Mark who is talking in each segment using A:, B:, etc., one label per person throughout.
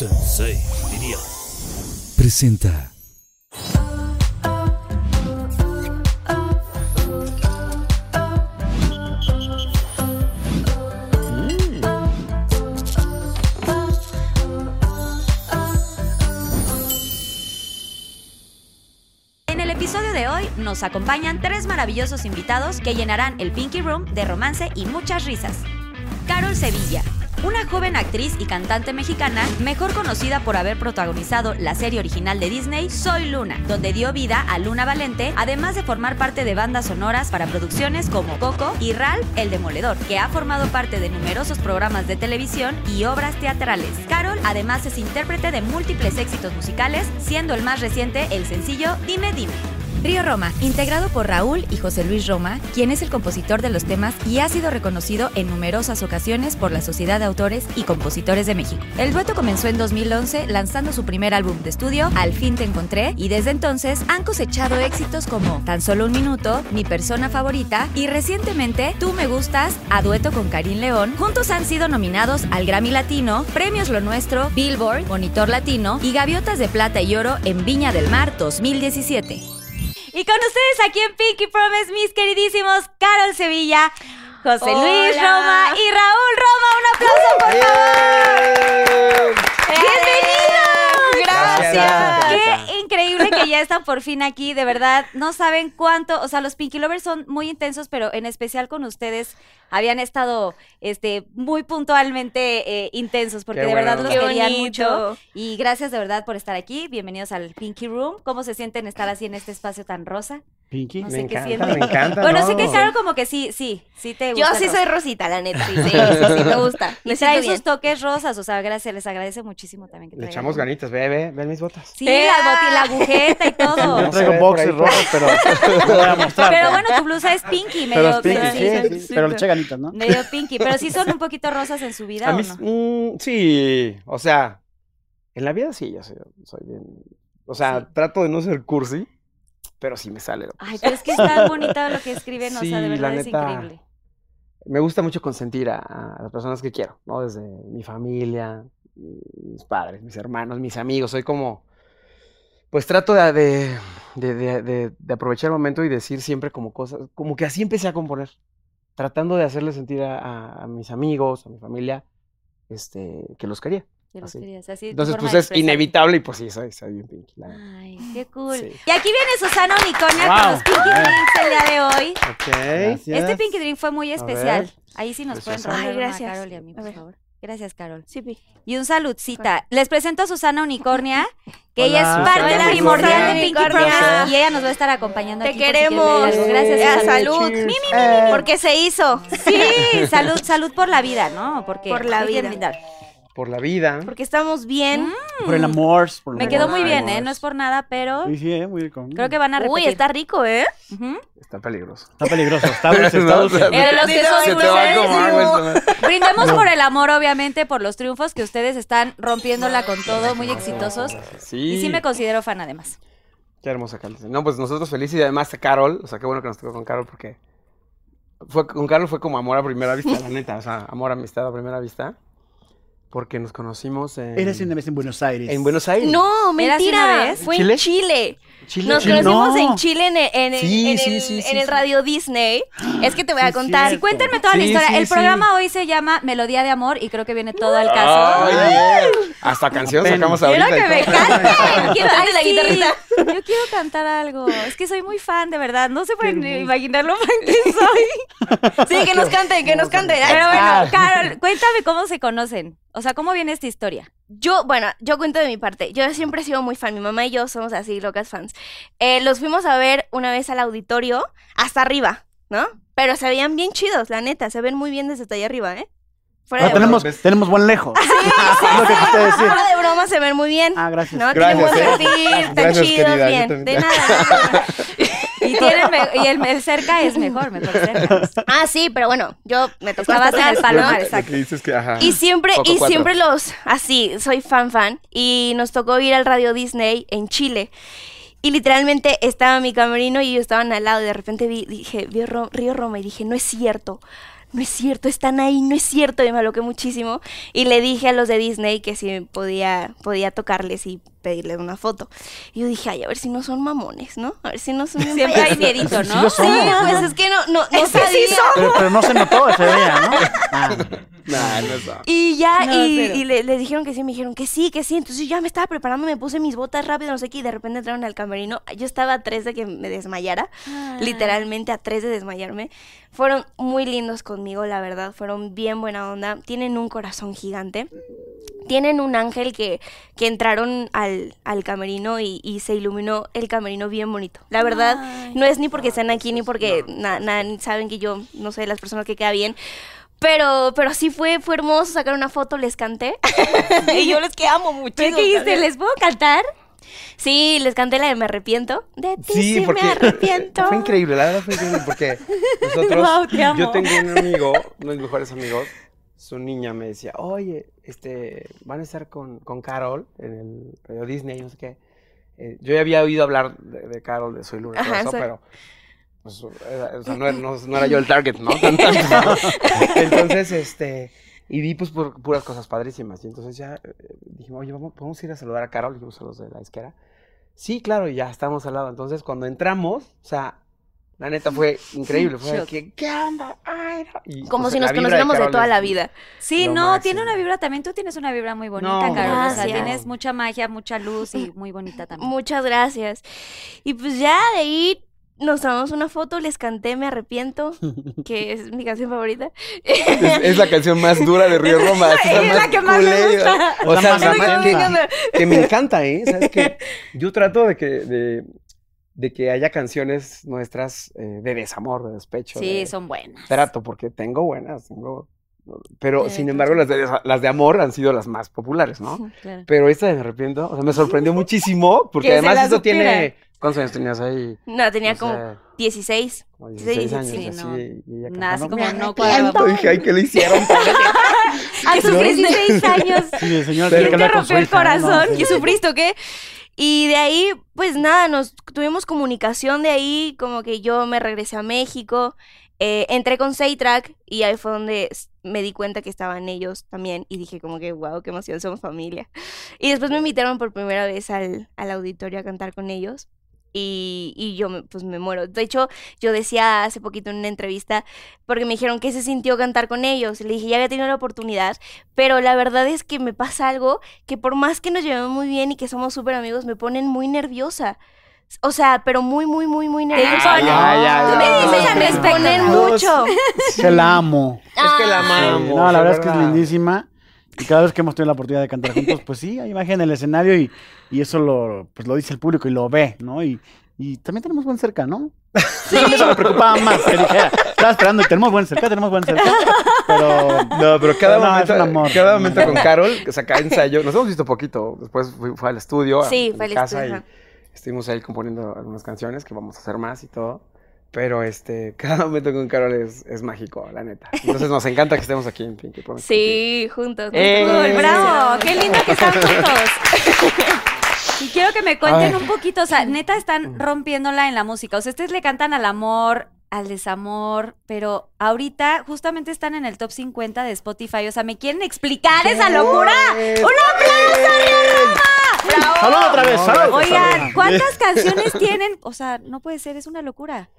A: Sensei, diría. Presenta.
B: En el episodio de hoy nos acompañan tres maravillosos invitados que llenarán el Pinky Room de romance y muchas risas. Carol Sevilla, una joven actriz y cantante mexicana, mejor conocida por haber protagonizado la serie original de Disney Soy Luna, donde dio vida a Luna Valente, además de formar parte de bandas sonoras para producciones como Coco y Ralph el Demoledor, que ha formado parte de numerosos programas de televisión y obras teatrales. Carol además es intérprete de múltiples éxitos musicales, siendo el más reciente el sencillo Dime Dime. Río Roma, integrado por Raúl y José Luis Roma, quien es el compositor de los temas y ha sido reconocido en numerosas ocasiones por la Sociedad de Autores y Compositores de México. El dueto comenzó en 2011 lanzando su primer álbum de estudio, Al fin te encontré, y desde entonces han cosechado éxitos como Tan solo un minuto, Mi persona favorita y recientemente Tú me gustas, a dueto con Karim León. Juntos han sido nominados al Grammy Latino, Premios Lo Nuestro, Billboard, Monitor Latino y Gaviotas de Plata y Oro en Viña del Mar 2017. Y con ustedes aquí en Pinky Promise, mis queridísimos Carol Sevilla, José
C: Hola.
B: Luis Roma y Raúl Roma. Un aplauso, por favor. ¡Bienvenidos!
C: ¡Uh! Gracias. Gracias.
B: Qué increíble que ya están por fin aquí, de verdad. No saben cuánto, o sea, los Pinky Lovers son muy intensos, pero en especial con ustedes habían estado este, muy puntualmente eh, intensos, porque
C: Qué
B: de verdad
C: bueno.
B: los
C: Qué
B: querían
D: bonito.
B: mucho. Y gracias de verdad por estar aquí. Bienvenidos al Pinky Room. ¿Cómo se sienten estar así en este espacio tan rosa?
C: Pinky,
B: No
C: me
B: sé qué
C: encanta,
B: siente.
C: me encanta.
B: Bueno,
C: no.
B: sé que Carol como que sí, sí, sí te
D: Yo
B: gusta.
D: sí
B: el
D: soy
B: rosa.
D: Rosita, la neta. Sí, sí, sí, me gusta.
B: Y
D: Me
B: trae
D: siento
B: sus
D: bien.
B: toques rosas, o sea, gracias, les agradece muchísimo también que
C: Le
B: traigan.
C: echamos ganitas, ve, ve, ve mis botas.
B: Sí,
D: ¡Ea!
B: la, boti- la agujeta y
C: No
B: todo.
C: se ve
E: traigo
C: por
E: boxers
C: ahí,
E: rojos, pero no voy a mostrar.
B: Pero bueno, tu blusa es pinky,
E: pero
B: medio
E: los pinkies,
B: sí, sí,
E: sí,
B: sí,
E: sí, pero le eché ganitas, ¿no?
B: medio pinky. Pero sí son un poquito rosas en su vida,
C: A
B: ¿o
C: mí,
B: no?
C: mm, sí, o sea, en la vida sí, yo soy, soy bien. O sea,
B: Sí.
C: trato de no ser cursi, pero sí me sale. ¿no?
B: Ay, pero es que es tan bonita lo que escriben, o
C: Sí,
B: sea, de
C: la
B: verdad es
C: neta.
B: increíble.
C: Me gusta mucho consentir a, a las personas que quiero, ¿no? Desde mi familia, mis padres, mis hermanos, mis amigos. Soy como, pues trato de, de, de- de- de- de aprovechar el momento y decir siempre como cosas, como que así empecé a componer, tratando de hacerle sentir a, a- a mis amigos, a mi familia, este, que los quería.
B: Te los
C: Así.
B: querías, así, tu
C: Entonces,
B: forma
C: pues
B: de
C: es
B: expresarte.
C: inevitable y pues sí, soy, soy bien pinky. la neta.
B: Ay, qué cool.
C: Sí.
B: Y aquí viene Susana Unicornia
E: Wow.
B: con los Pinky
E: Ah.
B: Drinks el día de hoy.
C: Gracias.
B: Este Pinky Drink fue muy especial.
C: ver.
B: Ahí sí nos
C: Pues
B: pueden
C: Susana.
B: robar
D: Ay,
B: una a
D: gracias.
B: Carol y a mí,
D: A
B: por
D: ver.
B: favor. Gracias, Carol.
D: Sí, pi.
B: Y un saludcita. Les presento a Susana Unicornia, que ella
E: Hola,
B: es parte
E: Susana
B: primordial de Pinky
D: Unicornia.
B: Promise y ella nos va a estar acompañando
D: Te
B: aquí por si quieren
D: queremos.
B: beber algo.
D: Ya,
B: Pues, Gracias, Susana.
D: salud.
C: Cheers.
D: Mi,
C: Eh,
D: Porque se hizo.
B: Sí, salud, salud por la vida, ¿no? Porque
D: Por la
B: hay que
D: vida.
B: brindar. Mm,
C: Por la vida.
D: Porque estamos bien.
E: Por el amor. por el
B: Me
E: amor.
B: quedó muy
C: Ay,
B: bien,
C: amor.
B: ¿eh? No es por nada, pero
E: Sí, sí, eh, muy rico.
B: creo que van a
D: Uy,
B: repetir.
D: está rico, ¿eh?
B: Ujú.
C: Está peligroso.
E: Está peligroso. Está dulce, está dulce.
D: Pero los que son
C: Se te va a
D: dulces,
C: acomodar,
D: no.
C: güey, se me-
B: Brindemos por el amor, obviamente, por los triunfos que ustedes están rompiéndola con todo, muy exitosos.
C: Sí.
B: Y sí me considero fan, además.
C: Qué hermosa Carol. No, pues nosotros felices y además a Carol, o sea, qué bueno que nos tocó con Carol porque fue, con Carol fue como amor a primera vista, la neta, o sea, amor, amistad a primera vista, porque nos conocimos en,
E: Eres una vez en Buenos Aires.
C: en Buenos Aires.
D: No,
B: ¿Eras una
D: mentira.
B: vez?
D: Fue en
C: ¿Chile?
D: Chile.
C: Chile.
D: Nos
E: Chile.
D: conocimos
E: No.
D: en Chile en el, en el-
C: Sí,
D: en
C: sí,
D: el-
C: sí, sí,
D: en el
C: sí.
D: radio Disney. Es que te voy
E: Sí,
D: a
E: es
D: contar.
E: cierto.
B: Cuéntenme toda la
C: Sí,
B: historia.
C: sí,
B: el
C: sí.
B: programa hoy se llama Melodía de Amor y creo que viene todo al caso.
C: Ay, yeah. Hasta canción sacamos
B: Quiero
C: ahorita. y
B: que me
C: todo.
B: canten. Quiero
D: Dale la
B: sí.
D: guitarrita.
B: Yo quiero cantar algo. Es que soy muy fan, de verdad. No se pueden ni imaginar lo fan que soy.
D: Sí, que nos canten, que nos canten. Ay,
B: Pero
D: ah.
B: bueno, Carol, cuéntame cómo se conocen. O sea, ¿cómo viene esta historia?
D: Yo, bueno, yo cuento de mi parte. Yo siempre he sido muy fan. Mi mamá y yo somos así, locas fans. Eh, los fuimos a ver una vez al auditorio, hasta arriba, ¿no? Pero se veían bien chidos, la neta. Se ven muy bien desde allá arriba, ¿eh? Fuera
E: Ah,
D: de broma.
E: tenemos, tenemos buen lejos. Es lo que quise decir.
D: Fuera de broma se ven muy bien.
E: Ah, gracias.
D: No, tienen
C: Gracias,
D: buen
C: ¿eh?
D: perfil, están
C: Gracias,
D: chidos,
C: querida, yo
D: bien.
C: también.
D: De nada.
B: Y, tienen me- y el, el cerca es mejor, mejor cerca.
D: ah, sí, pero bueno, yo me tocaba
B: Estabas en el
D: atrás,
C: Lo
D: ¿no?
B: palomar,
C: que- lo
B: exacto.
C: que dices que, ajá.
D: Y siempre,
C: Coco
D: y
C: cuatro.
D: siempre los, así, soy fan fan, y nos tocó ir al Radio Disney en Chile. Y literalmente estaba mi camerino y yo estaban al lado y de repente vi, dije, vi Ro- Río Roma y dije, no es cierto, no es cierto, están ahí, no es cierto, y me aloqué muchísimo. Y le dije a los de Disney que si podía, podía tocarles y pedirle una foto. Y yo dije, ay, a ver si no son mamones, ¿no? A ver si no son bien
B: Siempre hay
D: payasos".
B: miedito,
E: Sí,
B: ¿no?
E: lo son.
D: Sí,
E: Somos,
D: pues
E: ¿no?
D: es que no, no, no
B: Es que sí
D: sabía.
E: Pero, pero no se notó ese día, ¿no? Ah,
C: Nah, no es-
D: Y ya,
B: No,
D: y,
B: cero.
D: y le, les dijeron que sí, me dijeron que sí, que sí. Entonces yo ya me estaba preparando, me puse mis botas rápido, no sé qué, y de repente entraron al camerino. Yo estaba a tres de que me desmayara,
B: Ah.
D: literalmente a tres de desmayarme. Fueron muy lindos conmigo, la verdad, fueron bien buena onda. Tienen un corazón gigante. Tienen un ángel que, que entraron al, al camerino y, y se iluminó el camerino bien bonito. La verdad,
B: Ay.
D: no pues es ni porque están aquí, ni porque na- na- saben que yo, no sé, las personas que queda bien, pero, pero sí fue, fue hermoso sacar una foto, les canté. y yo les que amo
B: ¿Pero
D: muchísimo.
B: qué dijiste?
D: también.
B: ¿Les puedo cantar?
D: Sí, les canté la de Me arrepiento. De ti sí,
C: Sí, porque
D: me arrepiento.
C: fue increíble, la verdad fue increíble porque nosotros,
B: Guau, te amo.
C: yo tengo un amigo, uno de mis mejores amigos, su niña me decía, oye, este, van a estar con, con Carol en el Radio Disney, no sé qué. Eh, yo ya había oído hablar de, de Carol, de Soy Luna, todo
D: Ajá,
C: eso,
D: soy-
C: pero pues, era- o sea, no, era, no- no era yo el target, ¿no? Tan- tanto. Entonces, este, y vi pues pur- puras cosas padrísimas. Y entonces ya eh, dijimos, oye, vamos, podemos ir a saludar a Carol, dijimos a los de la izquierda. Sí, claro, y ya estamos al lado. Entonces, cuando entramos, o sea, la neta fue increíble. Fue de
B: shock.
C: que, ¿qué onda? Ay, no". Y,
D: Como
C: o sea,
D: si nos
C: la vibra
D: conociéramos de
C: Carol
D: toda
C: es-
D: la vida.
B: Sí,
C: Lo
B: no,
C: máximo.
B: tiene una vibra también. Tú tienes una vibra muy bonita,
C: No,
B: Carol. O sea,
D: gracias.
B: tienes mucha magia, mucha luz y muy bonita también.
D: Muchas gracias. Y pues ya de ahí nos tomamos una foto, les canté Me arrepiento, que es mi canción favorita.
C: Es, es la canción más dura de Río Roma. Es la,
B: Es la que más me
C: culera.
B: gusta.
C: O
E: Es
C: sea,
E: la más
C: la
E: intensa.
C: más que, que me encanta, ¿eh? ¿Sabes que Yo trato de que, de, de que haya canciones nuestras eh, de desamor, de despecho.
B: Sí,
C: de-
B: son buenas.
C: Trato, porque tengo buenas, tengo... Pero,
D: Eh,
C: sin embargo, las de, desa- las de amor han sido las más populares, ¿no? Pero esta de me arrepiento, o sea, me sorprendió muchísimo, porque
B: Que se
C: además
B: la
C: esto tiene...
B: supiera.
C: ¿Cuántos años tenías ahí?
D: No, tenía
C: No
D: como
C: sé,
D: 16.
C: como 16 años,
B: sí,
C: así,
B: no.
C: y ella
B: Nada, así
C: cantando,
B: como
C: "Me
B: no
C: arrepiento",
B: cuadraba.
C: Dije, ay, ¿qué le hicieron?
D: A tus
E: ¿No?
D: 16 Ah, años.
E: sí, el
D: ¿Quién
C: Pero-
E: señor tiene que
D: te
E: hablar con su
D: rompió el
E: hija, ¿no?
D: corazón?
E: Sí.
D: ¿Y sufriste o qué? Y de ahí, pues nada, nos tuvimos comunicación de ahí, como que yo me regresé a México, eh, entré con Seitrack y ahí fue donde s- me di cuenta que estaban ellos también y dije como que, wow, qué emoción, somos familia. Y después me invitaron por primera vez al, al auditorio a cantar con ellos. Y, y yo me- pues me muero. De hecho, yo decía hace poquito en una entrevista, porque me dijeron que se sintió cantar con ellos. Le dije, ya había tenido la oportunidad, pero la verdad es que me pasa algo que por más que nos llevemos muy bien y que somos súper amigos, me ponen muy nerviosa. O sea, pero muy, muy, muy, muy nerviosa.
B: imponen.
C: Ah,
B: Ya,
E: ya,
D: Tú
E: ya.
D: me dices al
E: No,
D: respecto. Ponen
C: no.
D: mucho.
E: Que la amo.
C: Es que
D: Ah.
C: la
E: Sí,
C: amamos.
E: no,
C: de
E: la verdad es que es lindísima. Y cada vez que hemos tenido la oportunidad de cantar juntos, pues sí, hay magia en el escenario y, y eso lo, pues, lo dice el público y lo ve, ¿no? Y, y también tenemos buen cerca, ¿no? Eso, eso me preocupaba más, que dijera. Estaba esperando, tenemos buen cerca, tenemos buen cerca. Pero
C: No, pero cada
E: No, es
C: momento,
E: un amor.
C: cada momento con Carol, o sea, cada ensayo, nos hemos visto poquito. Después fui- fue al estudio, a-
D: Sí,
C: a,
D: fue
C: mi
D: al
C: casa
D: estudio, ajá.
C: y estuvimos ahí componiendo algunas canciones que vamos a hacer más y todo. Pero este, cada momento con Carol es, es mágico, la neta. Entonces nos encanta que estemos aquí en Pinky Promise.
D: Sí, juntos.
C: ¡Eh!
D: juntos.
B: Bravo,
D: ¡Bravo!
B: qué lindo que están juntos. Y quiero que me cuenten un poquito, o sea, neta están rompiéndola en la música. O sea, ustedes le cantan al amor, al desamor, pero ahorita justamente están en el top 50 de Spotify. O sea, ¿me quieren explicar esa locura?
C: ¡Eh!
B: ¡Un Uh,
E: salud otra vez,
C: No,
E: salud.
B: Oigan, ¿cuántas canciones tienen? O sea, no puede ser, es una locura.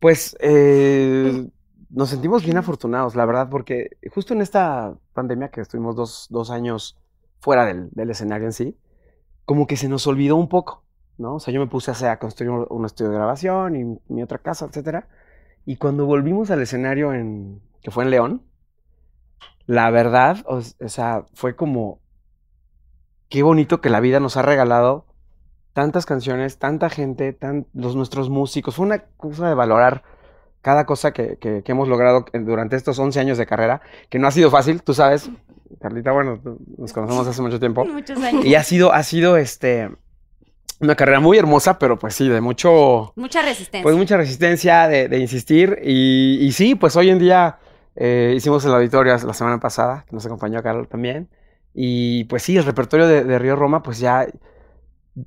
C: Pues eh, nos sentimos bien afortunados, la verdad, porque justo en esta pandemia que estuvimos dos, dos años fuera del, del escenario en sí, como que se nos olvidó un poco, ¿no? O sea, yo me puse a, hacer- a construir un, un estudio de grabación y mi otra casa, etcétera. Y cuando volvimos al escenario en, que fue en León, la verdad, o, s- o sea, fue como, qué bonito que la vida nos ha regalado tantas canciones, tanta gente, tan, los nuestros músicos. Fue una cosa de valorar cada cosa que, que- que hemos logrado en- durante estos 11 años de carrera, que no ha sido fácil, tú sabes, Carlita, bueno, tú- nos conocemos hace mucho tiempo.
B: Muchos años.
C: Y ha sido, ha sido este, una carrera muy hermosa, pero pues sí, de mucho,
B: Mucha resistencia.
C: pues mucha resistencia, de, de insistir. Y, y sí, pues hoy en día eh, hicimos el auditorio la semana pasada, que nos acompañó Carol también. Y pues sí, el repertorio de, de Río Roma, pues ya,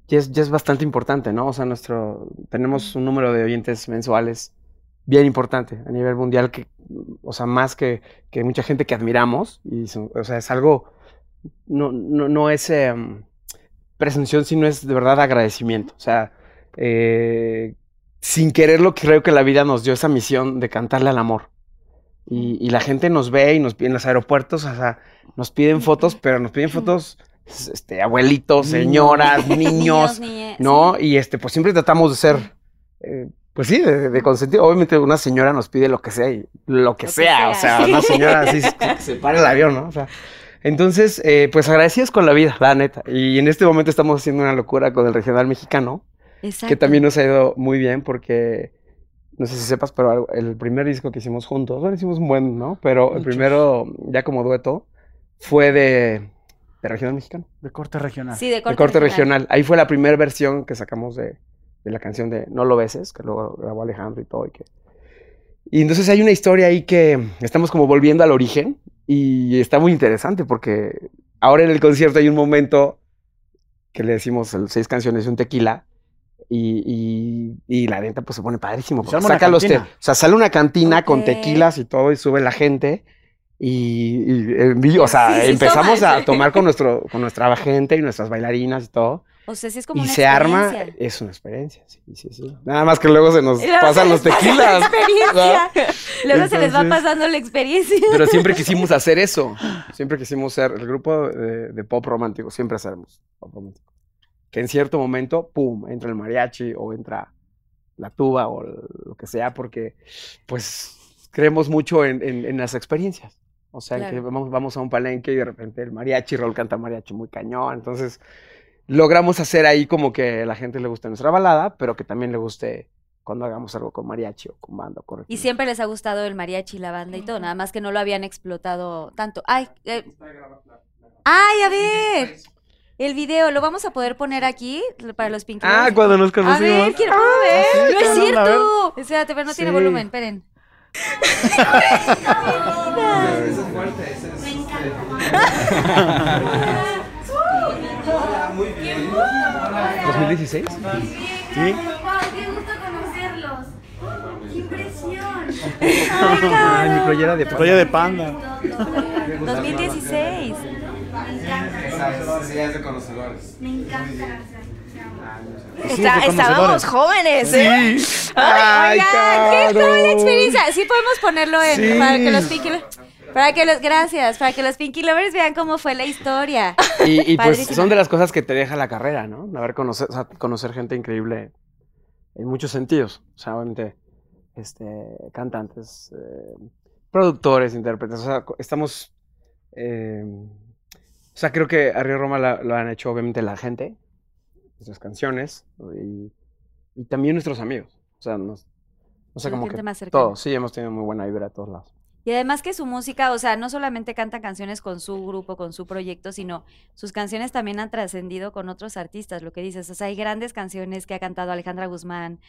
C: ya, es, ya es bastante importante, ¿no? O sea, nuestro, tenemos un número de oyentes mensuales bien importante a nivel mundial, que, o sea, más que, que mucha gente que admiramos, y, son- o sea, es algo, no, no, no es em, presunción, sino es de verdad agradecimiento. O sea, eh, sin quererlo, creo que la vida nos dio esa misión de cantarle al amor. Y, y la gente nos ve y nos pide en los aeropuertos, o sea, nos piden fotos, pero nos piden fotos, s- este, abuelitos,
E: Niños.
C: señoras, niños,
B: niñas,
C: ¿no? Y este, pues siempre tratamos de ser, eh, pues sí, de, de consentir. Obviamente una señora nos pide lo que sea y lo que,
B: que sea,
C: sea, o sea,
B: sí.
C: una señora así se- que se para el avión, ¿no? O sea, entonces, eh, pues agradecidos con la vida, la neta. Y en este momento estamos haciendo una locura con el regional mexicano,
B: Exacto.
C: que también nos ha ido muy bien porque, no sé si sepas, pero algo- el primer disco que hicimos juntos, bueno, hicimos un buen, ¿no? Pero el
E: Muchos.
C: primero, ya como dueto, fue de, de regional mexicano.
E: De corte regional.
B: Sí, de
C: El
B: corte,
C: corte regional. Ahí fue la primera versión que sacamos de, de la canción de No lo beses, que luego grabó Alejandro y todo. Y, que... y entonces hay una historia ahí que estamos como volviendo al origen y está muy interesante porque ahora en el concierto hay un momento que le decimos el seis canciones y un tequila. Y, y- y la neta pues se pone padrísimo.
E: Se
C: porque
E: arma una
C: saca los te- o
E: cantina.
C: sea, sale una cantina con
B: Ok.
C: tequilas y todo y sube la gente. Y, y en vivo, o sea,
B: Sí, sí,
C: empezamos
B: tomas.
C: a tomar con, nuestro, con nuestra gente y nuestras bailarinas y todo.
B: O sea, sí es como
C: y
B: una
C: se arma,
B: experiencia.
C: es una experiencia. Sí, sí, sí. Nada más que luego se nos pasan los tequilas.
B: Experiencia. Luego se les va
C: Entonces-
B: pasando la experiencia.
C: Pero siempre quisimos hacer eso. Siempre quisimos ser el grupo de, de pop romántico. Siempre hacemos pop romántico. Que en cierto momento, pum, entra el mariachi o entra la tuba o lo que sea, porque pues creemos mucho en, en- en las experiencias. O sea, que
B: Claro.
C: vamos, vamos a un palenque y de repente el mariachi, Raúl canta mariachi muy cañón. Entonces logramos hacer ahí como que a la gente le guste nuestra balada, pero que también le guste cuando hagamos algo con mariachi o con banda o con
B: Y siempre les ha gustado el mariachi, la banda y todo, nada más que no lo habían explotado tanto. Ay, eh, ay, a ver. El video, lo vamos a poder poner aquí para los Pinky
C: Ah,
B: Lovers?
C: cuando nos
B: A
C: conocimos. Ah,
B: ver, quiero puedo ver.
E: sí,
B: No es
E: cabrón, a
B: cierto. Espérate, pero no tiene
E: Sí.
B: volumen, esperen.
C: ¿2016?
E: Sí.
F: ¡Wow! ¡Qué gusto conocerlos! ¡Qué impresión!
C: Ay, mi playera de
E: Playa de panda.
C: pues,
B: 2016.
F: Me encanta.
D: Está-
E: reconocedores.
D: estábamos jóvenes, ¿eh?
C: Ay,
B: Oigan, qué cool
C: Caro.
B: experiencia. Sí podemos ponerlo en
C: Sí.
B: para que los Pinky Lo- para que los gracias, para que los Pinky Lovers vean cómo fue la historia.
C: Y, y pues
B: Padrísimo.
C: son de las cosas que te deja la carrera, ¿no? Haber conocer, o sea, conocer gente increíble en muchos sentidos. O sea, obviamente, este, cantantes, eh, productores, intérpretes. O sea, co- estamos. eh, o sea, creo que a Río Roma la- lo han hecho, obviamente, la gente, nuestras canciones y, y también nuestros amigos. O sea, nos, o sea
B: La
C: como
B: gente
C: que
B: más cercana.
C: todos, sí, hemos tenido muy buena vibra a todos lados.
B: Y además que su música, o sea, no solamente cantan canciones con su grupo, con su proyecto, sino sus canciones también han trascendido con otros artistas, lo que dices. O sea, hay grandes canciones que ha cantado Alejandra Guzmán,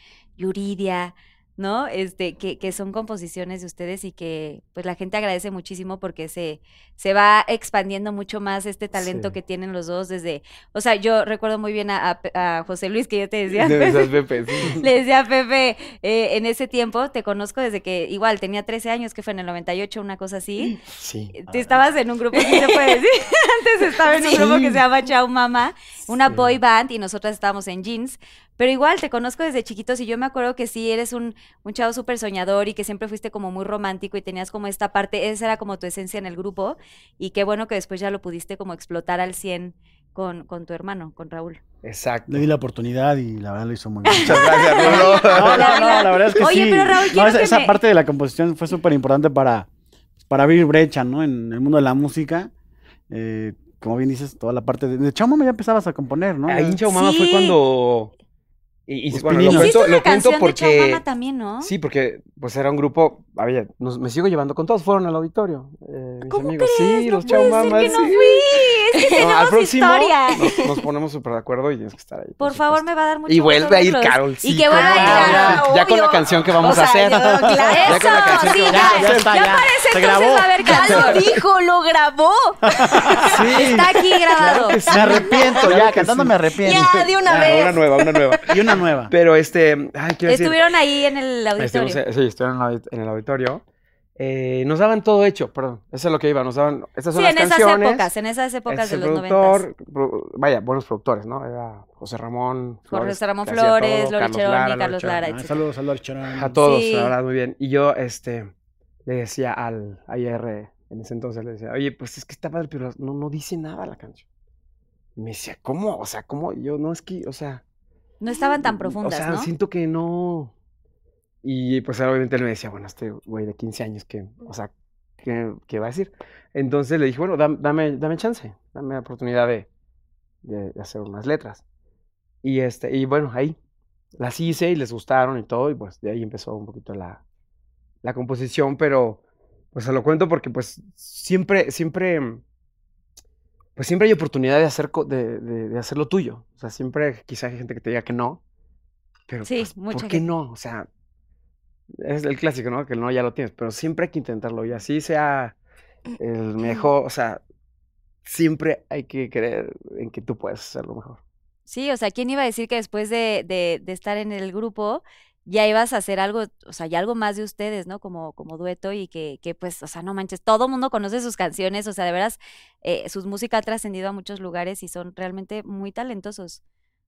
B: Yuridia, ¿no? Este, que, que son composiciones de ustedes y que pues la gente agradece muchísimo porque se, se va expandiendo mucho más este talento
C: Sí.
B: que tienen los dos desde, o sea, yo recuerdo muy bien a, a- a José Luis que yo te decía.
C: De
B: Pepe.
C: esas Pepe, sí.
B: Le decía a Pepe, eh, en ese tiempo te conozco desde que igual tenía 13 años, que fue en el 98, una cosa así.
C: Sí.
B: Tú estabas en un grupo, sí se puede decir. Antes estaba en un grupo que se llama Chao Mama, una
C: Sí.
B: boy band, y nosotras estábamos en jeans. Pero igual te conozco desde chiquitos y yo me acuerdo que sí eres un, un chavo súper soñador y que siempre fuiste como muy romántico y tenías como esta parte, esa era como tu esencia en el grupo. Y qué bueno que después ya lo pudiste como explotar al 100 con, con tu hermano, con Raúl.
C: Exacto.
E: Le di la oportunidad y la verdad lo hizo muy bien.
C: Muchas gracias, Rulo.
E: No, no, no, la verdad es que
B: Oye,
E: sí.
B: pero Raúl,
E: no,
B: quiero
E: esa,
B: que
E: esa
B: me-
E: parte de la composición fue súper importante para, para abrir brecha, ¿no? En el mundo de la música. Eh, como bien dices, toda la parte de, de Chao Mama ya empezabas a componer, ¿no?
C: Ahí en Chao Mama
B: Ah, Sí.
C: fue cuando. Y, y
E: Los
C: bueno, lo
E: pininos.
B: Hiciste
C: cuento,
B: una
C: lo cuento
B: canción de Chao
C: porque.
B: Mama también, ¿no?
C: Sí, porque pues era un grupo. A ver, nos- me sigo llevando con todos. Fueron al auditorio. eh, mis
B: ¿Cómo
C: amigos.
B: crees?
C: Sí,
B: no
C: los
B: puede
C: Chao
B: ser
C: Mamas.
B: que no
C: sí.
B: fui. es que
C: No, al
B: tenemos
C: próximo
B: historia.
C: nos, nos ponemos súper de acuerdo y tienes que estar ahí.
B: Por favor, me va a dar mucho
C: Y vuelve a ir
B: verlos.
C: Carol.
B: y
C: sí,
B: que
C: cómo
B: vuelva a ir
C: no,
B: Carol.
C: Ya con la
B: obvio.
C: canción que vamos
B: O sea,
C: a hacer.
B: yo- claro.
C: Ya con la
B: Eso,
C: canción que
B: sí,
C: vamos a
B: ya.
E: ya está,
B: Ya
E: ya.
B: para ese
E: Se
B: entonces
E: grabó.
B: va a haber
D: Ya lo
B: canción.
D: dijo, lo grabó.
B: Está aquí grabado.
E: Me arrepiento,
C: Claro
E: ya,
C: que
E: cantando
C: sí.
E: me arrepiento.
D: ya, de una
C: Ah,
D: vez.
C: Una nueva, una nueva.
E: Y una nueva.
C: Pero este, ay, quiero decir,
B: Estuvieron ahí en el auditorio.
C: estuvimos, eh, sí, estuvieron en el audi- en el auditorio. Eh, nos daban todo hecho, perdón, eso es lo que iba, nos daban, estas
B: Sí,
C: son las
B: en esas
C: canciones,
B: épocas, en esas épocas
C: este
B: de
C: es
B: los
C: el
B: noventas.
C: productor, pro- vaya, buenos productores, ¿no? Era José Ramón Flores,
B: José Ramón
C: que hacía
B: Flores,
C: todo,
B: Lore
C: Carlos
B: Cheroni,
C: Lara, Lore
B: Carlos
C: Cheroni.
B: Lara,
E: Ah, saludos a Lord Chorón.
C: A todos,
B: Sí.
C: la verdad, muy bien. Y yo, este, le decía al, ayer, E en ese entonces, le decía, oye, pues es que está padre, pero no, no dice nada la canción. Y Me decía, ¿cómo? O sea, ¿cómo? Y Yo, no, es que, o sea.
B: No estaban tan
C: O
B: profundas,
C: sea,
B: ¿no?
C: siento que no. Y pues obviamente él me decía, bueno, este güey de 15 años, que, o sea, ¿qué, qué va a decir? Entonces le dije, bueno, dam- dame, dame chance, dame la oportunidad de, de hacer unas letras. Y, este, y bueno, ahí las hice y les gustaron y todo, y pues de ahí empezó un poquito la, la composición, pero pues se lo cuento porque pues siempre, siempre, mm, pues siempre hay oportunidad de hacer, co- de, de, de hacer lo tuyo. O sea, siempre quizá hay gente que te diga que no, pero
B: Sí,
C: pues,
B: mucha
C: ¿por qué
B: gente.
C: no? O sea, es el clásico, ¿no? Que el no ya lo tienes, pero siempre hay que intentarlo y así sea el mejor, o sea, siempre hay que creer en que tú puedes hacerlo mejor.
B: Sí, o sea, ¿quién iba a decir que después de, de- de estar en el grupo ya ibas a hacer algo, o sea, ya algo más de ustedes, ¿no? Como, como dueto y que, que, pues, o sea, no manches, todo mundo conoce sus canciones, o sea, de veras, eh, su música ha trascendido a muchos lugares y son realmente muy talentosos.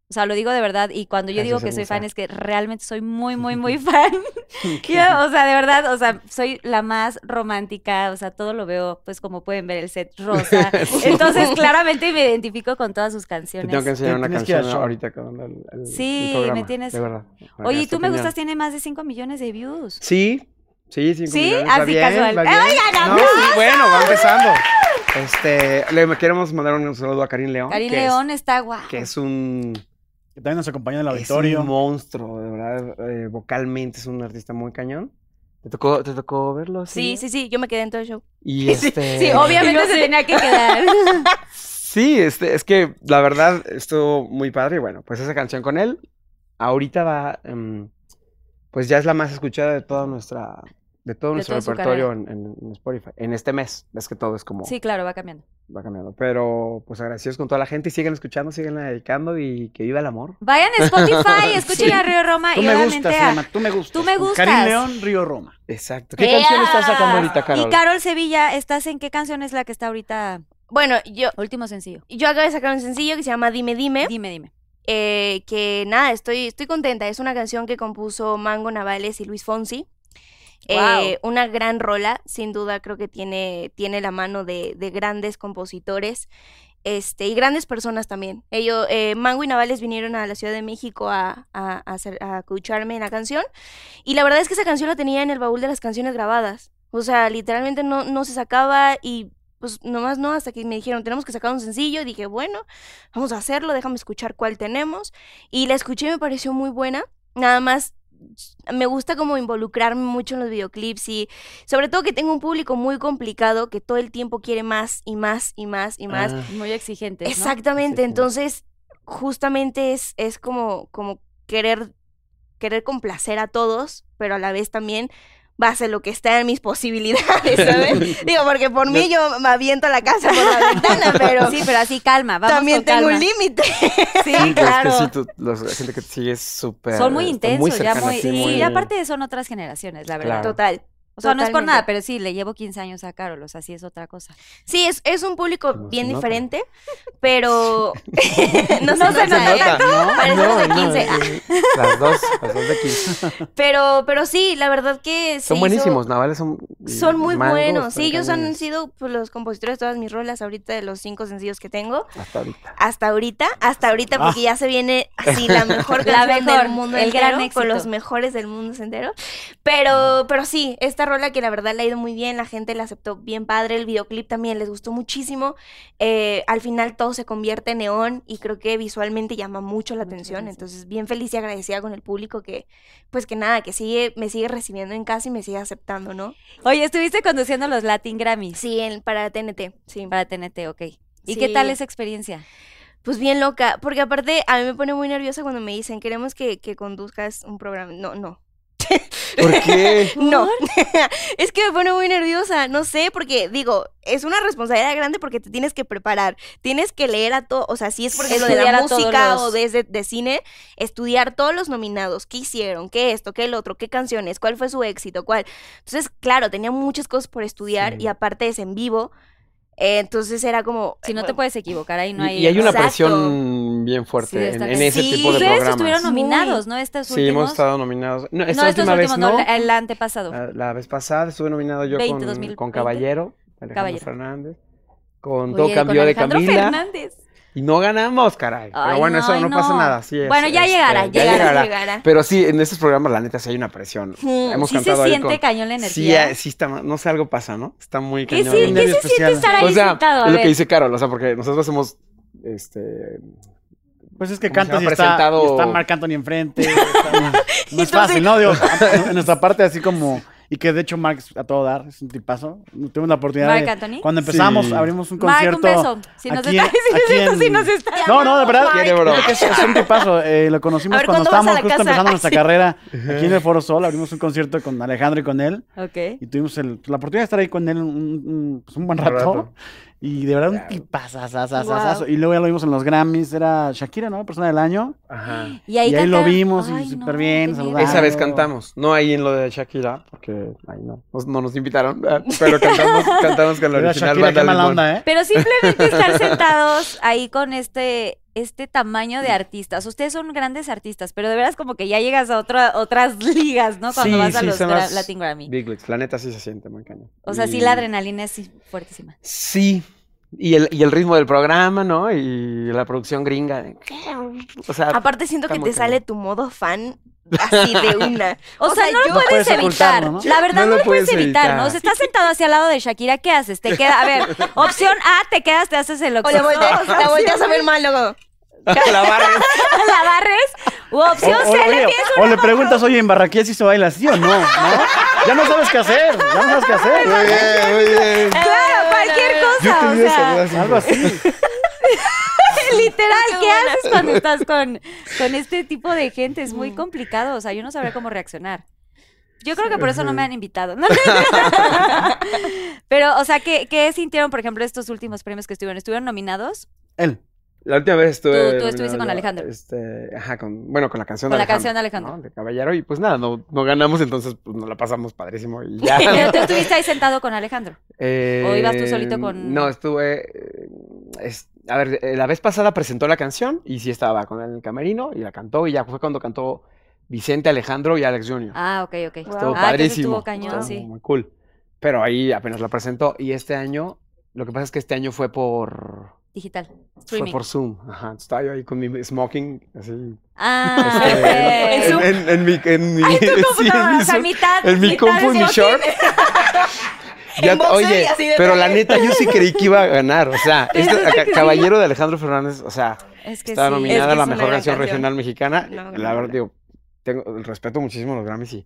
B: O sea, lo digo de verdad, y cuando yo digo que
C: Gracias,
B: soy fan
C: hermosa.
B: es que realmente soy muy, muy, muy fan. Yo, o sea, de verdad, o sea, soy la más romántica, o sea, todo lo veo, pues como pueden ver, el set rosa. Entonces, claramente me identifico con todas sus
C: Te tengo que
B: canciones.
C: enseñar una
E: Tienes que ir al
C: canción
E: show.
C: ahorita con el, el- el
B: Sí, me
C: programa,
B: tienes-
C: De verdad. Para
B: Oye,
C: que
B: ¿y
C: esté
B: tú me
C: opinado.
B: gustas? Tiene más de 5 millones de views.
C: Sí, sí, cinco
B: Sí,
C: millones, va
B: así
C: bien,
B: casual.
C: va bien.
B: ¡Oigan,
C: No, sí, bueno, va empezando. Este, le queremos mandar un saludo a Karim León.
B: Karim
C: que es-
B: León está guau.
C: que es un,
E: Que también nos acompañó en el
C: es un
E: auditorio.
C: monstruo, de verdad. eh, vocalmente es un artista muy cañón. ¿Te tocó, te tocó verlo?
D: Sí, sí,
C: sí.
D: sí, yo me quedé en todo el show.
C: Y este...
B: Sí, obviamente se tenía que quedar.
C: Sí, este, es que la verdad estuvo muy padre. Y bueno, pues esa canción con él, ahorita va, em, pues ya es la más escuchada de toda nuestra, de todo
B: De
C: nuestro
B: toda su
C: repertorio en, en- en Spotify, en este mes. Ves que todo es como
B: Sí, claro, va cambiando.
C: va cambiando. Pero pues agradecidos con toda la gente, sigan escuchando, sigan dedicando y que viva el amor.
B: Vayan a Spotify, escuchen a Río Roma
E: Tú
B: Ah, y
E: me
B: obviamente
E: gustas, se
B: a-
E: llama Tú me gustas.
B: Tú me
E: Con
B: gustas.
E: Karim León, Río Roma.
C: Exacto. ¿Qué canción estás sacando ahorita, Carol?
B: Y Carol Sevilla, ¿estás en qué canción es la que está ahorita?
D: Bueno, yo,
B: Último sencillo.
D: yo acabo de sacar un sencillo que se llama Dime Dime,
B: Dime, dime.
D: eh, que nada, estoy, estoy contenta. Es una canción que compuso Mango Navales y Luis Fonsi. Eh, una gran rola, sin duda creo que tiene, tiene la mano de, de grandes compositores este, y grandes personas también. Ellos, eh, Mango y Navales vinieron a la Ciudad de México a, a, a hacer- a escucharme en la canción y la verdad es que esa canción la tenía en el baúl de las canciones grabadas. O sea, literalmente no, no se sacaba y pues nomás no, hasta que me dijeron, tenemos que sacar un sencillo y dije, bueno, vamos a hacerlo, déjame escuchar cuál tenemos. Y la escuché y me pareció muy buena. Nada más me gusta como involucrarme mucho en los videoclips y sobre todo que tengo un público muy complicado que todo el tiempo quiere más y más y más y más.
C: Ah,
B: Muy exigente.
D: Exactamente,
C: Exigente.
D: entonces justamente es, es como, como querer, querer complacer a todos, pero a la vez también va a ser lo que está en mis posibilidades, ¿sabes? Digo, porque por mí yo me aviento la casa por la ventana, pero
B: Sí, pero así calma, vamos
D: también
B: con
D: tengo
B: calma.
D: un límite.
C: sí, pues, es que
D: claro.
C: sí, tú- los- la gente que te sigue es súper,
B: Son muy
C: está muy
B: intensos, ya
C: cercana a
B: muy, sí,
C: ti, muy-
B: y aparte son otras generaciones, la verdad.
C: Claro.
D: Total.
B: O sea, no es por
D: totalmente.
B: nada, pero sí, le llevo 15 años a Carol, o sea, sí es otra cosa.
D: Sí, es, es un público
C: No se
D: bien
C: nota.
D: diferente, pero no,
B: No se
D: se
B: nota.
D: nota, ¿eh? Parecemos de 15.
C: sí. eh, Las dos, las dos de 15.
D: Pero, pero sí, la verdad que se
C: Son
D: hizo-
C: buenísimos, navales son.
D: Son muy
C: mangos,
D: buenos.
C: son
D: Sí, ellos han
C: cañones,
D: sido pues, los compositores de todas mis rolas ahorita de los cinco sencillos que tengo.
C: Hasta ahorita.
D: Hasta ahorita, hasta ahorita, porque ya se viene así la mejor
B: La
D: canción
B: mejor,
D: del mundo
B: el
D: entero,
B: gran éxito.
D: con los mejores del mundo entero. Pero, pero sí, esta rola que la verdad le ha ido muy bien, la gente la aceptó bien padre, el videoclip también les gustó muchísimo. Eh, al final todo se convierte en neón y creo que visualmente llama mucho la
B: Muchas
D: atención.
B: gracias.
D: Entonces, bien feliz y agradecida con el público que, pues que nada, que sigue, me sigue recibiendo en casa y me sigue aceptando, ¿no?
B: Oye, estuviste conduciendo los Latin Grammys
D: Sí, en- para TNT, sí.
B: para TNT, ok. ¿Y
D: Sí.
B: qué tal esa experiencia?
D: Pues bien loca, porque aparte a mí me pone muy nerviosa cuando me dicen, queremos que, que conduzcas un programa. No, no.
C: ¿Por qué?
D: No, es que me pone muy nerviosa, no sé, porque digo, es una responsabilidad grande porque te tienes que preparar, tienes que leer a todo, o sea, si es porque lo de
B: Estudiar
D: la
B: a todos
D: música
B: los-
D: o desde de cine, estudiar todos los nominados, qué hicieron, qué esto, qué el otro, qué canciones, cuál fue su éxito, cuál. Entonces, claro, tenía muchas cosas por estudiar
C: Sí.
D: y aparte es en vivo, eh, entonces era como... eh,
B: Si no te
D: bueno,
B: puedes equivocar, ahí no
C: Y-
B: hay...
C: y hay una
D: Exacto.
C: presión bien
B: Sí,
C: fuerte en,
B: está
C: en
B: cañón.
C: ese
D: Sí,
C: tipo de
B: Ustedes
C: programas.
B: estuvieron nominados, ¿no? Estos
C: Sí, hemos
B: últimos...
C: estado nominados. No, esta
B: no, estos
C: última vez
B: últimos, no,
C: no. Ah,
B: el antepasado.
C: La, la vez pasada estuve nominado yo
B: 20,
C: con,
B: 2020.
C: con Caballero, Alejandro
B: Caballero.
C: Fernández, con
B: Oye,
C: Todo
B: con
C: Cambió de
B: Alejandro
C: Camila.
B: Fernández.
C: Y no ganamos, caray.
B: Ay,
C: Pero bueno,
B: no,
C: eso no,
B: ay,
C: pasa
B: no.
C: nada. sí es,
B: Bueno, ya
C: este,
B: llegará,
C: ya
B: llegará,
D: llegará.
C: Pero sí, en estos programas, la neta, sí hay una presión.
D: Hmm,
C: Hemos
B: Sí se
C: cantado ahí
B: siente
C: con-
B: cañón la
C: Sí,
B: energía.
C: eh, sí está, ma- no sé, algo pasa, ¿no? Está muy
B: ¿Qué,
C: cañón.
B: sí-
E: un
B: qué
E: nervio
B: se siente
E: especial.
B: estar ahí
C: o sea,
B: sentado? A
C: es lo
B: ver.
C: que dice Carol, o sea, porque nosotros hemos, este,
E: Pues es que
C: ¿Cómo se
E: cantas y
C: llama?
E: está,
C: Presentado-
E: y está Marc Anthony enfrente. está- no es
D: Entonces-
E: fácil, ¿no? Digo, en nuestra parte así como... Y que de hecho Marc a todo dar, es un tipazo. Tuvimos la oportunidad
B: Marc
E: de-
B: Anthony.
E: Cuando empezamos,
C: Sí.
E: abrimos un
B: Marc,
E: concierto.
B: un beso. Si nos
E: aquí
B: está-
E: en- aquí en-
B: si nos está
E: No, no, de verdad.
C: Marc. Quiere, bro.
E: yo creo que es, es un tipazo. Eh, lo conocimos
D: A ver,
E: cuando
D: ¿cuándo vas a
E: estábamos
D: la
E: justo
D: casa?
E: empezando
D: Ay,
E: nuestra
D: sí.
E: carrera. Aquí en el Foro Sol abrimos un concierto con Alejandro y con él.
B: Ok.
E: Y tuvimos el- pues, la oportunidad de estar ahí con él un, un- pues, un buen
C: Un
E: rato.
C: rato.
E: Y de verdad, un
C: Claro.
E: tipazazazazazazo.
D: Guau.
E: Y luego ya lo vimos en los Grammys. Era Shakira, ¿no? Persona del año.
C: ajá.
B: Y
E: Y ahí lo
B: cantaron.
E: vimos y
B: Ay,
E: súper
B: no,
E: bien,
B: qué
E: saludable.
B: miedo.
E: Claro.
C: Esa vez cantamos, no ahí en lo de Shakira, porque ahí no, nos- no nos invitaron, ¿verdad? pero cantamos, cantamos con la
E: Era
C: original
E: Shakira,
C: banda
E: qué mala
C: Limón.
E: onda, ¿eh?
B: Pero simplemente estar sentados ahí con este este tamaño de artistas. Ustedes son grandes artistas, pero de veras como que ya llegas a otra, otras ligas, ¿no? Cuando
C: Sí,
B: vas a
C: sí,
B: los
C: son
B: gra-
C: las
B: Latin Grammy.
C: Big Leagues, la neta sí se siente muy cañón.
B: O sea, sí
C: Y-
B: la adrenalina es fuertísima.
C: Sí, y el, y el ritmo del programa, ¿no? Y la producción gringa. de- O sea,
D: Aparte siento
C: Ah, Está
D: que
C: muy
D: te sale
C: cañón.
D: tu modo fan así de una.
B: O, sea, no lo
E: no
B: puedes
E: puedes
B: evitar.
E: ocultarlo, ¿no?
B: La verdad
C: No
B: no,
C: lo
B: lo puedes
C: puedes
B: evitar, ¿no?
C: evitar.
B: O sea, estás sentado hacia al lado de Shakira, ¿qué haces? Te queda, a ver, opción A, te quedas, te haces el
D: O la
B: oxígeno.
D: volteas, la volteas a ver mal luego.
C: la barra.
B: la barres. U
E: O,
B: opción C,
E: o- oye,
B: le pides
E: o le preguntas, oye, en Barranquilla si se baila así o no, ¿no? Ya no sabes qué hacer, ya no sabes qué
C: Muy
E: hacer.
C: bien, muy bien.
B: Claro, cualquier
C: Yo
B: cosa.
C: he
B: O
C: tenido
B: sea,
C: esa duda
E: Algo así.
B: Literal, ¿qué haces cuando estás con, con este tipo de gente? Es muy complicado, o sea, yo no sabría cómo reaccionar. Yo creo que por eso no me han invitado. No, Pero, o sea, ¿qué, qué sintieron, por ejemplo, estos últimos premios que estuvieron? ¿Estuvieron nominados?
E: Él.
C: La última vez estuve.
B: Tú- tú estuviste
C: nominado
B: con
C: yo,
B: Alejandro.
C: Este, ajá, con, bueno, con la canción
B: Con
C: de
B: la
C: Alejandro.
B: canción de Alejandro.
C: ¿no? De Caballero, y pues nada, no, no ganamos, entonces pues nos la pasamos padrísimo y ya.
B: Pero tú estuviste ahí sentado con Alejandro. ¿O ibas tú solito
C: Eh,
B: con-
C: No, estuve. eh, es- a ver, eh, la vez pasada presentó la canción y sí estaba con él en el camerino y la cantó y ya fue cuando cantó Vicente Alejandro y Alex Jr.
B: Ah, ok, ok.
D: Wow.
C: Estuvo
B: Ah, entonces
C: padrísimo.
B: estuvo cañón,
C: estuvo
B: sí.
C: Muy cool. Pero ahí apenas la presentó y este año, lo que pasa es que este año fue por.
B: Digital. Streaming.
C: Fue por Zoom. Ajá. entonces Estaba yo ahí con mi smoking, así.
B: Ah,
C: este,
B: ok.
C: en, en- en mi. En mi, sí, en mi
B: computadora, o sea,
C: Zoom.
B: mitad-
C: En mi
B: mitad
C: compu, en mi
B: smoking.
C: short. Ya-
D: En boxer y
C: oye,
D: así de
C: pero la
D: frente.
C: neta, yo sí creí que iba a ganar. O sea, este
B: es lo
C: ca-
B: que
C: Caballero de Alejandro Fernández, o sea,
B: Es que
C: estaba
B: sí.
C: nominada
D: Es que
C: a la
D: es una
C: mejor
D: gran
C: canción
D: canción.
C: regional mexicana.
D: No,
C: la
D: ganadora.
C: verdad, digo, tengo, respeto muchísimo los Grammys y,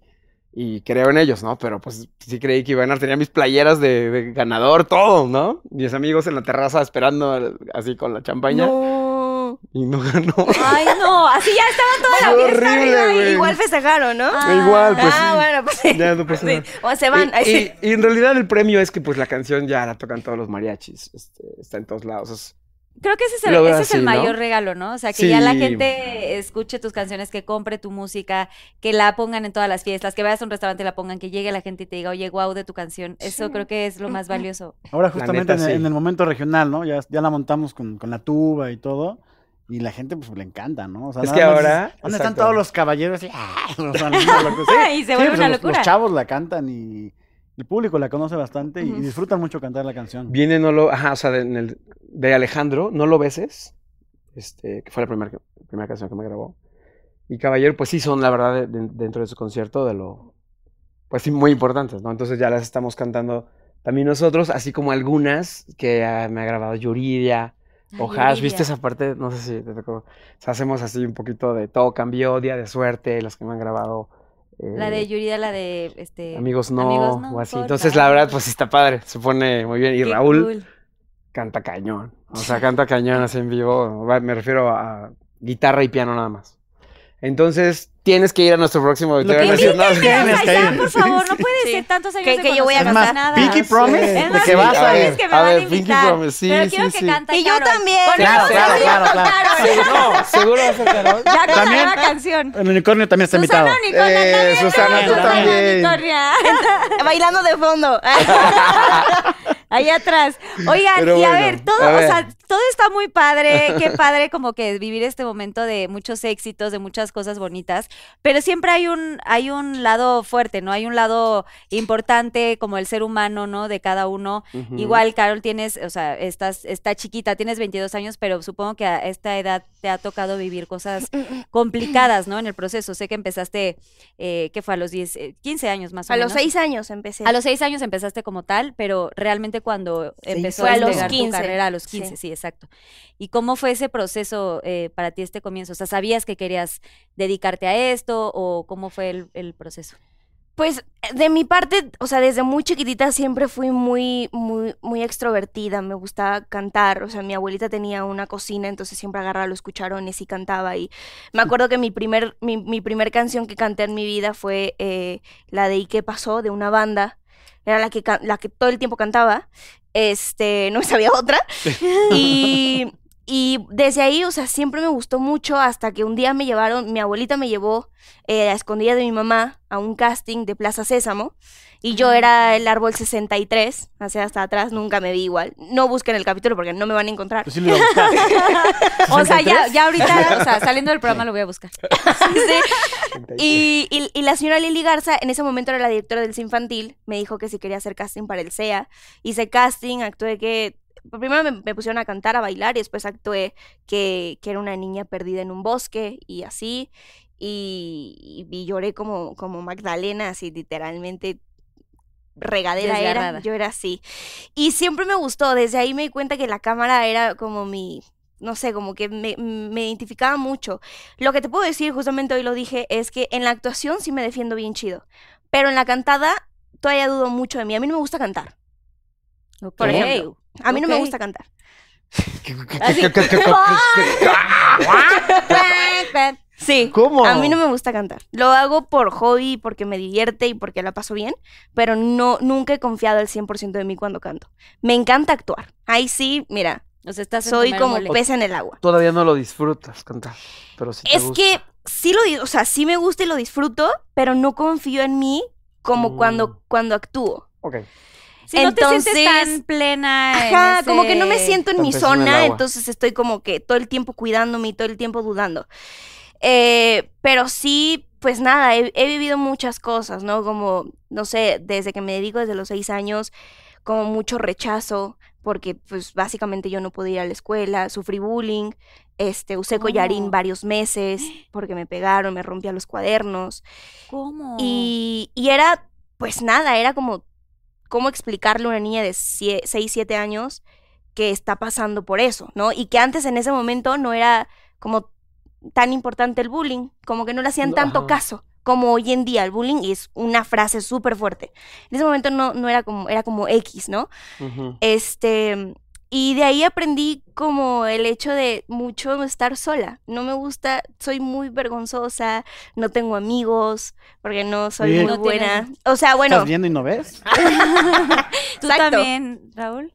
C: y creo en ellos, ¿no? Pero pues sí creí que iba a ganar. Tenía mis playeras de, de ganador, todo, ¿no? Mis amigos en la terraza esperando al- así con la champaña
D: No.
C: y no ganó.
B: Ay, no, así ya estaba toda la
C: Fue
B: fiesta
C: horrible,
B: arriba.
C: güey.
D: Igual festejaron, ¿no?
B: Ah.
C: Igual, pues.
D: ah,
C: sí.
D: bueno, pues sí.
C: Ya no pasa
D: Sí.
C: nada.
D: O se van. ahí
C: Y,
D: sí.
C: y- y en realidad el premio es que pues la canción ya la tocan todos los mariachis, este, está en todos lados. es-
B: Creo que ese es el,
C: Lo veo
B: ese es el
C: así, ¿no?
B: mayor regalo, ¿no? O sea, que ya la
C: Sí.
B: gente escuche tus canciones, que compre tu música, que la pongan en todas las fiestas, que vayas a un restaurante y la pongan, que llegue la gente y te diga, oye, wow, de tu canción. Eso creo que es lo más valioso.
E: Ahora
C: neta,
E: justamente en, el-
C: sí.
E: en el momento regional, ¿no? Ya, ya la montamos con, con la tuba y todo. Y la gente pues le encanta, ¿no? O sea,
C: Es
E: nada
C: que
E: más
C: ahora-
E: dices, ¿Dónde están
C: exacto.
E: todos los caballeros? Y, ¡ah! o sea, no, lo que- sí,
B: y se
E: sí,
B: vuelve
E: pues,
B: una
E: los-
B: locura.
E: Los chavos la cantan y el público la conoce bastante y, y
D: Ujú.
E: disfrutan mucho cantar la canción.
C: Viene no lo, ajá, o sea, de, en el- de Alejandro, no lo beses, este, que fue la primera primera canción que me grabó. Y Caballero, pues sí son la verdad de- de- dentro de su concierto de lo, pues sí muy importantes, ¿no? Entonces ya las estamos cantando también nosotros, así como algunas que ah, me ha grabado Yuridia. Ojas, ¿viste esa parte? No sé si te tocó. O sea, hacemos así un poquito de todo cambió, día de suerte, las que me han grabado. eh,
B: La de Yurida, la de este.
C: Amigos no,
B: Amigos no
C: o así.
B: importa.
C: Entonces, la verdad, pues sí está padre. Se pone muy bien. Y
B: Qué
C: Raúl
B: cool.
C: Canta cañón. O sea, canta cañón así en vivo. Va, Me refiero a guitarra y piano nada más. Entonces, tienes que ir a nuestro próximo auditorio
E: que
C: nacional.
E: invitan,
B: Ay,
E: Tienes que
B: Zayda,
E: ir.
B: por favor, no puede
D: Sí.
B: ser tantos años
D: Que-
B: de
D: que yo voy a
B: conocernos,
D: cantar.
B: nada.
E: Pinky Promise,
B: Es
E: de
B: más,
E: que vas
B: Pinky
E: a
B: Promise
E: ir.
B: que me
C: A
B: van
C: ver,
B: a
C: Pinky
B: invitar.
C: Promise, sí,
B: Pero
C: sí,
B: quiero que
C: sí.
B: cante
D: Y yo
B: Carol.
D: también.
B: Con
E: Claro,
B: eso
E: claro,
B: soy yo
E: claro,
B: con
E: claro.
B: Carol.
C: Sí, no, seguro va a ser Carol.
B: Ya con
E: También.
B: la canción.
E: El unicornio también está invitado.
B: Susana Unicornia
C: Eh,
B: también.
C: Susana,
E: tú
B: Susana
C: también.
B: Unicornia.
D: Bailando de fondo.
B: Ahí atrás. Oigan,
C: Pero
B: y a
C: bueno,
B: ver, todo,
C: a ver.
B: o sea, todo está muy padre, qué padre como que vivir este momento de muchos éxitos, de muchas cosas bonitas, pero siempre hay un, hay un lado fuerte, ¿no? Hay un lado importante como el ser humano, ¿no? De cada uno.
C: Ujú.
B: Igual, Carol, tienes, o sea, estás, está chiquita, tienes 22 años, pero supongo que a esta edad te ha tocado vivir cosas complicadas, ¿no? En el proceso. Sé que empezaste, eh, ¿qué fue? A los 10, eh, 15 años más o
D: A
B: menos.
D: los seis años empecé.
B: A los seis años empezaste como tal, pero realmente cuando empezó
D: fue
B: a
D: a los
B: los 15.
D: 15.
B: carrera a los
D: Sí.
B: 15, sí, exacto. ¿Y cómo fue ese proceso eh, para ti este comienzo? O sea, ¿sabías que querías dedicarte a esto o cómo fue el, el proceso?
D: Pues de mi parte, o sea, desde muy chiquitita siempre fui muy, muy, muy extrovertida. Me gustaba cantar. O sea, mi abuelita tenía una cocina, entonces siempre agarraba los cucharones y cantaba. Y me acuerdo que mi primer, mi, mi primer canción que canté en mi vida fue eh, la de ¿Y qué pasó? de una banda. Era la que, can- la que todo el tiempo cantaba. Este, no sabía otra. y, y desde ahí, o sea, siempre me gustó mucho hasta que un día me llevaron, mi abuelita me llevó eh, a escondida de mi mamá a un casting de Plaza Sésamo y yo era el árbol 63, hacia hasta atrás, nunca me vi igual. No busquen el capítulo porque no me van a encontrar.
E: Pues sí lo voy a buscar.
B: O sea, ya, ya ahorita, o sea, saliendo del programa lo voy a buscar.
D: Y, y- y la señora Lili Garza, en ese momento era la directora del infantil, me dijo que si quería hacer casting para el SEA. Hice casting, actué que... Primero me, me pusieron a cantar, a bailar y después actué que, que era una niña perdida en un bosque y así. Y, y lloré como, como Magdalena, así literalmente regadera
B: Desgarrada.
D: era. Yo era así. Y siempre me gustó, desde ahí me di cuenta que la cámara era como mi... No sé, como que me- me identificaba mucho. Lo que te puedo decir, justamente hoy lo dije, es que en la actuación sí me defiendo bien chido. Pero en la cantada todavía dudo mucho de mí. A mí no me gusta cantar. Por
B: Ok.
D: ejemplo. A mí no me
B: Ok.
D: gusta cantar. Sí.
E: ¿Cómo?
D: A mí no me gusta cantar. Lo hago por hobby, porque me divierte y porque la paso bien, pero no, nunca he confiado al 100% de mí cuando canto. Me encanta actuar. Ahí sí, mira,
B: O sea, estás en
D: soy
B: primer
D: como
B: mole.
D: pez en el agua.
C: Todavía no lo disfrutas cantar, pero sí te
D: Es
C: gusta.
D: que sí lo, di- o sea, sí me gusta y lo disfruto, pero no confío en mí como
C: Mm.
D: cuando, cuando actúo.
C: Ok.
B: Si no te sientes
D: Entonces-
B: tan plena. en
D: Ajá, como que no me
B: ese-
D: siento en
C: Tan
D: mi
C: pez en el
D: zona,
C: agua.
D: entonces estoy como que todo el tiempo cuidándome y todo el tiempo dudando. Eh, pero sí, pues nada, he, he vivido muchas cosas, ¿no? Como, no sé, desde que me dedico desde los seis años, como mucho rechazo, porque pues básicamente yo no podía ir a la escuela, sufrí bullying, este, usé
B: ¿Cómo?
D: collarín varios meses porque me pegaron, me rompía los cuadernos.
C: Oh.
B: ¿Cómo?
D: Y, y era, pues nada, era como, ¿cómo explicarle a una niña de 6, 7 años que está pasando por eso, ¿no? Y que antes en ese momento no era como tan importante el bullying, como que no le hacían
C: No,
D: tanto
C: ajá.
D: caso como hoy en día el bullying es una frase súper fuerte. En ese momento no, no era como, era como X, ¿no?
C: Ujú.
D: Este, y de ahí aprendí como el hecho de mucho estar sola. No me gusta, soy muy vergonzosa, no tengo amigos, porque no soy
E: Oye,
D: muy
B: No
D: buena.
B: tienes-
D: O sea, bueno,
E: ¿Estás viendo y no ves?
B: ¿Tú
D: exacto.
B: también, Raúl?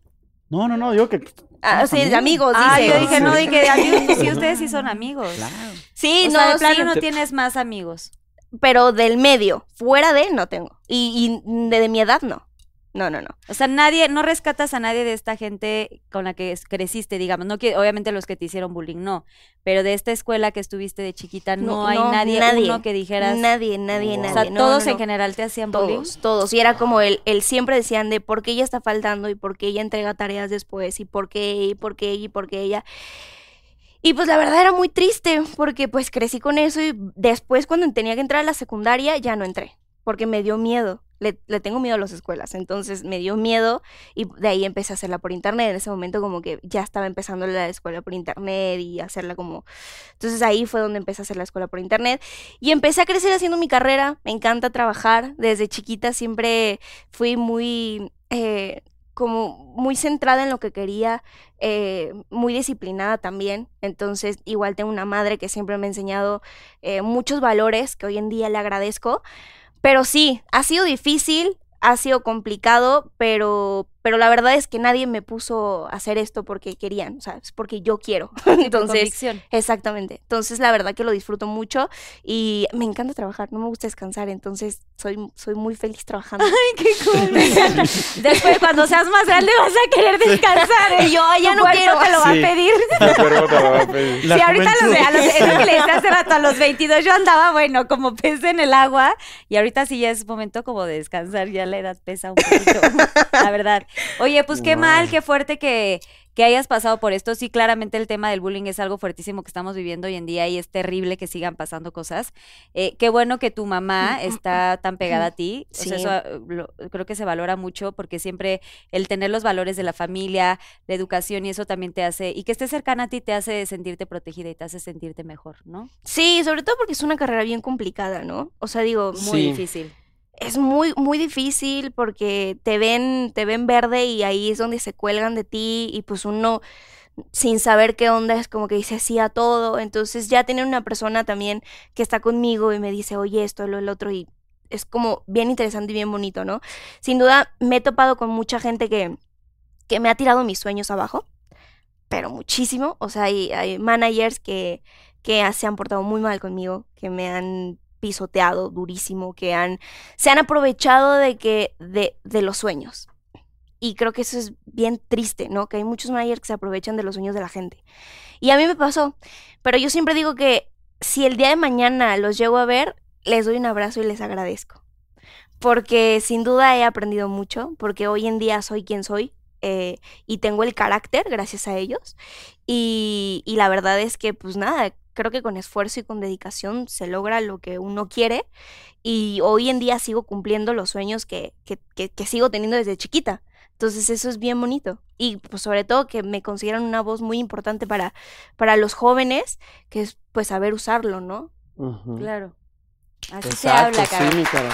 E: No, no, no, digo que. pues,
D: ah,
E: ¿Tienes
D: sí, de amigos,
E: amigos?
B: Ah,
D: Pues dice.
B: yo dije, no,
E: Sí.
B: dije de amigos. Sí, ustedes sí son amigos.
E: Claro.
D: Sí,
B: o
D: no,
B: sea, de
D: sí,
B: plano no tienes más amigos.
D: pero del medio, fuera de no tengo. Y, y de, de mi edad no. No, no, no.
B: O sea, nadie, no rescatas a nadie de esta gente con la que es- creciste, digamos. No que, obviamente los que te hicieron bullying, no. Pero de esta escuela que estuviste de chiquita, no,
D: No,
B: hay
D: no,
B: nadie,
D: nadie.
B: uno que dijeras.
D: Nadie, nadie,
C: Wow.
D: nadie.
B: O sea,
D: No,
B: todos
D: no,
B: en
D: no.
B: general te hacían bullying.
D: Todos, todos. Y era como el, el siempre decían de por qué ella está faltando y por qué ella entrega tareas después y por qué, y por qué, y por qué ella. Y pues la verdad era muy triste porque pues crecí con eso y después cuando tenía que entrar a la secundaria ya no entré porque me dio miedo. Le, le tengo miedo a las escuelas, entonces me dio miedo y de ahí empecé a hacerla por internet. En ese momento como que ya estaba empezando la escuela por internet y hacerla como... Entonces ahí fue donde empecé a hacer la escuela por internet. Y empecé a crecer haciendo mi carrera. Me encanta trabajar. Desde chiquita siempre fui muy eh, como muy centrada en lo que quería, eh, muy disciplinada también. Entonces, igual tengo una madre que siempre me ha enseñado eh, muchos valores que hoy en día le agradezco. Pero sí, ha sido difícil, ha sido complicado, pero, pero la verdad es que nadie me puso a hacer esto porque querían, o sea, es porque yo quiero. Entonces,
B: convicción.
D: exactamente. Entonces, la verdad que lo disfruto mucho y me encanta trabajar, no me gusta descansar, entonces soy, soy muy feliz trabajando.
B: Después, cuando seas más grande, vas a querer descansar. ¿eh? Y yo, "Ay, ya
D: Tu
B: no
D: cuerpo
B: quiero, te lo va a
G: Sí.
B: pedir.
G: Tu cuervo te va a pedir.
E: La
B: sí, ahorita a los,
E: juventud.
B: a los, es lo que le decía hace rato, a los 22 yo andaba, bueno, como pez en el agua. Y ahorita sí ya es momento como de descansar, ya la edad pesa un poquito, la verdad. Oye, pues qué mal, qué fuerte que, que hayas pasado por esto. Sí, claramente el tema del bullying es algo fuertísimo que estamos viviendo hoy en día y es terrible que sigan pasando cosas. Eh, qué bueno que tu mamá está tan pegada a ti. O sea,
D: Sí.
B: eso eh, lo- creo que se valora mucho porque siempre el tener los valores de la familia, la educación y eso también te hace, y que estés cercana a ti te hace sentirte protegida y te hace sentirte mejor, ¿no?
D: Sí, sobre todo porque es una carrera bien complicada, ¿no? O sea, digo,
B: Muy
C: Sí.
B: difícil.
D: es muy, muy difícil porque te ven, te ven verde y ahí es donde se cuelgan de ti y pues uno sin saber qué onda es como que dice sí a todo. Entonces ya tener una persona también que está conmigo y me dice, oye, esto, lo, el otro y es como bien interesante y bien bonito, ¿no? Sin duda me he topado con mucha gente que, que me ha tirado mis sueños abajo, pero muchísimo. O sea, hay, hay managers que, que se han portado muy mal conmigo, que me han pisoteado durísimo, que han se han aprovechado de que de, de los sueños. Y creo que eso es bien triste, ¿no? Que hay muchos managers que se aprovechan de los sueños de la gente. Y a mí me pasó, pero yo siempre digo que si el día de mañana los llego a ver, les doy un abrazo y les agradezco. Porque sin duda he aprendido mucho, porque hoy en día soy quien soy eh, y tengo el carácter gracias a ellos. Y, y la verdad es que, pues nada, creo que con esfuerzo y con dedicación se logra lo que uno quiere y hoy en día sigo cumpliendo los sueños que, que, que- que sigo teniendo desde chiquita. Entonces eso es bien bonito. Y pues sobre todo que me consideran una voz muy importante para, para los jóvenes, que es pues saber usarlo, ¿no?
C: Ujú.
B: Claro. Así
C: Exacto,
B: se habla, cara.
C: sí, mi cara.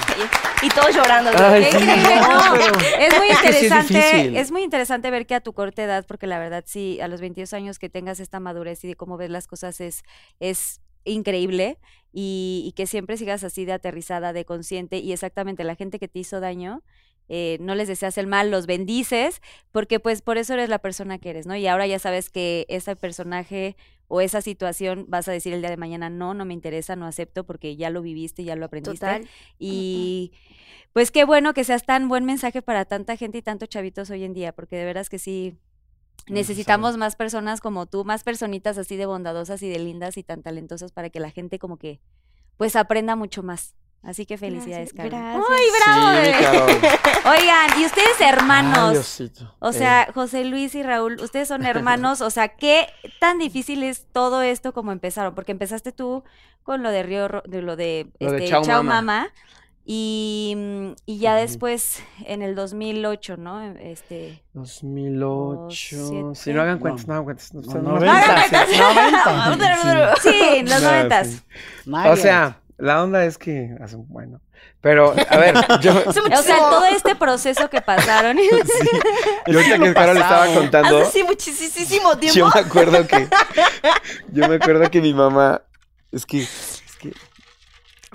D: Y todos llorando. ¿no?
C: Ay,
D: ¿Qué
C: sí,
D: creen?
B: no,
C: pero-
B: Es muy
C: que sí es
B: interesante,
C: difícil.
B: es, muy interesante ver que a tu corta edad, porque la verdad sí, a los 22 años que tengas esta madurez y de cómo ves las cosas es, es increíble y, y que siempre sigas así de aterrizada, de consciente y exactamente la gente que te hizo daño. eh, no les deseas el mal, los bendices, porque pues por eso eres la persona que eres, ¿no? Y ahora ya sabes que ese personaje o esa situación vas a decir el día de mañana, no, no me interesa, no acepto, porque ya lo viviste, ya lo aprendiste.
D: Total.
B: Y pues qué bueno que seas tan buen mensaje para tanta gente y tantos chavitos hoy en día, porque de veras que sí. Necesitamos más personas como tú, más personitas así de bondadosas y de lindas y tan talentosas para que la gente como que pues aprenda mucho más. Así que felicidades,
D: Gracias,
B: Carmen.
D: gracias.
B: ¡Ay, bravo!
D: eh.
C: Sí, mi
B: bebé!
C: Carol.
B: Oigan, y ustedes
C: Ay,
B: hermanos.
C: Diosito.
B: O
C: Eh,
B: sea, José Luis y Raúl, ustedes son hermanos, o sea, ¿qué tan difícil es todo esto como empezaron? Porque empezaste tú con lo de Río, Ro- de lo de,
C: Lo de
B: este,
C: Chao
B: Chao
C: Mama.
B: Mama, y, mm, y ya
C: Ujú.
B: después, en el 2008, ¿no? Este,
C: 2008. Si
B: siete.
C: no hagan cuentas, no
E: No.
C: hagan cuentas. no,
E: No,
C: ustedes
E: no
C: más
E: hagan
C: cuentas,
E: cuentas.
C: sí.
B: sí, en los
C: No,
B: noventas.
C: sí. O sea, la onda es que hace un- bueno. Pero, a ver, yo,
B: O sea, todo este proceso que pasaron.
C: yo ahorita que Carol estaba contando,
D: Hace sí muchísimo tiempo.
C: yo me acuerdo que yo me acuerdo que mi mamá es que, es que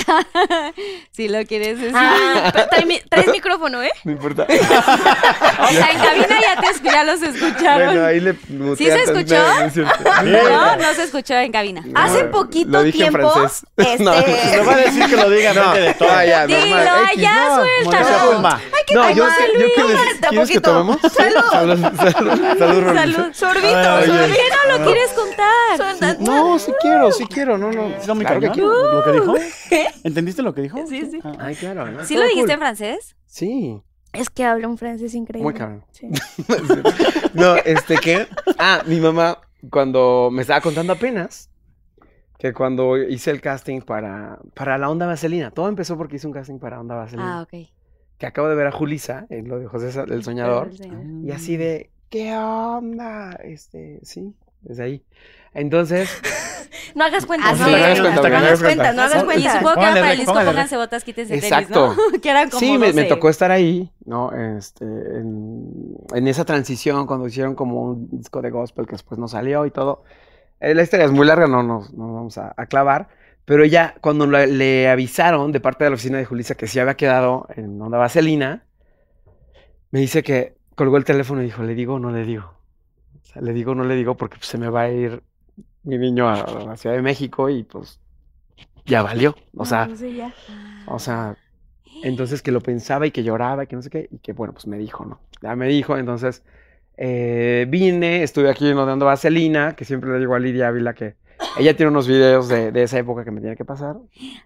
B: si lo quieres decir.
D: Ah, pero trae mi- traes micrófono, ¿eh?
C: no importa.
B: o sea, en cabina ya, te, ya los escucharon.
C: Bueno, ahí le
B: ¿Sí se escuchó?
C: No, no es cierto.
B: No, no se escuchó en cabina.
C: No,
D: Hace
C: lo
D: poquito
C: dije en
D: tiempo,
C: francés.
D: este-
E: No va a decir que lo diga en frente de
C: No,
E: todo.
C: no, ya,
B: Dilo,
C: normal. X,
B: ya,
C: no.
B: suéltalo.
C: Monse Puma.
E: Puma.
C: No, yo,
D: Ay,
C: que- yo
D: Luis,
C: que les-
D: tómate
C: ¿Quieres que
D: poquito.
C: tomemos?
D: Salud.
C: Salud, salud, salud, Rolis.
B: Salud.
D: Sorbito,
E: Ay,
B: ¿Por
E: oye.
B: qué no lo quieres contar?
D: sorbito.
C: No, Ah. sí quiero, sí quiero, no, no.
E: ¿Está muy
C: claro que
E: cañón
C: quiero.
E: lo que dijo? ¿Entendiste lo que dijo?
D: Sí, sí.
E: Ah,
C: Ay, claro, ¿no?
B: ¿Sí lo
C: Todo
B: dijiste en
C: cool.
B: francés?
C: Sí.
D: Es que habla un francés increíble.
C: Muy cabrón.
D: Sí.
C: No, este, ¿qué? Ah, mi mamá, cuando me estaba contando apenas, que cuando hice el casting para, para la Onda Vaselina, todo empezó porque hice un casting para Onda Vaselina,
B: Ah, ok.
C: que acabo de ver a Julisa, en lo de José Sa- el Soñador, y así de, ¿qué onda? Este, sí, desde ahí. Entonces,
D: No hagas cuentas.
B: Así No hagas es.
D: No
B: cuentas,
D: hagas
B: no
G: hagas
D: cuentas, no hagas
B: Y
D: cuentas.
B: supongo que
E: Póngale
B: era
E: rec,
B: para Lisco,
E: póngale rec.
B: pónganse botas, quítense
C: Exacto.
B: tenis, ¿no? que eran como
C: Sí, me, me
B: 12.
C: tocó estar ahí, ¿no? Este, en, en esa transición, cuando hicieron como un disco de gospel que después no salió y todo. Eh, La historia es muy larga, no nos no vamos a, a clavar. Pero ella, cuando la- le avisaron de parte de la oficina de Julissa que se había quedado en Onda Vaselina, me dice que colgó el teléfono y dijo, ¿le digo o no le digo? O sea, le digo o no le digo porque pues, se me va a ir mi niño a, a la Ciudad de México y pues ya valió. O sea,
D: No, sí, ya.
C: o sea, entonces que lo pensaba y que lloraba y que no sé qué, y que bueno, pues me dijo, ¿no? Ya me dijo, entonces eh, vine, estuve aquí inundando vaselina, que siempre le digo a Lidia Ávila que ella tiene unos videos de, de esa época que me tiene que pasar.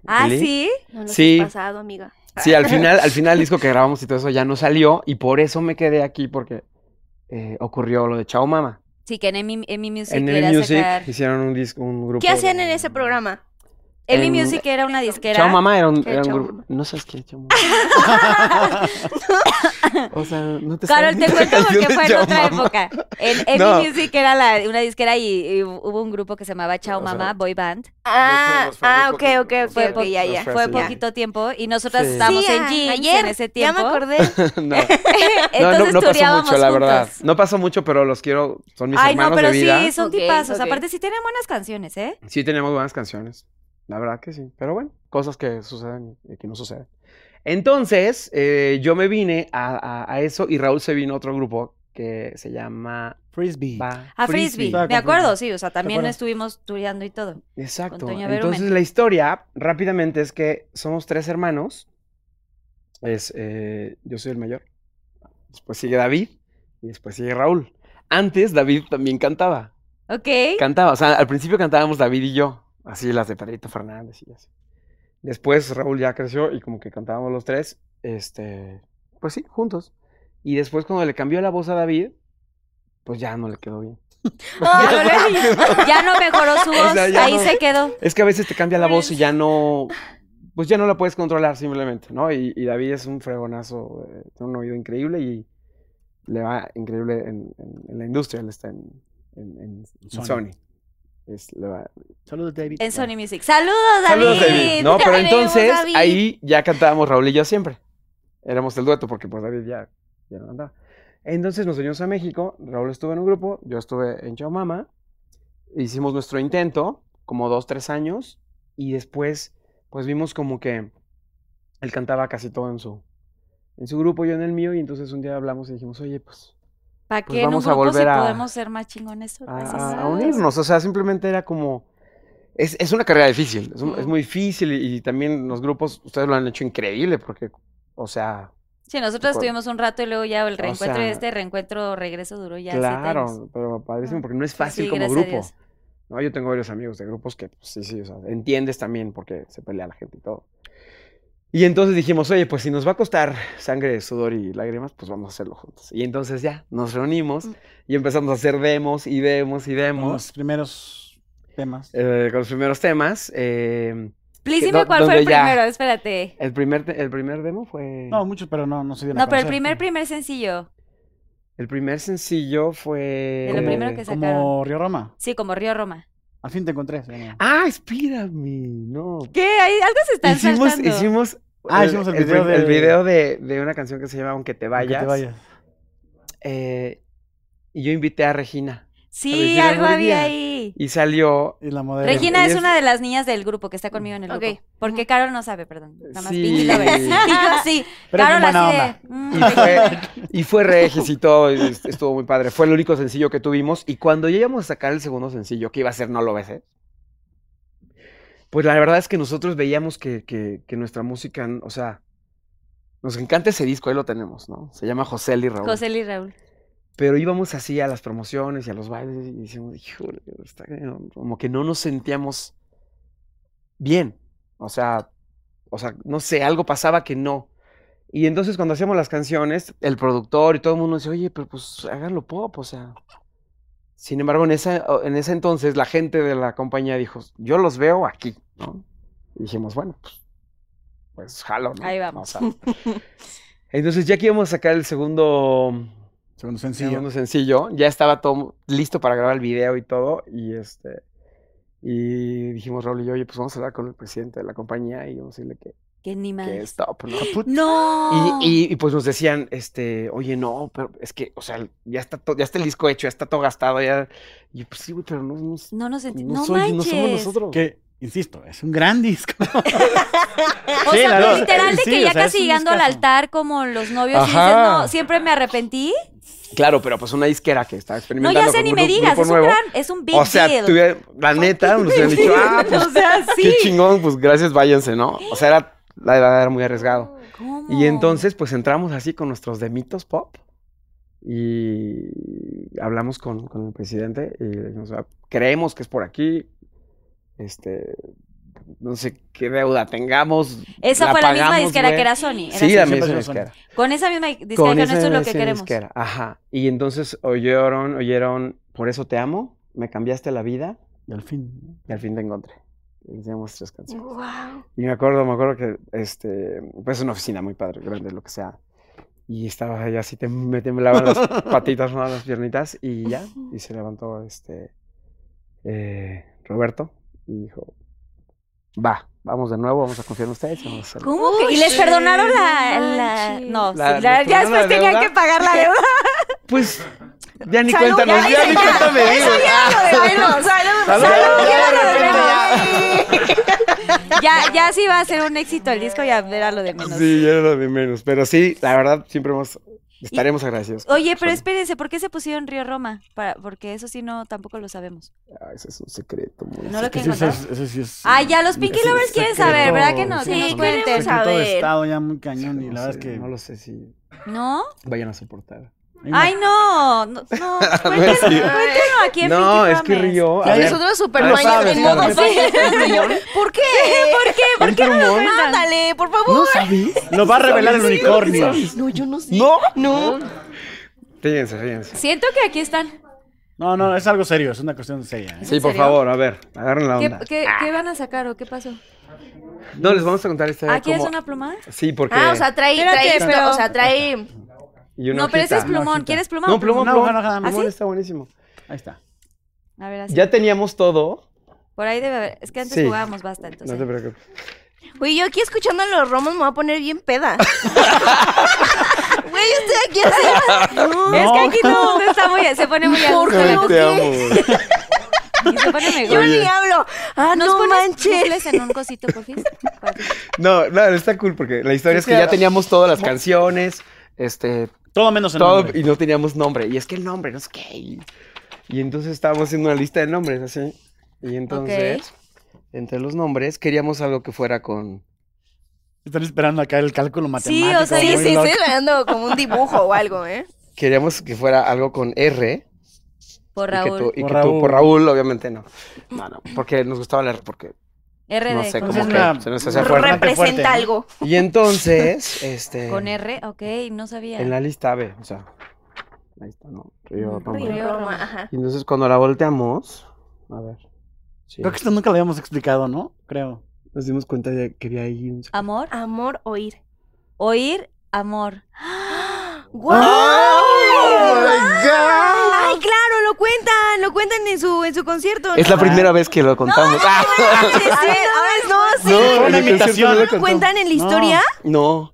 B: Ah,
C: Lili.
B: sí.
D: No nos
C: Sí.
D: has pasado, amiga.
C: Sí, al final, al final el disco que grabamos y todo eso ya no salió y por eso me quedé aquí porque eh, ocurrió lo de Chao Mama.
B: Sí, que en Emi, Emi Music
C: en
B: era
C: el Music
B: sacar-
C: hicieron un disco, un grupo.
D: ¿Qué hacían en ese programa?
B: Emi
C: en-
B: Music era una disquera.
C: Chao Mama era un,
D: ¿Qué
C: era un
D: Chao
C: grupo.
D: Mama?
C: No sabes qué es Chao Mama. o sea, no te
B: Carol,
C: sabes
B: te
C: la
B: cuento
C: canción
B: porque
C: de
B: fue en
C: Chao
B: otra
C: Mama.
B: época. En Emi
C: No.
B: Music era la- una disquera y, y hubo un grupo que se llamaba Chao
C: O sea,
B: Mama, Boy Band.
D: Ah,
G: fue muy
D: ah, ok,
G: poquito,
D: ok,
G: nos
D: ok,
B: fue
D: ok,
B: poco-
D: ya,
C: nos
D: ya.
C: fue
B: Fue
C: así, ya.
B: poquito tiempo y nosotras
C: Sí.
B: estábamos
D: Sí,
B: en
D: a-
B: jeans
D: ayer,
B: en ese
D: Ya
B: tiempo.
D: me acordé.
C: No. No,
B: Entonces
C: no, no pasó
B: tureábamos
C: mucho, la verdad.
B: juntos.
C: No pasó mucho, pero los quiero, son mis
B: Ay, no,
C: hermanos
B: pero
C: de vida.
B: sí, son
D: Ok,
B: tipazos.
D: ok.
B: Aparte, sí tienen buenas canciones, ¿eh?
C: Sí tenemos buenas canciones, la verdad que sí. Pero bueno, cosas que suceden y que no suceden. Entonces, eh, yo me vine a, a- a eso y Raúl se vino a otro grupo que se llama
E: Frisbee.
C: Ba-
B: A Frisbee,
E: Estaba
B: me
E: con
B: acuerdo,
E: Frisbee.
B: sí, o sea, también
E: acuerdas?
B: estuvimos tureando y todo.
C: Exacto.
B: Toño Berumen.
C: Entonces, la historia rápidamente es que somos tres hermanos. Es, eh, yo soy el mayor. Después sigue David y después sigue Raúl. Antes David también cantaba.
B: Ok.
C: Cantaba, o sea, al principio cantábamos David y yo, así las de Pedrito Fernández y así. Después Raúl ya creció y como que cantábamos los tres, este, pues sí, juntos. Y después cuando le cambió la voz a David, pues ya no le quedó bien.
B: Ya Ah, no mejoró su voz,
C: O sea, ya
B: ahí
C: no.
B: se quedó.
C: Es que a veces te cambia la voz y ya no, pues ya no la puedes controlar simplemente, ¿no? Y, y David es un fregonazo, eh, tiene un oído increíble y le va increíble en, en- en la industria, él está en, en- en- en
E: Sony.
C: Sony. Es- le va
E: Saludos, David.
B: En Sony Music. ¡Saludos, David!
C: Saludos, David. No, pero
D: Te queremos,
C: entonces
D: David.
C: ahí ya cantábamos Raúl y yo siempre. Éramos el dueto porque pues David ya, ya no andaba. Entonces nos venimos a México, Raúl estuvo en un grupo, yo estuve en Chao Mama, hicimos nuestro intento, como dos, tres años, y después pues vimos como que él cantaba casi todo en su, en su grupo, yo en el mío, y entonces un día hablamos y dijimos, oye, pues
B: ¿Para
C: Pues
B: qué en un
C: vamos a
B: grupo si
C: volver a-
B: podemos ser más chingones
C: a,
B: solas?
C: a- a
B: Exacto.
C: unirnos. O sea, simplemente era como. Es, es una carrera difícil, es, un- es muy difícil y, y también los grupos, ustedes lo han hecho increíble porque, o sea,
B: Sí, nosotros
C: Por-
B: estuvimos un rato y luego ya el
C: O
B: reencuentro y
C: sea,
B: este reencuentro regreso duró ya siete años.
C: claro, pero padrísimo porque no es
B: Sí,
C: fácil
B: sí,
C: como
B: gracias a
C: grupo.
B: Dios.
C: ¿no? Yo tengo varios amigos de grupos que, pues, sí, sí, o sea, entiendes también porque se pelea la gente y todo. Y entonces dijimos, oye, pues si nos va a costar sangre, sudor y lágrimas, pues vamos a hacerlo juntos. Y entonces ya nos
B: Mm.
C: reunimos y empezamos a hacer demos y demos y
E: Con
C: demos
E: los primeros temas.
C: eh, con los primeros temas. eh,
B: Please
C: que
B: dime
C: do-
B: cuál fue el
C: donde ya-
B: primero, espérate.
C: El primer, te- el primer demo fue.
E: No, muchos, pero no, no se dieron a
B: No, pero el
E: conocer.
B: primer, primer sencillo.
C: El primer sencillo fue.
B: De lo primero que sacaron.
E: Eh, Como Río Roma.
B: Sí, como Río Roma.
E: Al fin te encontré. eh, se llama.
C: Ah, espérame. No.
B: ¿Qué? Ahí Algo se está
C: Hicimos,
B: saltando.
C: hicimos.
E: Ah, hicimos el video
C: prim- el
E: de-
C: video de, de una canción que se llama Aunque te
E: Aunque
C: vayas.
E: te vayas.
C: eh, y yo invité a Regina.
B: Sí,
C: Regina
B: algo había
C: Murguía.
B: ahí.
C: Y salió.
E: Y la modelo.
B: Regina
C: ella
B: es
C: es-
B: una de las niñas del grupo que está conmigo en el
D: Ok.
B: grupo. Porque Carol no sabe, perdón. Nada más
C: Sí.
B: Pinky Lovers. Y yo así.
E: Pero es
B: Carol
E: buena
B: así
E: onda.
B: de. mm,
C: Y
B: Regina.
C: fue, y fue Regis y todo, y est- estuvo muy padre. Fue el único sencillo que tuvimos. Y cuando ya íbamos a sacar el segundo sencillo, que iba a ser No lo besé, pues la verdad es que nosotros veíamos que, que- que nuestra música, n- o sea, nos encanta ese disco, ahí lo tenemos, ¿no? Se llama José y Raúl.
B: José y Raúl.
C: Pero íbamos así a las promociones y a los bailes y decíamos, híjole, está cañón", como que no nos sentíamos bien. O sea, o sea, no sé, algo pasaba que no. Y entonces cuando hacíamos las canciones, el productor y todo el mundo decía, oye, pero pues háganlo pop, o sea. Sin embargo, en, esa, en ese entonces la gente de la compañía dijo, yo los veo aquí, ¿no? Y dijimos, bueno, pues, pues jalo, ¿no?
B: Ahí vamos.
C: O sea, entonces ya que íbamos a sacar el segundo
E: Segundo
C: segundo
E: sencillo.
C: sencillo. Ya estaba todo listo para grabar el video y todo. Y este. Y dijimos Raúl y yo, oye, pues vamos a hablar con el presidente de la compañía y vamos a decirle que,
B: Que ni
C: que
B: más.
C: stop, ¿no?
B: No.
C: Y, y- y, pues nos decían, este, oye, no, pero es que, o sea, ya está, to- ya está el disco hecho, ya está todo gastado, ya. Y yo, pues sí, güey, pero no, no,
B: no nos enti-
C: no
B: No
C: soy- no somos
B: manches.
C: nosotros.
E: Que, insisto, es un gran disco.
B: O
E: Sí,
B: sea,
E: la
B: pero
E: verdad,
B: literal de
E: sí,
B: que
E: o
B: ya
E: sea, es
B: casi
E: un
B: llegando al
E: discazo.
B: altar como los novios y dices,
C: Ajá.
B: no, siempre me arrepentí.
C: Claro, pero pues una disquera que estaba
B: No,
C: experimentando.
B: ya sé
C: con
B: ni
C: un
B: me
C: gru-
B: digas,
C: grupo
B: es un
C: nuevo.
B: gran, es un big
C: o sea,
B: deal.
C: tuviera- la neta, nos hubieran dicho, ah, pues
B: o sea, sí.
C: qué chingón, pues gracias, váyanse, ¿no? O sea, era, la verdad era muy arriesgado.
B: ¿Cómo?
C: Y entonces, pues entramos así con nuestros demitos pop y hablamos con, con el presidente y le dijimos, "Ah, creemos que es por aquí, este, no sé qué deuda tengamos.
B: Esa
C: la
B: fue la misma
C: pagamos,
B: disquera
C: güey".
B: que era Sony. era
C: Sí, la
B: Sony.
C: misma
E: Siempre son
C: disquera.
B: Con esa misma disquera, con
C: esa
B: esto es lo que
C: misma
B: queremos.
C: disquera, Ajá. Y entonces oyeron, oyeron, por eso te amo, me cambiaste la vida
E: Y al fin.
C: y al fin te encontré. Y Hicimos tres canciones.
D: Wow.
C: Y me acuerdo, me acuerdo que este, pues es una oficina muy padre, grande, lo que sea. Y estaba ahí así, te, me temblaban las patitas, ¿no? las piernitas, y ya. Y se levantó este eh, Roberto y dijo: Va, vamos de nuevo, vamos a confiar en ustedes. Vamos a hacerlo".
B: ¿Cómo que?
D: Uy,
B: Y les
D: sí,
B: perdonaron
D: no
B: la. la-
D: manches.
B: no,
C: La-
B: sí, la-
C: les
B: ya
C: perdonaron
B: después
C: la
B: tenían
C: deuda.
B: que pagar la deuda.
C: Pues ya ni
D: Salud,
C: cuenta nos
D: ya
C: di, ya
D: dicen
C: ni
D: ya.
C: cuenta me di,
D: Eso
C: güey.
D: ya lo debemos. Salud,
C: Salud,
D: salud,
C: ya
D: ya
C: de
D: lo
C: repente
D: debemos.
B: Ya, ya sí va a ser un éxito el disco, ya era lo de menos.
C: Sí, ya era lo de menos. Pero sí, la verdad, siempre hemos, estaremos agradecidos. con
B: Oye, pero
C: Sony.
B: espérense, ¿por qué se pusieron Río Roma? Para, porque eso sí no, tampoco lo sabemos.
C: Ah, ese es un secreto. muy
B: No lo
E: Que
B: quieren
E: sí, eso
B: contar.
E: es- eso sí es-
B: Ah, ya los Pinky
E: ese
B: Lovers
E: es
B: quieren
E: secreto,
B: saber, ¿verdad que no?
E: sí,
B: Que nos
E: es un
B: cuenten.
E: secreto de
D: saber.
E: estado ya muy
C: secreto.
E: cañón y la
C: No
E: verdad es
C: sé,
E: que...
C: No lo sé si
B: ¿No?
C: vayan a soportar.
E: hay una-
B: Ay, no. No, no. Cuéntenos,
D: Pues,
B: cuéntenos aquí en
C: No,
B: Pinky
C: es que
B: Promise.
C: Río.
E: Ya
C: a ver,
D: Nosotros super
C: no
D: mañas
C: sabes,
D: en modo
C: Carmen.
D: fan. ¿Por qué? ¿Por qué?
C: ¿un plumón?
D: Ándale, por favor.
C: ¿No sabes?
E: Lo va a revelar el unicornio.
D: No, yo no sé.
C: ¿No? No. Fíjense, fíjense.
B: Siento que aquí están.
E: No, no, es algo serio, es una cuestión seria. ¿eh?
C: Sí, por
B: serio?
C: favor, a ver, agarren la
B: ¿Qué,
C: onda. Ah.
B: qué- qué van a sacar o qué pasó?
C: No, les vamos a contar esta
B: ¿Aquí es
C: como-
B: una plumada?
C: Sí, porque...
D: Ah, o sea, trae,
B: Espérate,
D: trae esto,
B: pero-
D: o sea, trae...
C: y una
B: No, pero ese
C: hojita.
B: es plumón.
E: hojita.
B: ¿Quieres plumón?
C: No, plumón,
E: Una
C: plumón.
E: hoja nada más.
C: Plumón
E: ¿Ah, sí?
C: está buenísimo.
E: Ahí está.
B: A ver, así.
C: Ya teníamos todo.
B: Por ahí debe haber. Es que antes
C: Sí.
B: jugábamos basta,
C: No
B: entonces.
C: te preocupes.
D: Güey, yo aquí escuchando a los romos me voy a poner bien peda. Güey, yo estoy aquí así.
B: Es que aquí todo el mundo está muy. Se pone muy a
D: ¿Por
B: gusto.
D: qué?
B: la-
D: Ay,
C: te amo. güey.
B: y Se pone mejor.
D: Yo ni hablo. Ah,
B: ¿Nos
D: no
B: pones
D: manches.
B: chufles en un cosito, por fin?
C: No, no, está cool porque la historia es que ya teníamos todas las canciones, este,
E: Todo menos el
C: todo,
E: nombre.
C: y no teníamos nombre. Y es que el nombre, no sé qué. Y, y entonces estábamos haciendo una lista de nombres, así. Y entonces, entre los nombres, queríamos algo que fuera con.
E: Están esperando acá el cálculo matemático.
B: o sea,
E: muy
D: Sí, sí,
E: loco.
D: estoy dando como un dibujo o algo, ¿eh?
C: Queríamos que fuera algo con R.
B: Por
C: Y que, tú,
B: Raúl.
C: y
E: Por
C: que tú, por
E: Raúl.
C: Raúl, obviamente no. No, no, porque nos gustaba el R, porque
B: RD.
C: no sé
B: con-
C: cómo
E: Entonces,
C: que
E: una-
C: se nos hacía fuerte.
E: fuerte,
D: Representa
E: ¿no?
D: algo.
C: Y entonces, este.
B: Con R, ok, no sabía.
C: En la lista B, o sea. Ahí está, ¿no? Río, Roma.
B: Río.
D: Roma, ajá.
C: Y entonces cuando la volteamos. A ver. sí,
E: Creo que esto nunca lo habíamos explicado, ¿no? Creo.
C: Nos dimos cuenta de que había ahí un.
B: Amor,
D: Amor, oír.
B: oír, amor.
D: ¡Guau!
B: Oh
C: God!
D: ¡Ay, claro! Lo cuentan, lo cuentan en su, en su concierto.
C: Es
D: ¿no?
B: Ah.
C: la primera vez que lo contamos. Ah,
D: A ver, a ver, no, sí.
C: no,
E: fue una
C: en el concierto
E: imitación.
C: no lo
E: ¿No
D: ¿Lo
C: contamos.
D: cuentan en la historia?
C: No,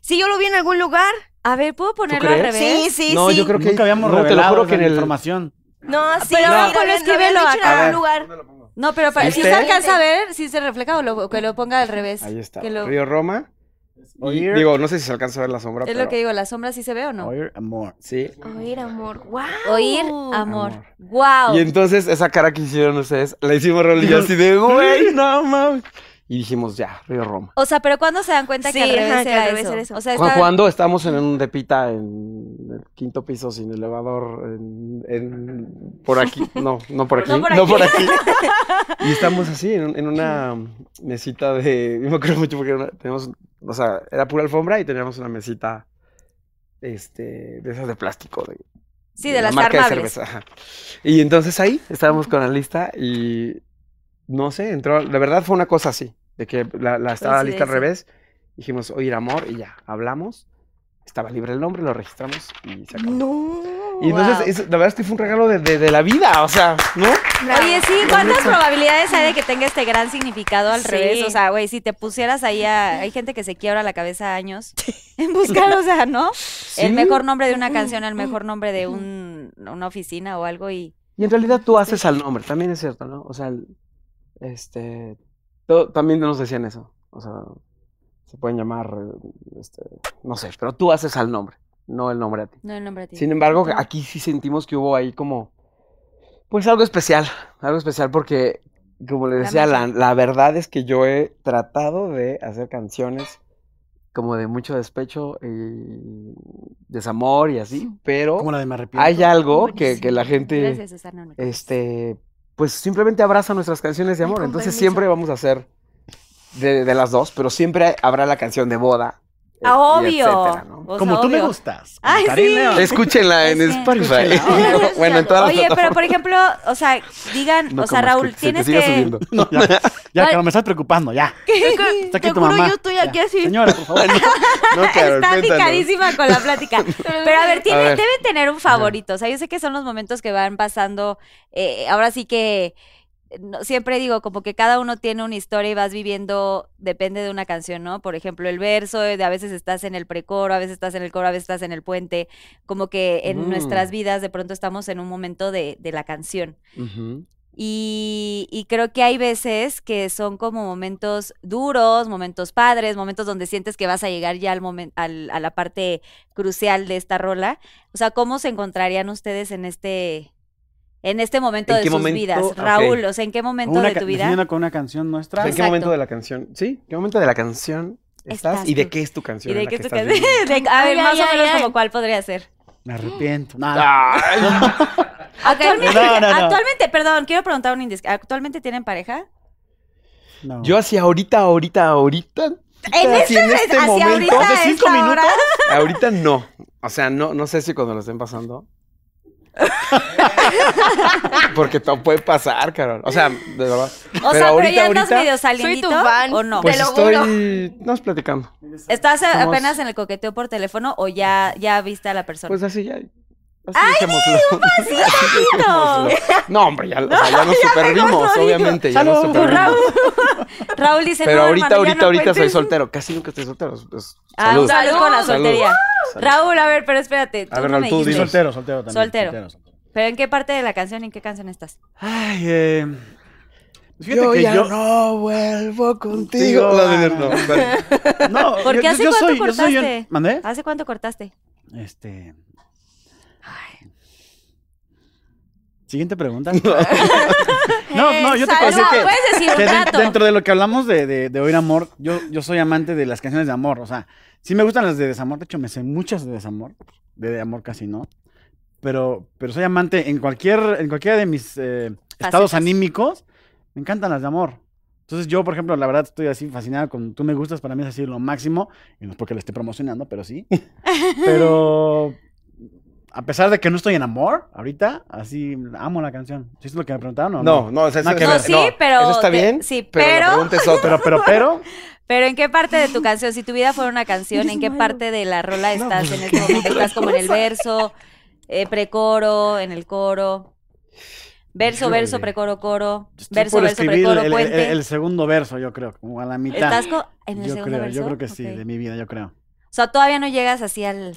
D: Sí, yo lo vi en algún lugar.
B: A ver, ¿puedo ponerlo al
C: crees?
B: revés?
D: Sí, sí,
C: no,
D: sí.
C: yo creo que.
E: Nunca habíamos
C: no, te lo
E: revelado
C: juro que en
E: la
C: el.
E: información.
D: Ah, No, sí,
B: Pero
D: lo
B: luego
D: habían- lo habían
B: escríbelo
D: dicho en
B: acá.
D: algún lugar.
B: No, pero para, si
C: ¿Viste?
B: se alcanza a ver, si se refleja o lo- que lo ponga al revés.
C: Ahí está.
B: Que lo-
C: Río Roma. Y
E: Oír.
C: digo, no sé si se alcanza a ver la sombra.
B: es
C: pero-
B: lo que digo, ¿la sombra sí se ve o no?
E: Oír amor.
C: Sí.
D: Oír, amor. ¡Wow!
B: Oír, amor.
C: Amor.
B: ¡Wow!
C: Y entonces esa cara que hicieron ustedes, la hicimos Raúl y yo así de, güey, no mames. Y dijimos, ya, Río Roma.
B: O sea, pero ¿cuándo se dan cuenta que
D: Sí,
B: al revés,
D: ajá, que
B: era,
D: al revés
B: eso?
D: era eso.
B: O sea,
C: Cu-
B: está-
C: Cuando estamos en un depita en el quinto piso sin elevador, en, en- por aquí, no, no por aquí,
B: No
C: no
B: por
C: por
B: aquí.
C: aquí. Y estamos así en, un- en una mesita de, yo me acuerdo mucho porque era una- teníamos, o sea, era pura alfombra y teníamos una mesita, este, de esas de plástico, de,
B: sí, de las
C: marca de
B: armables.
C: cerveza, ajá. Y entonces ahí estábamos con la lista y no sé, entró, la verdad fue una cosa así, de que la, la estaba lista al revés, dijimos oír amor y ya, hablamos, estaba libre el nombre, lo registramos y se acabó.
D: No.
C: Y entonces,
D: Wow.
C: es- la verdad es que fue un regalo de, de- de la vida, o sea, ¿no?
B: Oye, sí, ¿cuántas probabilidades hay de que tenga este gran significado al
D: Sí.
B: revés? O sea, güey, si te pusieras ahí a... Hay gente que se quiebra la cabeza años en buscar, o sea, ¿no? El mejor nombre de una canción, el mejor nombre de un, una oficina o algo y...
C: Y en realidad tú haces al nombre, también es cierto, ¿no? O sea, el- este, to- también nos decían eso. O sea, se pueden llamar, eh, este, no sé, pero tú haces al nombre, no el nombre a ti.
B: No el nombre a ti.
C: Sin embargo, aquí sí sentimos que hubo ahí como, pues algo especial, algo especial porque, como les decía, la, la verdad es que yo he tratado de hacer canciones como de mucho despecho y desamor y así, pero
E: Como la de me arrepiento.
C: hay algo que, que
B: Buenísimo.
C: la gente
B: Gracias, César. no, no.
C: este, pues simplemente abraza nuestras canciones de
D: Ay,
C: amor.
D: con
C: Entonces
D: permiso.
C: siempre vamos a hacer de, de las dos, pero siempre hay- habrá la canción de boda. eh,
B: Ah,
C: y
B: obvio.
C: etcétera, ¿no?
B: O sea,
E: Como tú me
B: obvio.
E: gustas.
B: Ay,
E: Karina.
B: sí.
C: Escúchenla en
B: Es que-
C: Spotify.
D: Escúchenla.
C: bueno, en todas las
B: Oye, pero
C: plataformas.
B: por ejemplo, o sea, digan,
C: No
B: o sea,
C: comas, que
B: Raúl,
C: se te
B: tienes
C: siga
B: que...
C: subiendo.
E: No, ya, ya, Carol, me estás preocupando, ya. Está aquí
D: Te
E: tu
D: juro,
E: mamá.
D: yo estoy
E: Ya.
D: aquí así.
E: Señora, por favor.
G: No, Carol,
B: Está
G: cuéntanos.
B: picadísima con la plática. Pero a ver, tiene,
G: A ver.
B: deben tener un favorito. O sea, yo sé que son los momentos que van pasando. eh, ahora sí que eh, no- siempre digo, como que cada uno tiene una historia y vas viviendo, depende de una canción, ¿no? Por ejemplo, el verso, eh, de a veces estás en el precoro, a veces estás en el coro, a veces estás en el puente. Como que en
C: Mm.
B: nuestras vidas de pronto estamos en un momento de, de la canción.
C: Ujú.
B: Y, y creo que hay veces que son como momentos duros, momentos padres, momentos donde sientes que vas a llegar ya al momento, a la parte crucial de esta rola. O sea, ¿cómo se encontrarían ustedes en este, en este momento
C: ¿En
B: de
C: qué
B: sus
C: momento? Ah,
B: vidas?
C: Ok.
B: Raúl, o sea, ¿en qué
E: Con
B: momento
E: una
B: de
E: ca-
B: tu vida?
E: definiendo con una canción
C: O
E: nuestra.
C: sea, ¿En qué
B: Exacto.
C: momento de la canción? Sí, ¿qué momento de la canción estás?
B: Estás
C: ¿Y de
B: tú.
C: qué es tu canción?
B: ¿Y de
C: en la
B: qué
C: que
B: tú
C: estás
B: qué-
C: viviendo?
B: de- a ver,
D: Ay,
B: más
D: ay,
B: o
D: ay,
B: menos
D: ay.
B: como cuál podría ser.
E: Me arrepiento. Nada.
C: Ay,
B: Ah. Actualmente,
E: No, no, no.
B: actualmente, perdón, quiero preguntar un indiscreción. ¿Actualmente tienen pareja?
E: no.
C: yo así ahorita, ahorita, ahorita.
B: En
C: así en este
B: hacia
C: momento,
B: ahorita,
E: hace
B: a
E: cinco
B: esta hora.
E: minutos.
C: Ahorita no. O sea, no, no sé si cuando lo estén pasando. Porque todo puede pasar, Carol. O sea, de verdad.
B: O sea, pero ya andas
C: ahorita,
B: medio saliendito
D: fan.
B: o no.
D: Pues-
C: Pues
D: te lo juro.
C: estoy. Nos platicando.
B: ¿Estás a-
C: Somos-
B: apenas en el coqueteo por teléfono o ya, ya viste a la persona?
C: Pues así ya. Así dejémoslo. Así
B: pasito!
C: dejémoslo. No, hombre, ya, o sea, ya nos supervimos,
B: consolidó.
C: obviamente. Ya nos
E: Salud,
C: supervimos.
B: Raúl, Raúl dice,
C: Pero
B: no,
C: ahorita,
B: hermano, ya
C: ahorita,
B: no
C: ahorita soy
B: cuentes".
C: soltero. Casi nunca estoy soltero. es- es-
B: Ah,
C: salud.
B: un salud, con la
C: Salud.
B: soltería.
C: Salud.
B: Raúl, a ver, pero espérate. Tú
C: A ver,
B: no
C: Raúl,
B: me
C: tú
E: Sí,
B: dijiste.
C: dinos.
E: soltero, soltero también.
B: Soltero. Pero ¿en qué parte de la canción, en qué canción estás?
E: Ay, eh. pues Fíjate
C: yo
E: que
C: ya
E: yo.
C: no vuelvo contigo.
E: Contigo,
C: No, no, no,
E: ah,
C: no, vale.
E: No,
B: ¿Por qué hace cuánto cortaste?
E: ¿Mandé?
B: ¿Hace cuánto cortaste?
E: Este. Siguiente pregunta. no, no, yo te
D: Salud.
E: puedo decir
B: no,
E: que.
B: puedes decir
E: que
B: un
E: den-
B: dato.
E: dentro de lo que hablamos de, de, de oír amor, yo, yo soy amante de las canciones de amor. O sea, sí me gustan las de desamor. De hecho, me sé muchas de desamor. De, de amor casi no. Pero, pero soy amante en cualquier, en cualquiera de mis eh, estados
B: Facetas.
E: anímicos. Me encantan las de amor. Entonces yo, por ejemplo, la verdad estoy así fascinado con Tú me gustas, para mí es así lo máximo. Y no es porque lo esté promocionando, pero sí. pero a pesar de que no estoy en amor ahorita, así amo la canción. ¿Sí es lo que me preguntaron? o
C: No, no, o sea,
E: Nada
C: eso-
E: que
B: No,
E: ver.
B: sí, pero...
C: Eso está
B: de-
C: bien.
B: sí,
C: Pero la
B: pero...
C: pregunta es otra.
E: Pero, pero, pero,
B: Pero ¿en qué parte de tu canción, si tu vida fuera una canción, en qué parte de la rola
E: pues,
B: estás en este momento? ¿Estás como en el verso, eh, precoro, en el coro? Verso,
C: Híjole.
B: verso, precoro, coro.
E: Estoy
B: Verso,
E: por
B: verso,
E: escribir
B: precoro,
E: el, el-
B: puente.
E: el segundo verso, yo creo, como a la mitad.
B: ¿Estás co- en el
E: yo
B: segundo
E: creo,
B: verso?
E: yo creo que sí,
B: Ok.
E: de mi vida, yo creo.
B: O sea, todavía no llegas así al...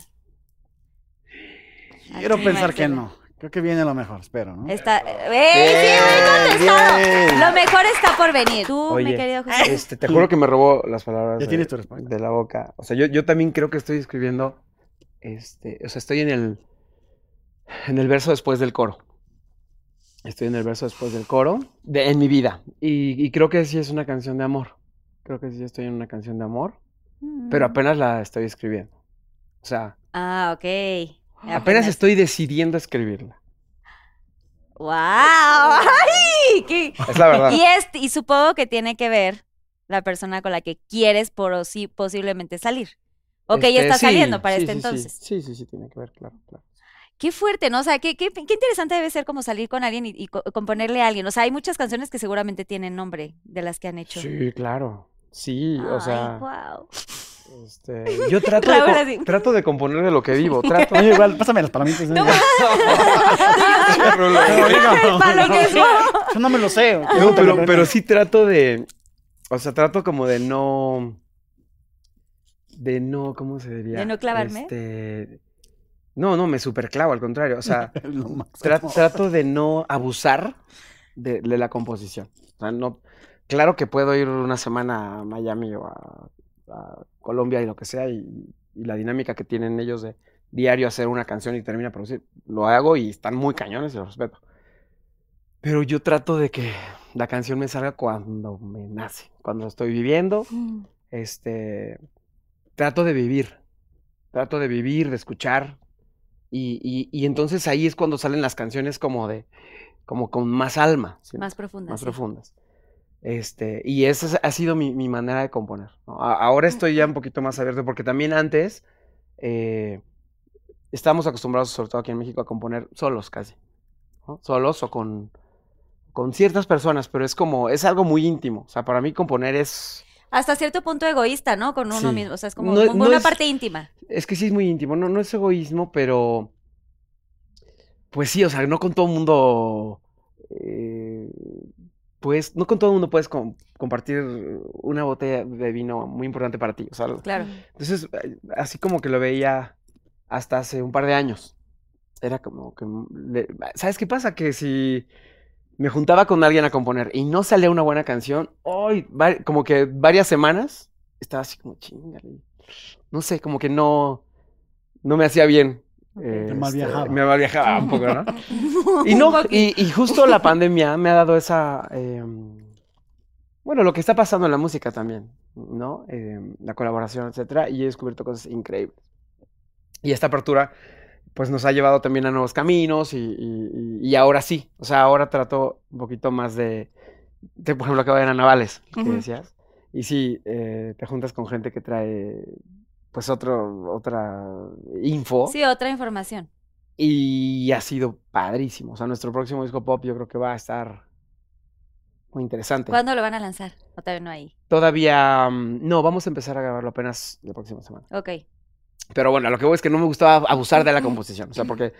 B: al
E: Quiero
B: clima,
E: pensar que
B: etcétera.
E: no. Creo que viene lo mejor, espero, ¿no?
B: Está... ¡Ey, eh, sí,
C: Bien,
B: muy contestado!
C: bien.
B: Lo mejor está por venir. Tú, mi
C: Oye,
B: querido José.
C: Este, te juro que me robó las palabras
E: Ya
C: de,
E: tienes tu respuesta.
C: de la boca. O sea, yo, yo también creo que estoy escribiendo, este, o sea, estoy en el, en el verso después del coro. Estoy en el verso después del coro, de, en mi vida. Y, y creo que sí es una canción de amor. Creo que sí estoy en una canción de amor, pero
B: Mm.
C: apenas la estoy escribiendo. O sea,
B: Ah, ok.
C: apenas estoy decidiendo escribirla.
B: ¡Wow! ¡Ay! ¡Qué,
C: Es la verdad.
B: Y, es, y supongo que tiene que ver la persona con la que quieres por o sí posiblemente salir. O que ya
C: Este,
B: está
C: sí,
B: saliendo para
C: sí,
B: este
C: sí, sí.
B: entonces.
C: Sí, sí, sí, tiene que ver, claro, claro.
B: Qué fuerte, ¿no? O sea, qué, qué, qué interesante debe ser como salir con alguien y, y co- componerle a alguien. O sea, hay muchas canciones que seguramente tienen nombre de las que han hecho.
C: Sí, claro. Sí,
B: Ay,
C: o sea,
B: guau.
C: Este, yo trato de,
D: Raúl
C: co-
D: así.
C: trato de componer de lo que vivo. Trato.
E: Oye, igual, pásame las palomitas. ¿eh?
G: Qué rulo.
E: Pero digo,
D: Palo que es bueno.
E: Yo no me lo sé.
C: No, pero, pero sí trato de. O sea, trato como de no. De no, ¿cómo se diría?
B: ¿De no clavarme?
C: Este, no, no, me superclavo, al contrario. O sea,
E: Lo máximo.
C: tra- trato de no abusar de, de la composición. O sea, no. Claro que puedo ir una semana a Miami o a, a Colombia y lo que sea, y, y la dinámica que tienen ellos de diario hacer una canción y termina a producir, lo hago y están muy cañones y los respeto. Pero yo trato de que la canción me salga cuando me nace, cuando lo estoy viviendo. Este, trato de vivir, trato de vivir, de escuchar. Y, y- y entonces ahí es cuando salen las canciones como de, como con más alma, ¿sí?
B: Más profunda.
C: más
B: sí.
C: profundas. Este, y esa es- ha sido mi, mi manera de componer. ¿no? A- Ahora estoy ya un poquito más abierto porque también antes eh, estábamos acostumbrados, sobre todo aquí en México, a componer solos casi. ¿no? Solos o con, con ciertas personas, pero es como, es algo muy íntimo. O sea, para mí componer es,
B: Hasta cierto punto egoísta, ¿no? Con uno
C: Sí.
B: mismo. O sea, es como,
C: No-
B: como
C: no
B: una
C: es-
B: parte íntima.
C: es que sí es muy íntimo. No, no es egoísmo, pero pues sí, o sea, no con todo el mundo, eh, pues, no con todo el mundo puedes com- compartir una botella de vino muy importante para ti. O sea,
B: Claro.
C: Entonces, eh, así como que lo veía hasta hace un par de años. Era como que... mm, le- ¿Sabes qué pasa? Que si me juntaba con alguien a componer y no salía una buena canción, hoy, va- como que varias semanas, estaba así como chingale. No sé, como que no, no me hacía bien. eh,
E: Te mal
C: este,
E: viajaba.
C: Me mal viajaba un poco, ¿no? Y no, y, y justo la pandemia me ha dado esa. eh, bueno, lo que está pasando en la música también, ¿no? Eh, la colaboración, etcétera, y he descubierto cosas increíbles. Y esta apertura, pues nos ha llevado también a nuevos caminos, y, y- y- y ahora sí, o sea, ahora trato un poquito más de. de, por ejemplo, acabo de ver a Navales, que
D: Ujú.
C: decías. Y sí, eh, te juntas con gente que trae, pues, otro, otra info.
B: Sí, otra información.
C: Y ha sido padrísimo. O sea, nuestro próximo disco pop yo creo que va a estar muy interesante.
B: ¿Cuándo lo van a lanzar? O todavía no hay.
C: Todavía mm, no, vamos a empezar a grabarlo apenas la próxima semana.
B: Ok.
C: Pero bueno, a lo que voy es que no me gustaba abusar de la composición. O sea, porque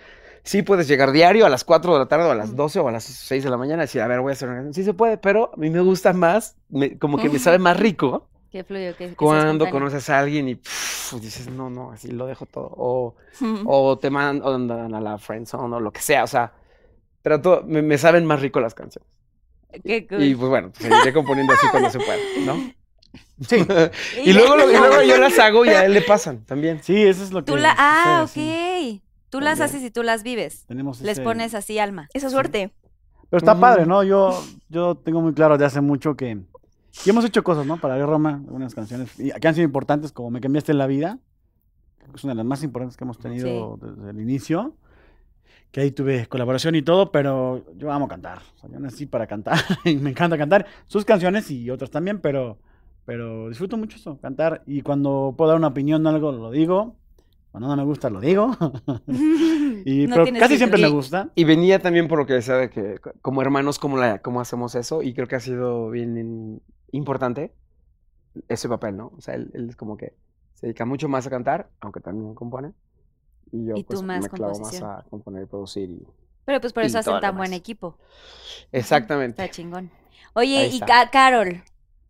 C: sí puedes llegar diario a las 4 de la tarde o a las 12 o a las 6 de la mañana y decir, a ver, voy a hacer una canción. Sí se puede, pero a mí me gusta más, me- como que me sabe más rico
B: Que fluyo, que, que sea
C: cuando
B: espontáneo.
C: conoces a alguien y pff, dices, no, no, así lo dejo todo. O, o te mandan a la friendzone o lo que sea. O sea, trato, me, me saben más rico las canciones.
B: Qué cool.
C: Y pues bueno, seguiré componiendo así cuando se pueda, ¿no? Sí.
B: Y-
C: y, luego, lo- y luego yo las hago y a él le pasan también.
E: Sí, eso es lo que.
B: Tú la... Ah, ok.
E: sucede, sí.
B: Tú las
C: También.
B: haces y tú las vives.
E: Tenemos
B: Les
E: ese-
B: pones así alma.
D: Esa suerte.
E: Pero está
C: Ujú.
E: padre, ¿no? Yo, yo tengo muy claro de hace mucho que. Y hemos hecho cosas, ¿no? Para ver Roma, algunas canciones y- que han sido importantes, como Me cambiaste la vida. que Es una de las más importantes que hemos tenido desde el inicio. Que ahí tuve colaboración y todo, pero yo amo cantar. O sea, yo nací para cantar y me encanta cantar sus canciones y otras también, pero, pero disfruto mucho eso, cantar. Y cuando puedo dar una opinión de algo, lo digo. Cuando no me gusta, lo digo. y,
B: No
E: pero
B: tienes filtro.
E: casi siempre me
B: Y-
E: gusta.
C: Y venía también por lo que decía de que co- como hermanos, cómo, la, cómo hacemos eso. Y creo que ha sido bien en- importante ese papel, ¿no? O sea, él, él es como que se dedica mucho más a cantar, aunque también compone. Y yo
B: Y tú
C: pues,
B: más
C: me clavo más
B: composición.
C: a componer y producir. y-
B: Pero pues por
C: Y
B: eso hacen
C: todo lo
B: tan buen
C: demás.
B: equipo.
C: Exactamente.
B: Está chingón. Oye,
C: Ahí
B: y
C: está.
B: Ca- Carol.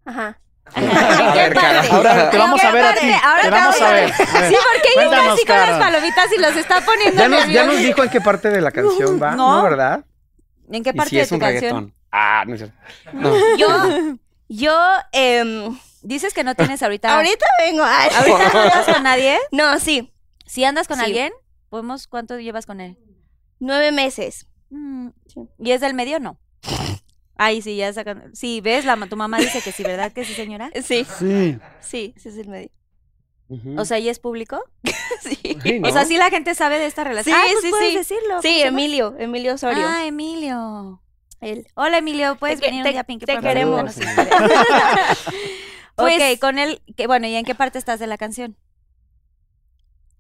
D: Ajá.
C: A ver, Carol.
E: Ahora te vamos a ver a ti.
B: Aparte, ahora
E: Te vamos a ver. A ver,
B: Sí, porque ella está
E: Cuéntanos,
B: así con las
E: Carol.
B: palomitas y los está poniendo
C: Ya nos, ya nos
B: nerviosos.
C: dijo en qué parte de la canción va,
B: No.
C: ¿no, verdad?
B: ¿En qué
C: y
B: parte
C: si es
B: de tu
C: un
B: canción?
C: reggaetón. Ah, no es cierto. No.
D: Yo, yo, em,
B: Dices que no tienes ahorita.
D: ahorita vengo. Ay.
B: ¿Ahorita no andas con nadie?
D: No, sí,
B: Si andas con
D: Sí.
B: alguien, podemos ¿cuánto llevas con él?
D: nueve meses.
B: Mm, ¿Y es del medio o no? Ay, sí, ya sacan. Sí, ves, la, ma- tu mamá dice que sí, ¿verdad que sí, señora?
D: Sí,
E: Sí.
D: sí, sí es el medio.
E: Mm.
C: Ujú.
B: O sea, ¿y es público?
D: Sí,
C: Sí,
B: O sea,
C: ¿no?
B: sí la gente sabe de esta relación.
D: Sí,
B: ah, pues
D: sí,
B: puedes
D: sí.
B: decirlo. ¿cómo
D: sí
B: se llama?
D: Emilio, Emilio Osorio.
B: Ah, Emilio.
D: Él.
B: Hola, Emilio, puedes
D: que-
B: venir
D: te-
B: un día Pinky
D: te
B: por favor?
D: queremos.
B: Bueno, sí.
D: Pues-
B: ok, con él, que, bueno, ¿y en qué parte estás de la canción?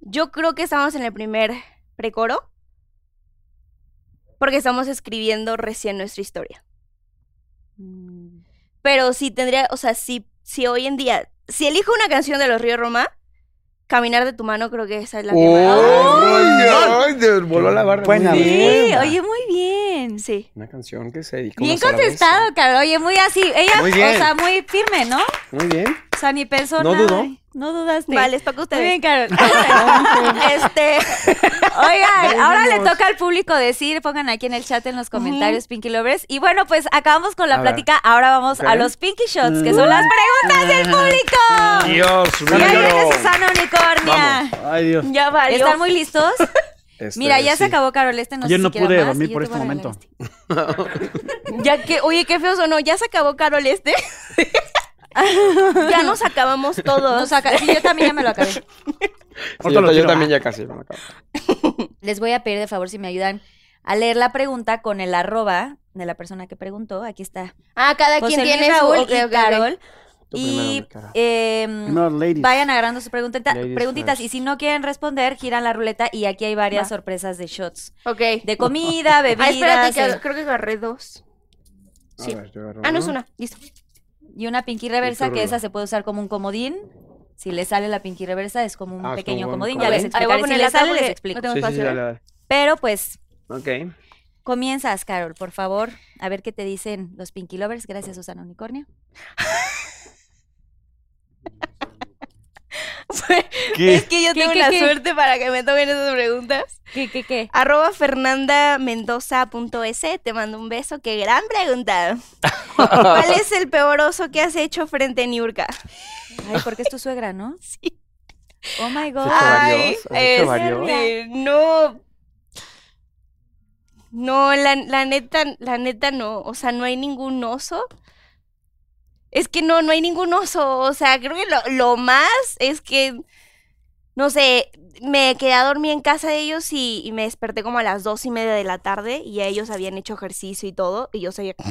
D: Yo creo que estamos en el primer precoro. Porque estamos escribiendo recién nuestra
C: Mm,
D: historia. Pero sí tendría, o sea, si, si hoy en día si elijo una canción de los Río Roma, Caminar de tu mano creo que esa es la que
C: ¡Uy!
D: más-
C: ¡Ay! te voló la barra.
E: Buena,
C: Muy bien.
B: Sí,
E: buena.
B: oye, muy bien.
D: Sí.
C: Una canción que se dedicó
B: Bien
C: una sola
B: contestado, Carol. Oye, muy así. Ella,
C: Muy bien.
B: o sea, muy firme, ¿no?
C: vez. Muy bien.
B: O sea, ni pensó
C: No
B: nada.
C: dudó.
B: No dudaste.
D: Vale, es para
B: Muy
D: ustedes.
B: bien, Carol.
D: este,
B: Oigan, ahora le toca al público decir, pongan aquí en el chat en los comentarios Pinky Lovers. Y bueno, pues acabamos con la
C: A ver.
B: plática, ahora vamos a
C: Ok. Mm.
B: los Pinky Shots, que son las preguntas del público.
C: Dios
B: Y ahí
E: mío.
B: viene Susana Unicornia.
E: Ay, Dios.
D: ya valió.
B: ¿Están muy listos?
C: Este,
B: Mira, ya se acabó Carol, este no
E: Ayer
B: sé
E: Este, no
B: si queda
E: pude
B: más,
E: dormir
B: y yo
E: por
B: te
E: este
B: voy a regalar
E: momento.
B: este.
D: Ya que, oye, qué feo sonó. Ya se acabó Carol este. ya nos acabamos todos.
B: No, saca- sí, yo también ya me lo acabé.
E: Ahorita
C: yo,
E: lo
C: yo
E: tiro.
C: también ya casi me lo acabo.
B: Les voy a pedir de favor si me ayudan a leer la pregunta con el arroba de la persona que preguntó. Aquí está.
D: ah, cada
B: José
D: quien
B: Luis
D: tiene
B: Raúl
D: su. ok,
B: y
D: ok, ok.
B: Carol.
C: Tú
B: Y
C: primero, Cara.
B: em,
E: Primero, ladies.
B: vayan agarrando sus preguntita-
C: Ladies
B: preguntitas.
C: first.
B: Y si no quieren responder, giran la ruleta y aquí hay varias sorpresas de shots.
D: Ok.
B: De comida, bebidas
D: Ah, espérate, que
B: eh,
D: creo que agarré dos.
C: A
D: sí.
C: ver, yo agarro
D: Ah, no es una. Listo.
B: y una pinky reversa,
C: tú,
B: que
C: Rulo.
B: esa se puede usar como un comodín. Si le sale la pinky reversa, es como un
C: Ah, es
B: pequeño
C: como un
B: comodín.
C: comodín.
B: Ya les
D: Ahí voy a
B: explicaré. Si
D: ponerle
B: le
D: acá
B: sale, les
D: porque
B: explico.
D: No tengo
C: Sí, sí,
D: espacio.
C: sí, dale, dale.
B: Pero pues,
C: Ok.
B: comienzas, Carol, por favor. A ver qué te dicen los pinky lovers. Gracias, Susana Unicornio.
D: Es
E: ¿Qué?
D: que yo
B: ¿Qué,
D: tengo
B: qué,
D: la
B: qué?
D: suerte para que me tomen esas preguntas.
B: ¿Qué, qué, qué?
D: Arroba fernandamendoza.es, te mando un beso. ¡Qué gran pregunta! ¿Cuál es el peor oso que has hecho frente a Niurka?
B: Ay, porque es tu suegra, ¿no? Sí. Oh my God.
C: hecho varios, has hecho
D: este,
C: varios.
D: no. No, la, la neta, la neta no. O sea, no hay ningún oso. Es que no, no hay ningún oso. O sea, creo que lo, lo más es que, no sé, me quedé a dormir en casa de ellos y, y me desperté como a las dos y media de la tarde y ya ellos habían hecho ejercicio y todo y yo seguía...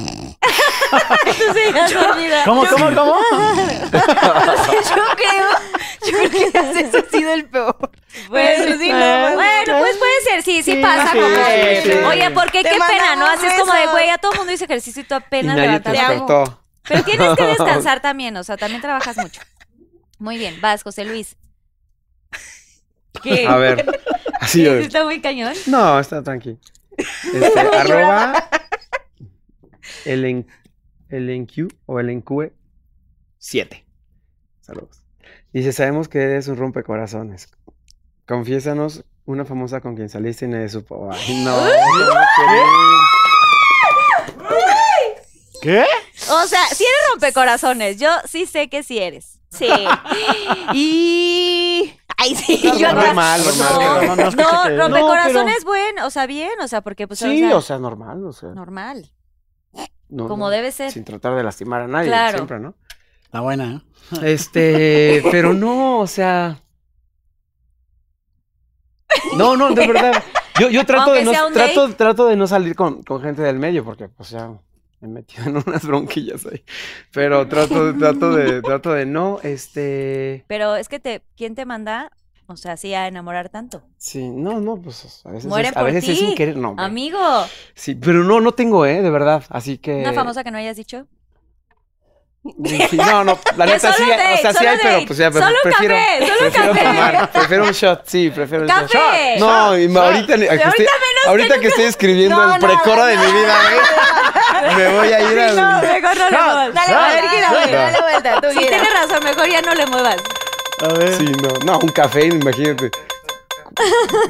E: ¿Cómo, cómo, cómo?
D: yo creo, yo creo que ese ha sido el peor. Bueno, sí, no, bueno.
B: Bueno, pues puede ser, sí, sí,
E: Sí,
B: pasa.
E: sí,
B: como-
E: sí, sí.
B: Oye, porque
D: Te
B: qué pena, ¿no?
D: mandamos
B: Así es como de,
D: besos.
B: güey, a todo mundo dice ejercicio y tú
C: Y
B: apenas
C: nadie te
B: levantas.
D: levantando.
C: despertó.
B: Pero tienes que descansar también, o sea, también trabajas mucho. Muy bien, vas, José Luis. ¿Qué?
C: A ver. Así
B: Sí,
C: yo.
B: está muy cañón.
C: No, está tranqui. Este, arroba el en, el enq o el enq 7. Saludos. Dice, sabemos que eres un rompecorazones. Confiésanos una famosa con quien saliste y nadie supo. Ay, no.
E: ¿Qué?
B: O sea, si eres rompecorazones, yo sí sé que sí eres.
D: Sí. Y. Ay, sí, yo
B: no,
D: atrás.
C: normal, normal.
E: No, no, no,
B: No,
E: escuché que-
B: rompecorazones, bueno, o sea, bien, o sea, porque pues, o
C: Sí,
B: sea,
C: o sea, normal, o sea.
B: normal,
C: no-
B: como
C: no,
B: debe ser.
C: Sin tratar de lastimar a nadie,
B: Claro.
C: siempre, ¿no?
E: La buena, ¿eh?
C: Este, pero no, o sea. No, no, de verdad. Yo, yo trato, de
B: Aunque
C: no,
B: sea un
C: trato, trato de no salir con, con gente del medio, porque pues ya me he metido en unas bronquillas ahí. Pero trato, trato de, trato de no, este.
B: Pero es que te, ¿quién te manda? O sea, sí, a enamorar tanto.
C: Sí, no, no, pues a veces,
B: Mueren
C: es, a
B: por
C: veces es sin
B: ti,
C: querer, no. hombre.
B: Amigo,
C: Sí, pero no, no tengo, eh, de verdad. Así que.
B: una famosa que no hayas dicho.
C: Sí, No, Ah, no, la
B: Que
C: neta sí,
B: solo
C: o sea,
B: date,
C: sí hay,
B: solo
C: pero
B: date.
C: pues ya
B: Solo un
C: prefiero.
B: café, solo un
C: prefiero
B: café.
C: tomar, prefiero un shot, sí, prefiero un shot.
B: ¡Café!
C: No, y ma- ahorita, ni- a que estoy, ahorita que estoy escribiendo
D: No,
C: el
D: no,
C: precoro
D: no,
C: de mi vida, ¿eh? me voy a ir al.
B: No, mejor no le muevas.
D: Dale, a ver, gira, güey,
C: No.
D: dale vuelta. Tú
B: Sí,
D: gira.
B: tienes razón, mejor ya no le muevas.
E: A ver.
C: Sí, no, no, un café, imagínate.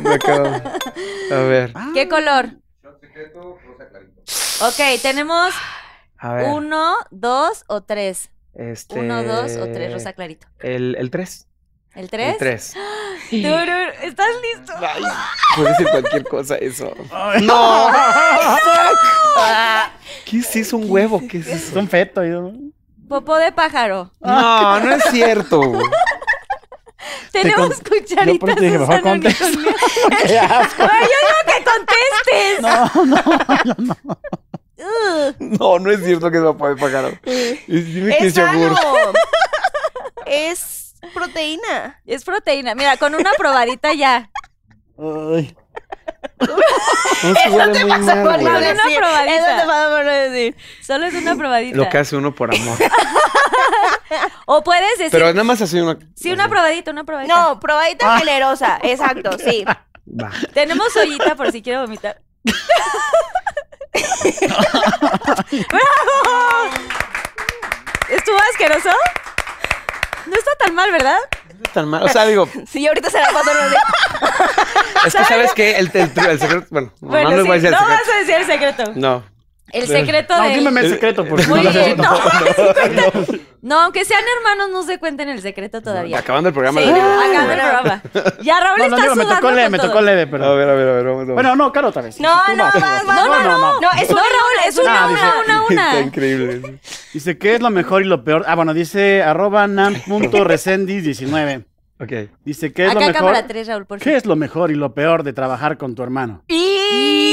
C: Me acabo. A ver,
B: ¿Qué color? Ok, tenemos
C: a ver.
B: uno, dos o tres.
C: este,
B: Uno, dos o tres, Rosa Clarito.
C: El, el tres.
B: ¿El
C: El
B: tres?
C: tres.
B: Turur, ¿Estás listo?
C: Ay, puede ser cualquier cosa eso.
E: Ay.
C: ¡No!
B: Ah,
C: ¿Qué es eso? ¿Un huevo? ¿Qué es eso?
E: Es un feto. ¿eh? yo-
B: Popó de pájaro.
C: No, no es cierto.
B: Tenemos
E: Yo
B: cucharitas
E: por eso dije, mejor
B: Susana
E: contesto.
B: Unicornio.
E: Qué asco.
B: Ay, yo digo que contestes.
C: No, no es cierto que se va a poder pagar. Dime que
D: Es
C: es yogur.
D: sano. Es proteína.
B: Es proteína. Mira, con una probadita ya.
E: Ay.
C: No se Pues huele muy mal,
D: Por
C: güey.
B: Con
D: decir.
B: una probadita.
D: Eso te pasa por no decir.
B: Solo es una probadita.
C: Lo que hace uno por amor.
B: O puedes decir.
C: Pero nada más así una.
B: sí, una probadita, una probadita. Ah.
D: No, probadita generosa, exacto, sí.
C: Va.
B: Tenemos ollita por si quiero vomitar. ¡Bravo! ¿Estuvo asqueroso? No está tan mal, ¿verdad?
C: No es tan mal. O sea, digo,
D: Sí, ahorita se la paso no sé.
C: es que sabes que el, el- el secreto. Bueno, no, no les
B: sí,
C: voy a decir el
B: no
C: secreto.
B: vas a decir el secreto.
C: No.
B: El secreto
E: No,
B: de.
E: dímeme el secreto, porque no
B: Muy
E: lo
B: bien,
E: necesito.
B: no, sí, cuenta. No, aunque sean hermanos, no se cuenten el secreto todavía.
C: Acabando
B: Sí,
C: el programa. le digo.
B: acabando el programa. Ya Raúl
E: No, no,
B: está
E: digo, me
B: sudando
E: tocó leve,
B: con
E: me
B: todo.
E: tocó leve,
C: A
E: pero.
C: ver, a ver, a ver. vamos, vamos.
E: Bueno, no, claro, otra vez.
D: No,
E: Tú
D: no,
E: vas, tú
D: vas,
E: vas.
D: vas.
B: No, no, no.
D: No, es
B: no,
D: una,
B: Raúl, es una, una, una, una.
C: Está increíble.
E: Dice, ¿qué es lo mejor y lo peor? Ah, bueno, dice arroba nam.resendis19.
C: Ok.
E: Dice, ¿qué es
B: Acá
E: lo
B: cámara
E: mejor?
B: 3, Raúl, por
E: ¿Qué
B: favor.
E: es lo mejor y lo peor de trabajar con tu hermano?
B: Uh,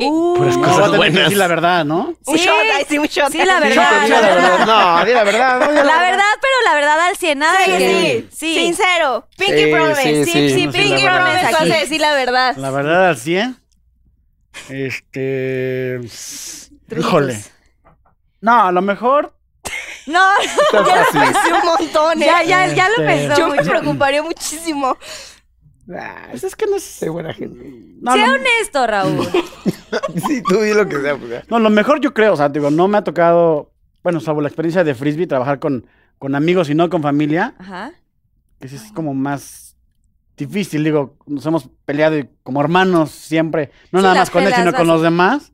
E: No,
A: Cosas
E: va a tener que
A: buenas.
E: decir la verdad, ¿no?
D: Un
B: Sí.
D: shot, ay, sí, un shot.
B: Sí, la verdad,
C: No, di la verdad, no, di la verdad. no, di
B: La verdad, pero la verdad al 100, nada de que...
D: Sí, sí. Sincero. Pinky
C: Sí,
D: Promise. Sí,
C: sí, sí.
D: sí,
E: No, sí,
D: Pinky
E: la verdad.
D: Promise.
B: Aquí.
D: Aquí. Vas a decir la verdad.
E: La verdad al 100. Este. Híjole. No, a lo mejor.
B: No,
C: Está fácil.
D: Sí, un montón, ¿eh?
B: ya, ya, ya lo
E: Este,
B: pensó.
D: Yo me
B: mucho.
D: preocuparía muchísimo.
C: Ah,
E: Pues es que no es.
C: Qué buena gente.
E: No,
B: Sea
E: lo,
B: honesto, Raúl.
C: Sí, tú di lo que sea. Pues, ya.
E: no, lo mejor yo creo, o sea, digo, no me ha tocado. Bueno, salvo la experiencia de frisbee, trabajar con, con amigos y no con familia,
B: Ajá.
E: que sí es como más difícil, digo, nos hemos peleado y- como hermanos siempre, no
B: Sí,
E: nada
B: las
E: más con él,
B: peleas,
E: sino con
B: vas-
E: los demás.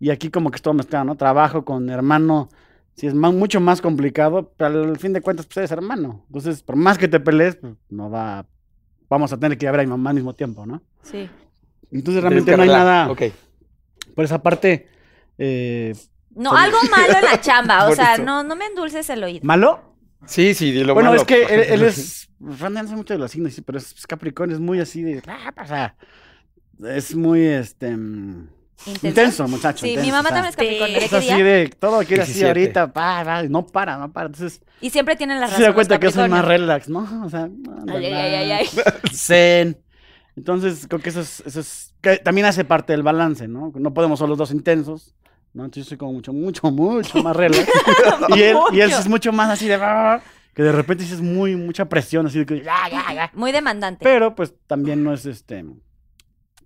E: Y aquí como que es todo mezclado, ¿no? Trabajo con hermano, sí es ma- mucho más complicado, pero al fin de cuentas pues eres hermano. Entonces, por más que te pelees, pues, no va, vamos a tener que ir a ver a mi mamá al mismo tiempo, ¿no?
B: Sí.
E: Entonces
C: Tienes que
E: realmente no hay
C: arreglar.
E: nada,
C: Ok.
E: por esa parte, eh,
B: No, algo malo en la chamba. O
C: Por
B: sea,
C: eso.
B: no, no me endulces el oído.
E: malo,
C: Sí, sí, di lo
E: Bueno,
C: malo. pues.
E: es que él, él es. Randy no sé mucho de los signos, sí, pero es es Capricornio, es muy así de. ah, o sea, es muy este. mm,
B: ¿Intenso?
E: Intenso, muchacho.
B: Sí, mi
E: intenso,
B: mamá
E: o sea,
B: también es Capricornio. ¿de
E: es
B: qué
E: así
B: día?
E: de todo quiere así
C: 17.
E: ahorita, pa, va, y no para, no para. Entonces,
B: Y siempre tienen la
E: sí
B: razón.
E: se da
B: los
E: cuenta que yo soy más
B: Capricornio.
E: relax, ¿no? O sea, anda,
D: Ay, ay,
E: va,
D: ay, ay, ay.
E: zen. Entonces, creo que eso es, eso es- que también hace parte del balance, ¿no? No podemos ser los dos intensos, ¿no? Entonces yo soy como mucho, mucho, mucho más relax. y, él, y él sí es mucho más así de... Que de repente sí es muy, mucha presión, así de que... ya, ya, ya.
B: Muy demandante.
E: Pero pues también no es este...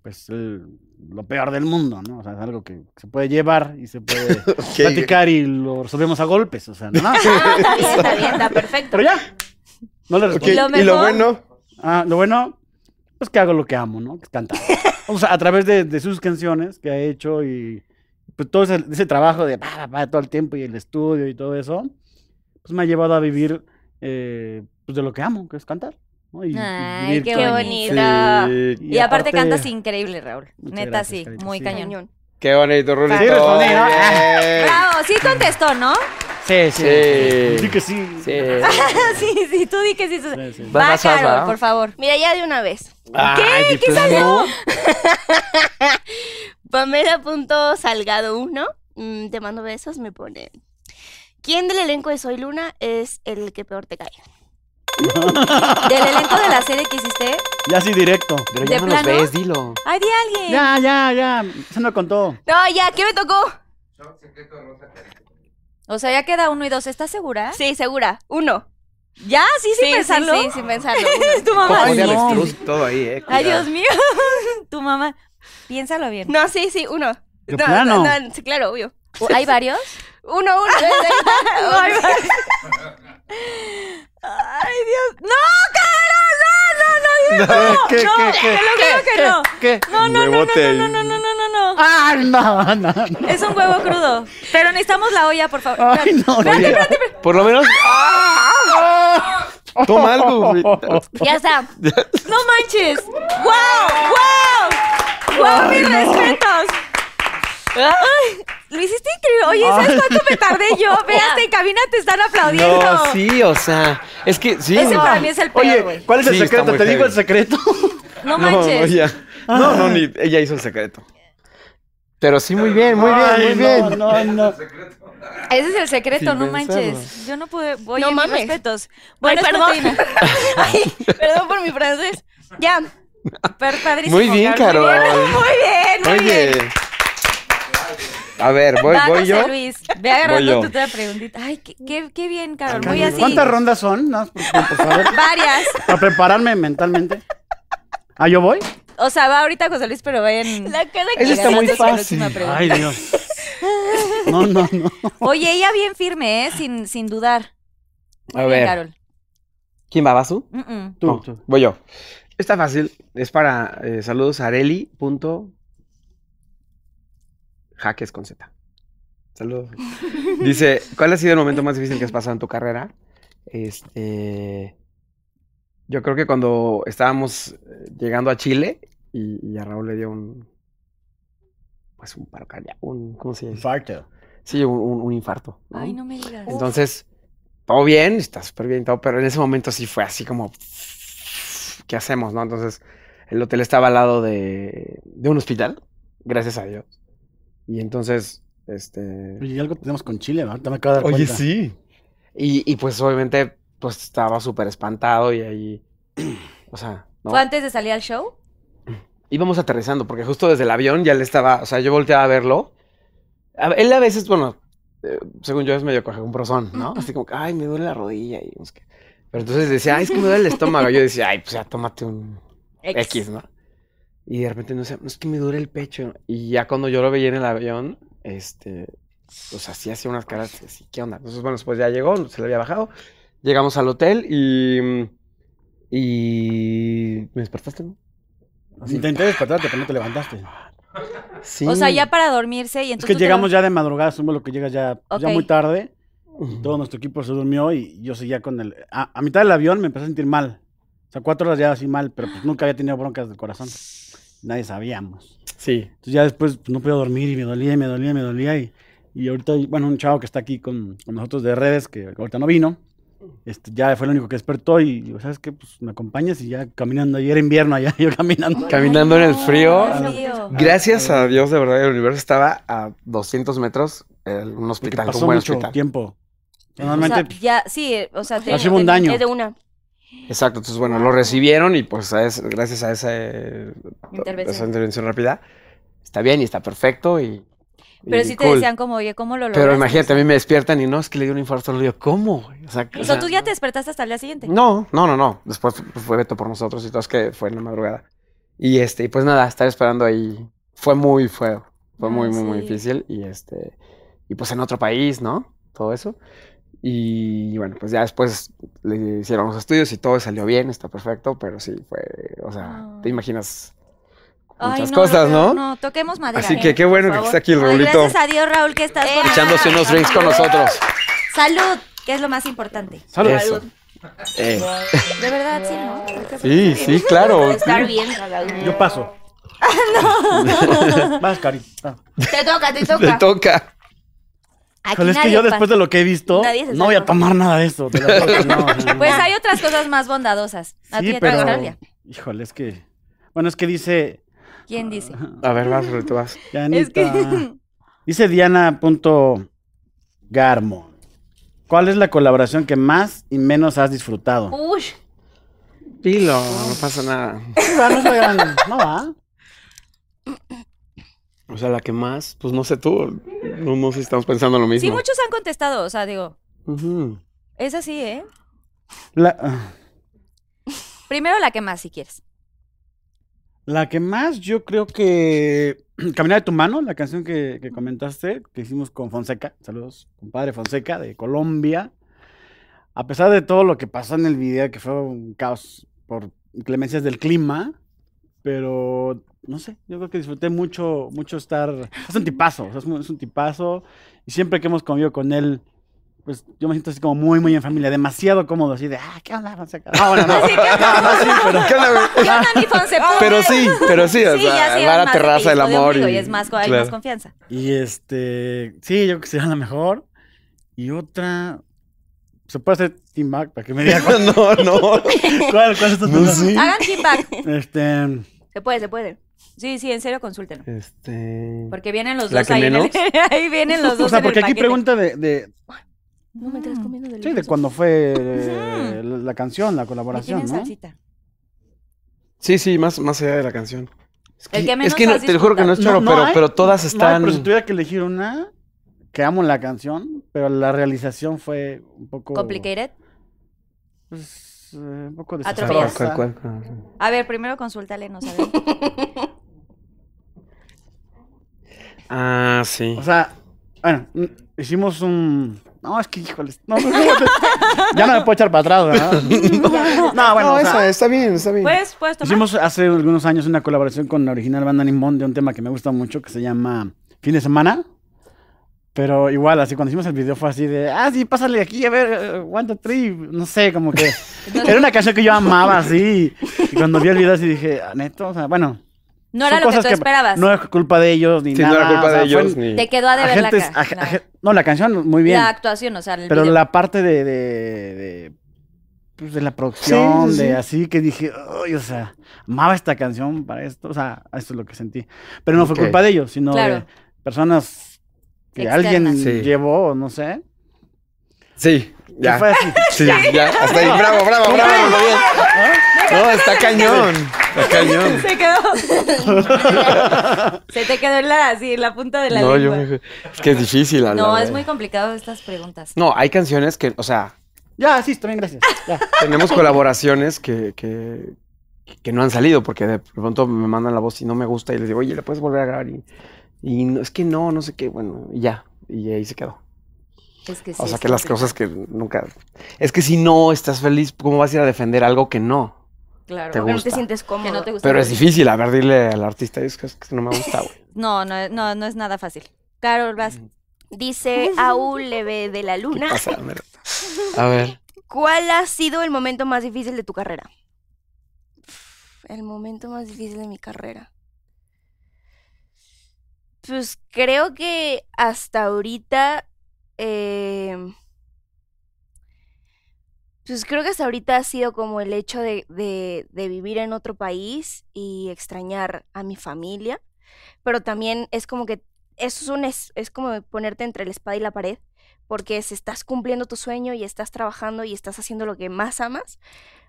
E: Pues el- lo peor del mundo, ¿no? O sea, es algo que se puede llevar y se puede platicar y lo resolvemos a golpes, o sea, ¿no?
D: Ah, está bien, está bien, está perfecto.
E: Pero ya, no le
C: Ok,
E: respondo.
B: ¿Y lo
C: Y
B: mejor?
C: lo bueno.
E: Ah, lo bueno, pues que hago lo que amo, ¿no? Que es cantar. o sea, a través de, de sus canciones que ha hecho y pues todo ese, ese trabajo de pa, pa, pa, todo el tiempo y el estudio y todo eso, pues me ha llevado a vivir eh, pues de lo que amo, que es cantar. ¿no? Y, y
B: Ay,
E: vivir
B: qué
E: con-
B: bonito.
C: Sí,
B: Y, aparte,
E: aparte-
B: cantas increíble, Raúl.
E: Muchas
B: Neta,
E: gracias,
B: sí.
E: carita,
B: Muy
E: sí.
B: cañón.
D: Cañón.
C: Qué bonito, Rulito.
E: Sí, respondí, ¿no?
C: Bien.
B: Bravo, sí contestó, ¿no?
E: Sí, sí.
C: Sí.
E: Sí que sí.
C: Sí.
B: sí, sí, tú di que sí.
E: Sí, sí.
B: Va,
C: Vas, vas, vas,
B: Carol,
C: ¿va?
B: por favor.
D: Mira, ya de una vez.
C: ¿Qué? ¿Qué salió?
D: Pamela.salgado 1. mm, te mando besos, me pone. ¿Quién del elenco de Soy Luna es el que peor te cae?
B: Del elenco de la serie que hiciste,
E: Ya sí, directo.
C: Pero ya
B: ¿De
C: no los
B: plano?
C: ves, dilo.
B: ay, di a alguien.
E: Ya, ya, ya. Eso no contó.
D: No, ya, ¿qué me tocó?
B: ¿Ah? O sea, ya queda uno y dos. ¿Estás segura?
D: Sí, segura. Uno.
B: ¿Ya? ¿Sí, sin pensarlo?
D: Sí, sin pensarlo. uno.
B: Tu mamá.
C: Ay,
E: no.
C: avestruz y todo ahí, eh.
B: Ay,
C: cuidado.
B: Dios mío. tu mamá. Piénsalo bien.
D: No, sí, sí, uno.
E: De
D: no,
E: plano.
D: no, no, sí, claro, obvio.
B: ¿Hay varios?
D: Uno, uno. ahí está,
B: Ay,
D: uno.
B: Ay, Dios. ¡No, Carol! ¡No, no, no! Dios, no,
E: ¿Qué,
B: no,
E: qué, qué?
B: te lo juro que no.
E: ¿Qué?
B: No, no, no,
C: Huevote.
B: no, no, no, no, no, no, no.
E: Ah, no, no, no.
B: Es un huevo crudo. Pero necesitamos la olla, por favor.
E: Ay, no, no.
C: Oye, por lo menos. Toma algo, güey.
D: Ya está.
B: ¡No manches! ¡Wow! ¡Wow! ¡Wow! ¡Mis respetos! Ay, lo hiciste increíble. Oye, ¿sabes
E: Ay.
B: cuánto me tardé yo? Ve hasta en cabina te están aplaudiendo.
C: No, sí, o sea. Es que sí.
B: Ese
C: no.
B: para mí es el peor,
E: Oye,
B: güey.
E: ¿cuál es el
C: Sí, está
E: secreto?
C: muy
E: ¿Te digo
C: heavy.
E: el secreto?
B: No
C: No,
B: manches.
C: ella. No, no, ni. Ella hizo el secreto. Pero sí, muy bien, muy bien,
E: Ay,
C: muy bien.
E: No, no, no.
B: Ese es el secreto,
C: Sin
B: no
C: pensarlo.
B: manches. Yo no pude. Oye,
D: No
B: mis
D: mames.
B: respetos.
D: Ay,
B: Bueno,
D: perdón. Ay, perdón por mi francés. Ya.
B: Per padrísimo,
C: Muy bien, Carol.
B: Muy bien, muy bien.
C: Oye. A ver, voy,
B: Va,
C: voy
B: José
C: yo.
B: Luis, ve agarrando
G: yo.
B: tu otra preguntita. Ay, qué, qué, qué bien, Carol. Muy
E: ¿Cuántas
B: así.
E: rondas son? Nada más por, por saber,
B: Varias.
E: para prepararme mentalmente. ¿Ah, yo voy?
B: O sea, va ahorita José Luis, pero vayan.
D: La cara
C: Eso
D: que
C: está muy
B: Gracias por la
C: fácil.
B: última pregunta.
E: Ay, Dios. No, no, no.
B: Oye, ella bien firme, ¿eh? Sin, sin dudar.
C: A
B: Bien,
C: ver,
B: Carol.
C: ¿quién va? ¿Vas tú?
B: Mm, mm.
E: Tú,
C: No,
E: tú.
C: Voy yo. Está fácil. Es para eh, saludos a Areli. Punto. Jaques con Z. Saludos. Dice, ¿cuál ha sido el momento más difícil que has pasado en tu carrera? Este, yo creo que cuando estábamos eh, llegando a Chile y, y a Raúl le dio un, pues un paro cardíaco, un, ¿cómo se dice?
E: Infarto.
C: Sí, un, un- un infarto. ¿no?
B: Ay, no me digas.
C: Entonces, todo bien, está súper bien y todo, pero en ese momento sí fue así como, ¿qué hacemos, no? Entonces, el hotel estaba al lado de, de un hospital, gracias a Dios. Y entonces, este...
E: Y algo tenemos con Chile, ¿no? Ahorita me acabo de dar cuenta.
C: sí. Y, y, pues obviamente, pues estaba súper espantado y ahí, o sea, ¿no?
B: ¿Fue antes de salir al show?
C: íbamos aterrizando, porque justo desde el avión ya le estaba, o sea, yo volteaba a verlo. A- él a veces, bueno, eh, según yo es medio cojeumbrosón, ¿no? Así como, que, ay, me duele la rodilla y no sé qué. Pero entonces decía, ay, es que me duele el estómago. Yo decía, ay, pues ya tómate un X, ¿no? Y de repente, no sé, no es que me duele el pecho. Y ya cuando yo lo veía en el avión, este, pues así hacía unas caras así, ¿qué onda? Entonces, bueno, pues ya llegó, se le había bajado. Llegamos al hotel y... Y... ¿Me despertaste, no?
E: Intenté despertarte, pero no te levantaste.
C: Sí.
B: O sea, ya para dormirse y
E: Es
B: entonces.
E: que
B: tú te
E: llegamos
B: vas-
E: ya de madrugada, asumo lo que llegas ya, pues, ya
B: Ok.
E: muy tarde.
C: Ujú.
E: Todo nuestro equipo se durmió y yo seguía con el... A, a mitad del avión me empecé a sentir mal. O sea, cuatro horas ya así mal, pero pues nunca había tenido broncas de corazón. Nadie sabíamos.
C: Sí.
E: Entonces ya después pues, no podía dormir y me dolía y me dolía y me dolía. Y, y ahorita, hay- bueno, un chavo que está aquí con, con nosotros de redes, que ahorita no vino, este, ya fue el único que despertó y digo, ¿sabes qué? Pues me acompañas y ya caminando, ayer era invierno allá, yo caminando.
C: Caminando en el frío.
B: Ay, frío.
C: Gracias a Dios, de verdad, el universo estaba a 200 metros en un
E: Porque
C: hospital, un
E: pasó
C: buen
E: mucho
C: hospital.
E: tiempo.
B: O sea,
E: Normalmente,
B: ya, sí, eh, o sea, te-
E: Hacemos un
B: te-
E: daño.
D: Es de una.
C: Exacto, entonces bueno, lo recibieron y pues a es- gracias a esa, eh,
B: Intervención.
C: esa intervención rápida, está bien y está perfecto y...
B: Pero
C: y
B: sí te
C: cool.
B: decían como, oye, ¿cómo lo lograste?
C: Pero imagínate, a mí me despiertan y no, es que le dio un infarto, le digo, ¿cómo? güey? O sea, o
B: O
C: sea,
B: sea, tú ya te despertaste hasta el día siguiente.
C: No, no, no, no. Después fu- fue Beto por nosotros y todo, es que fue en la madrugada. Y este, y pues nada, estar esperando ahí fue muy feo. Fue muy,
E: Ah,
B: Ay,
C: muy, muy
B: sí.
C: difícil. Y este, y pues en otro país, ¿no? Todo eso. Y bueno, pues ya después le hicieron los estudios y todo salió bien, está perfecto, pero sí fue, o sea,
E: Ah.
C: te
B: Ay.
C: imaginas
B: Ay,
C: muchas
B: no, lo
C: cosas,
B: peor,
C: ¿no?
B: No, toquemos madera.
C: Así
B: eh,
C: que qué
B: por
C: bueno que
B: favor.
C: está aquí el
B: Ay,
C: Raulito
B: Gracias a Dios, Raúl, que estás por acá.
C: echándose unos drinks con nosotros.
B: Salud, que es lo más importante.
E: salud.
C: Eso. Eh,
B: De verdad, sí, ¿no?
C: Sí, sí, claro.
D: Estar bien.
E: Yo paso. Vas, Cari. Ah.
D: Te toca, te
C: Le
D: toca.
C: toca.
B: Aquí
E: Híjole, es que
B: nadie
E: yo después
B: pasa.
E: de lo que he visto,
D: Nadie se
E: no voy a
D: salva.
E: tomar nada de eso. te lo juro que no, no, no.
B: Pues hay otras cosas más bondadosas. A ti
E: sí,
B: ya te toca,
E: pero...
B: Claudia.
E: Híjole, es que... Bueno, es que dice...
B: ¿Quién dice?
C: A ver, vas, Raulito, vas.
E: Dianita. Dice Diana.garmo. ¿Cuál es la colaboración que más y menos has disfrutado?
D: Uy,
C: Pilo, no pasa nada.
E: no es la gran- No va.
C: O sea, la que más, pues no sé tú, no, no sé si estamos pensando lo mismo.
B: Sí, muchos han contestado, o sea, digo,
C: Ujú.
B: es así, ¿eh?
E: La, ah,
B: Primero la que más, si quieres.
E: la que más yo creo que... Caminar de tu mano, la canción que, que comentaste, que hicimos con Fonseca. Saludos, compadre Fonseca de Colombia. A pesar de todo lo que pasó en el video, que fue un caos por inclemencias del clima, pero no sé, yo creo que disfruté mucho, mucho estar. Es un tipazo, o sea, es, un, es un tipazo. Y siempre que hemos comido con él, pues yo me siento así como muy, muy en familia, demasiado cómodo, así de, ah, ¿qué onda? Vamos a sacar-". No, bueno, no. No, Ah, sí, pero-
C: ¿Qué onda, güey?
B: ¿Qué onda, mi Fonse?
C: Pero sí, pero sí, o
B: Sí, ya
C: sea,
B: sí,
C: va a
B: más
C: la
B: de
C: terraza del
B: pellizco de
C: amor.
B: ombligo y es más, hay
C: Claro.
B: más confianza.
E: Y este, sí, yo creo que será la mejor. Y otra, se puede hacer team back para que me diga cuál,
C: No, no.
E: cuál, cuál es tu
C: No
E: team
C: sé.
B: Hagan feedback.
E: back. Este,
D: se puede, se puede.
B: Sí, sí, en serio, consúltenlo.
C: Este.
B: Porque vienen los
C: ¿La
B: dos
C: que
B: ahí. en el-
C: menos?
B: ahí vienen los dos.
E: o sea,
B: en el
E: porque aquí
B: paquete.
E: pregunta de, de,
D: No me estás comiendo del
E: Sí, de cuando fue eh, la, la canción, la
B: Me
E: colaboración,
B: tienen
E: ¿no?
B: salsita.
C: Sí, sí, más, más allá de la canción. Es
B: El
C: que,
B: que menos
C: es que no-
B: has
C: te lo juro que no es choro,
E: No, no
C: pero,
E: hay-
C: pero todas
E: no hay,
C: están.
E: pero si tuviera que elegir una, que amo la canción, pero la realización fue un poco.
B: Complicated.
E: pues, eh, un poco
B: Atropellada.
E: desastrosa.
C: ¿Cuál, cuál? Ah, sí.
B: A ver, primero consúltale, no sabe.
C: Ah, sí.
E: O sea, bueno, mm, hicimos un. No, es que, híjoles. no, no, no, ya no me puedo echar para atrás, ¿verdad? no, bueno,
C: no,
E: o sea,
C: esa, está bien, está bien.
B: ¿Puedes, puedes tomar?
E: Hicimos hace algunos años una colaboración con la original banda Nimbón de un tema que me gusta mucho que se llama Fin de Semana. Pero igual, así cuando hicimos el video fue así de, ah, sí, pásale aquí, a ver, eh, one, two, three", no sé, como que era una canción que yo amaba, así. Y cuando vi el video así dije, "Ah, neto, o sea, bueno.
B: No era
E: son
B: lo que
E: cosas
B: tú esperabas.
E: No es culpa de ellos ni
C: Sí,
E: nada.
C: no era culpa
E: o sea,
C: de
E: fue-
C: ellos. Ni...
B: Te quedó a deber la
E: agentes-
B: cara.
E: ag-
B: nada.
E: ag- no, la canción, muy bien.
B: La actuación, o sea, el
E: Pero
B: video.
E: la parte de, de, de, pues, de la
C: Sí,
E: producción,
C: sí,
E: de
C: sí.
E: así que dije, "Ay, o sea, amaba esta canción para esto, o sea, esto es lo que sentí. Pero no
C: Ok.
E: fue culpa de ellos, sino de
B: Claro.
E: personas que
B: Externas.
E: alguien
C: Sí.
E: llevó, no sé.
C: Sí,
E: que
C: ya.
E: fue así.
C: Sí, ya. Hasta ahí. Bravo, bravo, bravo. muy bien. No, está cañón. Está cañón.
B: Se quedó. Se te quedó en la, así, en la punta de la
C: No, yo
B: lengua.
C: me... Es que es difícil. la- la
B: No,
C: verdad.
B: es muy complicado estas preguntas.
C: No, hay canciones que, o sea,
E: Ya, sí, está bien, gracias. Ya.
C: tenemos colaboraciones que, que, que no han salido porque de pronto me mandan la voz y no me gusta y les digo, oye, ¿le puedes volver a grabar? Y, y no, es que no, no sé qué, bueno, y ya, y ahí se quedó.
B: Es que sí.
C: o sea,
B: es
C: que las
B: complicado.
C: cosas que nunca... Es que si no estás feliz, ¿cómo vas a ir a defender algo que no?
B: Claro.
C: te
D: Porque no
C: gusta.
D: te sientes cómomo.
B: Que no te gusta.
C: Pero es difícil, a ver, dile al artista, es que, es que no me gusta, güey.
B: No, no, no, no es nada fácil. Carol, vas.
D: Dice Aul Leve de la
C: ¿Qué
D: Luna.
C: pasa? A ver. A ver.
D: ¿Cuál ha sido el momento más difícil de tu carrera? El momento más difícil de mi carrera. Pues creo que hasta ahorita. eh, pues creo que hasta ahorita ha sido como el hecho de, de- de vivir en otro país y extrañar a mi familia. Pero también es como que. eso Es, un, es, es como ponerte entre la espada y la pared porque es, estás cumpliendo tu sueño y estás trabajando y estás haciendo lo que más amas,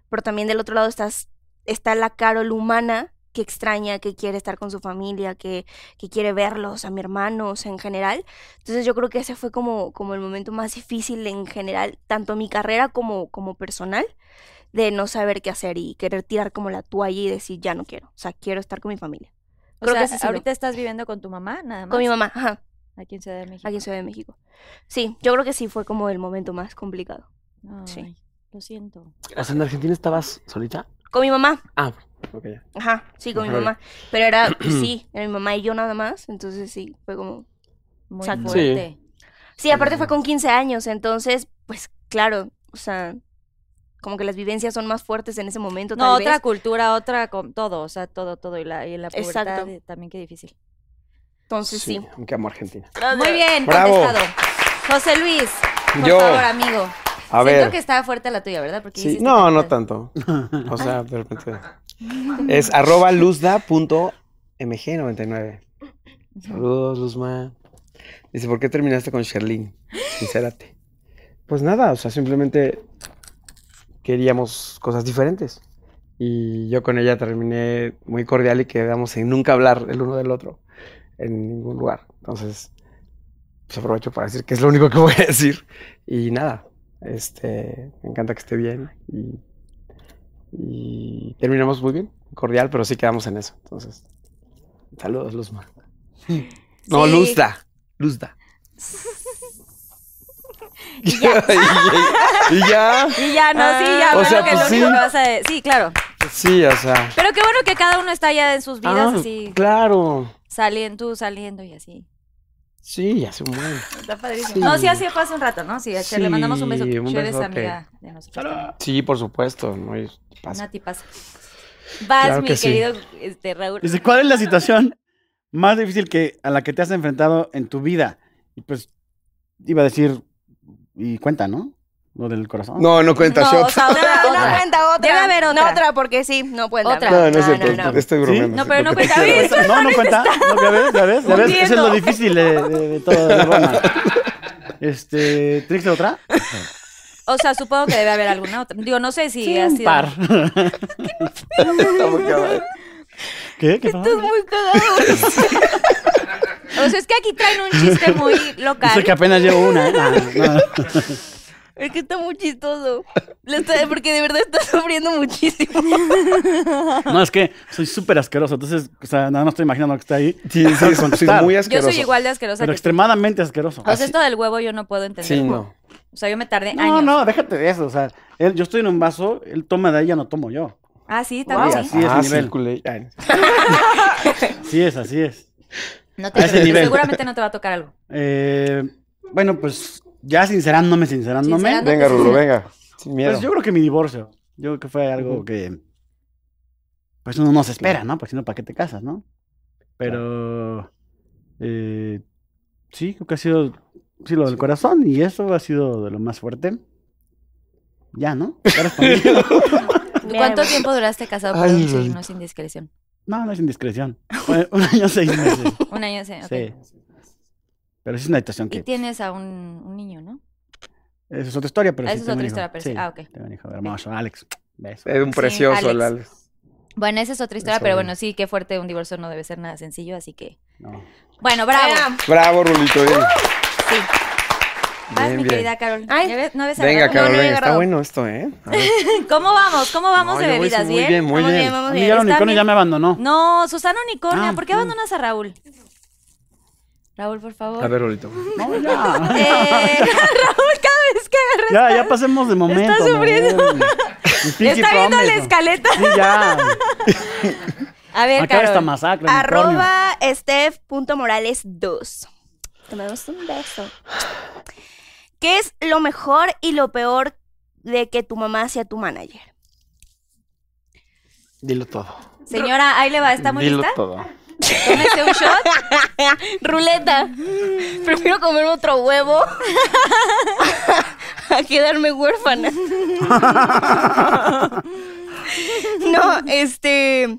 D: pero también del otro lado estás, está la Carol humana que extraña, que quiere estar con su familia, que, que quiere verlos, a mi hermano, o sea, en general. Entonces yo creo que ese fue como, como el momento más difícil en general, tanto mi carrera como, como personal, de no saber qué hacer y querer tirar como la toalla y decir, ya no quiero, o sea, quiero estar con mi familia.
B: O
D: Creo que
B: sea,
D: ese ha sido.
B: ahorita estás viviendo con tu mamá, nada más.
D: Con mi mamá, ajá,
B: Aquí en Ciudad de México.
D: aquí en Ciudad de México. Sí, yo creo que sí fue como el momento más complicado.
B: Ay,
D: Sí.
B: Lo siento.
C: O sea, en Argentina estabas solita.
D: Con mi mamá,
C: Ah, ok, ya.
D: Ajá, sí, con mi
C: Ajá.
D: mamá. Pero era, pues, sí, era mi mamá y yo nada más. Entonces sí, fue como.
B: Muy
D: Exacto.
C: Sí.
B: fuerte.
D: Sí, aparte fue
C: Ujú.
D: con 15 años. Entonces, pues claro, o sea, como que las vivencias son más fuertes en ese momento.
B: No,
D: No, tal
B: otra
D: vez.
B: cultura, otra, con todo, o sea, todo, todo. Y la, y la pubertad
D: Exacto.
B: eh, también qué difícil.
D: Entonces sí.
C: Aunque amo a Argentina.
B: Muy bien,
C: Bravo.
B: contestado. José Luis, por
C: Yo.
B: favor, amigo.
C: A
B: Siento
C: ver.
B: que estaba fuerte la tuya, ¿verdad? Porque
C: Sí,
B: hiciste
C: no, no
B: tantas-
C: tanto. O sea, de repente. Es arroba luzda.mg99. Saludos, Luzma. Dice, ¿por qué terminaste con Sherlyn? Sincérate. Pues nada, o sea, simplemente queríamos cosas diferentes. Y yo con ella terminé muy cordial y quedamos en nunca hablar el uno del otro en ningún lugar. Entonces, pues aprovecho para decir que es lo único que voy a decir. Y nada, este, me encanta que esté bien y y terminamos muy bien, cordial, pero sí quedamos en eso. Entonces, saludos, Luzma. No,
B: Sí.
C: Luzda. Luzda. Y ya. y ya.
B: Y ya, no, sí, ya,
C: O
B: bueno,
C: sea,
B: que
C: pues
B: lo único
C: sí.
B: que vas a de- Sí, claro.
C: Sí, o sea.
B: Pero qué bueno que cada uno está ya en sus vidas,
C: Ah,
B: así,
C: Claro.
B: saliendo, tú saliendo y así.
C: Sí, ya se mueve.
B: Está padrísimo.
C: Sí.
B: No, sí, así fue hace un rato, ¿no? Sí, a Cher le mandamos un beso.
C: Sí, un
B: Cher es
C: besote.
B: amiga de nosotros. también.
C: Sí, por supuesto. No Y pasa.
B: Una tipaza. Vas,
C: Claro
B: mi
C: que sí.
B: querido este, Raúl.
E: Dice, ¿cuál es la situación más difícil que, a la que te has enfrentado en tu vida? Y pues, iba a decir, y cuenta, ¿no? Lo del corazón.
C: No, no cuenta
B: No,
C: shot.
B: o sea,
E: Ah,
B: otra,
D: No
B: otra.
D: cuenta otra.
B: Debe haber otra.
D: No otra, porque sí, no puede
B: Otra.
C: No, no es
D: No, no,
C: cierto.
D: no.
C: Estoy bromeando.
B: No, pero no pues,
C: Lo que
B: cuenta. Ay,
C: te quiero decir.
E: No, no cuenta. No, ¿ya ves? ¿Ya ves? ¿Ya ves? Eso es
B: Hundiendo.
E: lo difícil de, de- de todo de Roma. Este, ¿tienes otra?
B: O sea, supongo que debe haber alguna otra. Digo, no sé si ha
E: un
B: sido.
E: par.
C: Está muy cabrón.
E: ¿Qué? ¿Qué
D: Estás muy cagado.
B: O sea, es que aquí traen un chiste muy
E: Dice
B: local.
E: que apenas llevo una. ¿eh? No, no.
D: Es que está muy chistoso. Le está- porque de verdad está sufriendo muchísimo.
E: No, es que soy súper asqueroso. Entonces, o sea, nada más estoy imaginando lo que está ahí.
C: Sí, sí,
E: Para
C: es- soy
E: contestar.
C: muy
B: Yo
C: asqueroso.
B: soy igual de asquerosa
E: Pero
B: que tú.
E: extremadamente asqueroso.
B: O sea, esto del huevo yo no puedo entender.
C: Sí, no.
B: O sea, yo me tardé
E: No,
B: años.
E: no, déjate de eso. O sea, él, yo estoy en un vaso, él toma de ahí, ya no tomo yo.
B: Ah, sí,
E: Wow.
B: también sí.
E: Así es mi nivel.
C: culé. Ay,
E: Sí es, así es.
B: No
E: A ese
B: te,
E: nivel.
B: seguramente no te va a tocar algo.
E: Eh, bueno, pues ya sincerándome, sincerándome.
B: Sincerando-
G: Venga, Rulo, venga.
C: sin miedo.
E: Pues yo creo que mi divorcio. Yo creo que fue algo que. Pues uno no se espera, ¿no? Pues si no, ¿para qué te casas, no? Pero. eh, sí, creo que ha sido. Sí, lo del corazón. Y eso ha sido de lo más fuerte. Ya, ¿no? Ya respondí.
B: ¿Cuánto tiempo duraste casado?
C: Ay,
B: Perdón, sí,
C: Lolita.
B: no es indiscreción.
E: no, no es indiscreción. Fue un año, seis meses.
B: Un año se. ok.
E: Sí. Pero sí es una situación
B: Y
E: que.
B: tienes a un, un niño, ¿no?
E: Esa es otra historia, pero
B: Ah,
E: sí
B: esa es
E: tengo
B: otra
E: un
B: historia,
E: hijo.
B: pero sí. Ah, ok.
E: Tengo un hijo hermoso, Alex. Beso.
C: Es un
B: Sí,
C: precioso el
B: Alex.
C: Alex.
B: Bueno, esa es otra historia,
E: Eso
B: pero
E: bien.
B: bueno, sí, qué fuerte. Un divorcio no debe ser nada sencillo, así que.
E: No.
B: Bueno, bravo.
C: Bravo, Rulito. eh. bien.
B: Sí. Vas,
C: Bien,
B: mi
C: bien.
B: querida Carol.
D: Ay.
B: ¿Ya ves? ¿No ves
C: Venga,
B: agarrado?
D: no
C: Carol,
D: he
C: venga. Está
D: agarrado.
C: bueno esto, ¿eh? A ver.
B: ¿Cómo vamos? ¿Cómo vamos
C: No,
B: de
C: yo voy
B: bebidas?
C: muy
B: ¿Bien?
C: bien, muy
D: Vamos
C: bien.
D: bien, vamos
E: A mí ya
D: bien.
E: el
B: está
E: unicornio ya
B: bien.
E: me abandonó.
B: No, Susana Unicornia,
E: Ah,
B: ¿por qué
E: mm.
B: abandonas a Raúl? Raúl, por favor.
C: A ver, Rulito.
E: No, ya.
B: Eh, Raúl, cada vez que agarras.
E: Ya, ya pasemos de momento.
B: Está
E: amor.
B: sufriendo.
E: Mi Pinky
B: Está viendo
E: Promise,
B: la
E: ¿no?
B: escaleta.
E: Sí, ya.
B: A ver,
E: Acaba esta
B: Carol.
E: masacre. unicornio.
D: Arroba Steph.morales2. Te mandamos un beso. ¿Qué es lo mejor y lo peor de que tu mamá sea tu manager?
C: Dilo todo.
B: Señora, ahí le va, ¿está muy
C: Dilo
B: lista?
C: todo.
B: Tómese un shot.
D: Ruleta. Prefiero comer otro huevo a quedarme huérfana. no, este.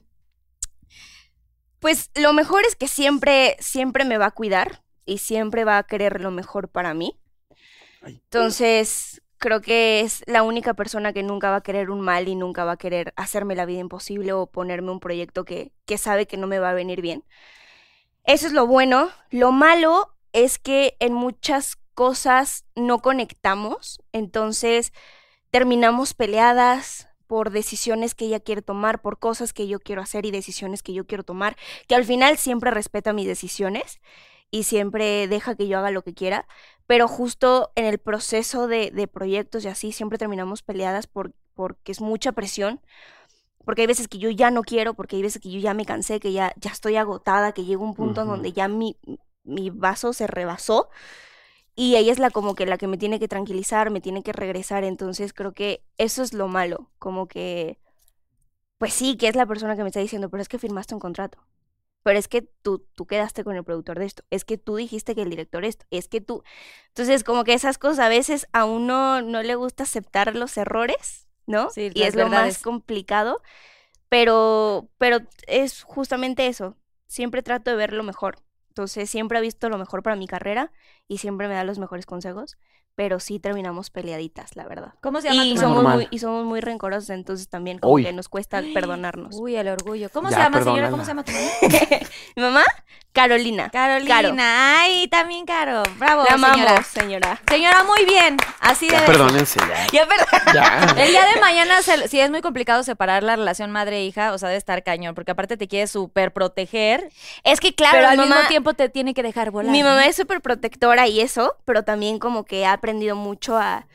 D: Pues lo mejor es que siempre, siempre me va a cuidar y siempre va a querer lo mejor para mí. Entonces, creo que es la única persona que nunca va a querer un mal y nunca va a querer hacerme la vida imposible o ponerme un proyecto que, que sabe que no me va a venir bien. Eso es lo bueno. Lo malo es que en muchas cosas no conectamos, entonces terminamos peleadas por decisiones que ella quiere tomar, por cosas que yo quiero hacer y decisiones que yo quiero tomar, que al final siempre respeta mis decisiones y siempre deja que yo haga lo que quiera, pero justo en el proceso de, de proyectos y así siempre terminamos peleadas por, porque es mucha presión porque hay veces que yo ya no quiero, porque hay veces que yo ya me cansé, que ya, ya estoy agotada, que llega un punto en
C: Ujú.
D: donde ya mi, mi vaso se rebasó. Y ella es la como que la que me tiene que tranquilizar, me tiene que regresar. Entonces creo que eso es lo malo. Como que, pues sí, que es la persona que me está diciendo, pero es que firmaste un contrato. Pero es que tú, tú quedaste con el productor de esto. Es que tú dijiste que el director esto. Es que tú. Entonces, como que esas cosas a veces a uno no le gusta aceptar los errores, ¿no?
B: Sí,
D: y
B: las
D: es lo
B: verdades.
D: más complicado. Pero, pero es justamente eso. Siempre trato de ver lo mejor. Entonces, siempre he visto lo mejor para mi carrera y siempre me da los mejores consejos. Pero sí terminamos peleaditas, la verdad.
B: ¿Cómo se llama
D: Y
B: tu
D: somos,
B: mamá?
C: Normal.
D: muy, y somos muy rencorosos, entonces también como
C: Uy.
D: que nos cuesta perdonarnos.
B: Uy, el orgullo. ¿Cómo
C: Ya,
B: se llama, señora?
C: perdónala.
B: ¿Cómo se llama tu mamá?
D: Mi mamá, Carolina.
B: Carolina.
D: Caro.
B: Ay, también Caro. Bravo,
D: La amamos,
B: señora.
D: señora.
B: Señora, muy bien. Así
C: Ya,
B: debe
C: perdónense, ya.
D: Ya, perdón.
C: Ya.
B: El día de mañana, se- sí, es muy complicado separar la relación madre-hija, o sea, de estar cañón, porque aparte te quiere súper proteger,
D: Es que
B: pero
D: claro,
B: al
D: mi mamá,
B: mismo tiempo te tiene que dejar volar.
D: mi
B: ¿no?
D: mamá es súper protectora y eso, pero también como que ha aprendido mucho a,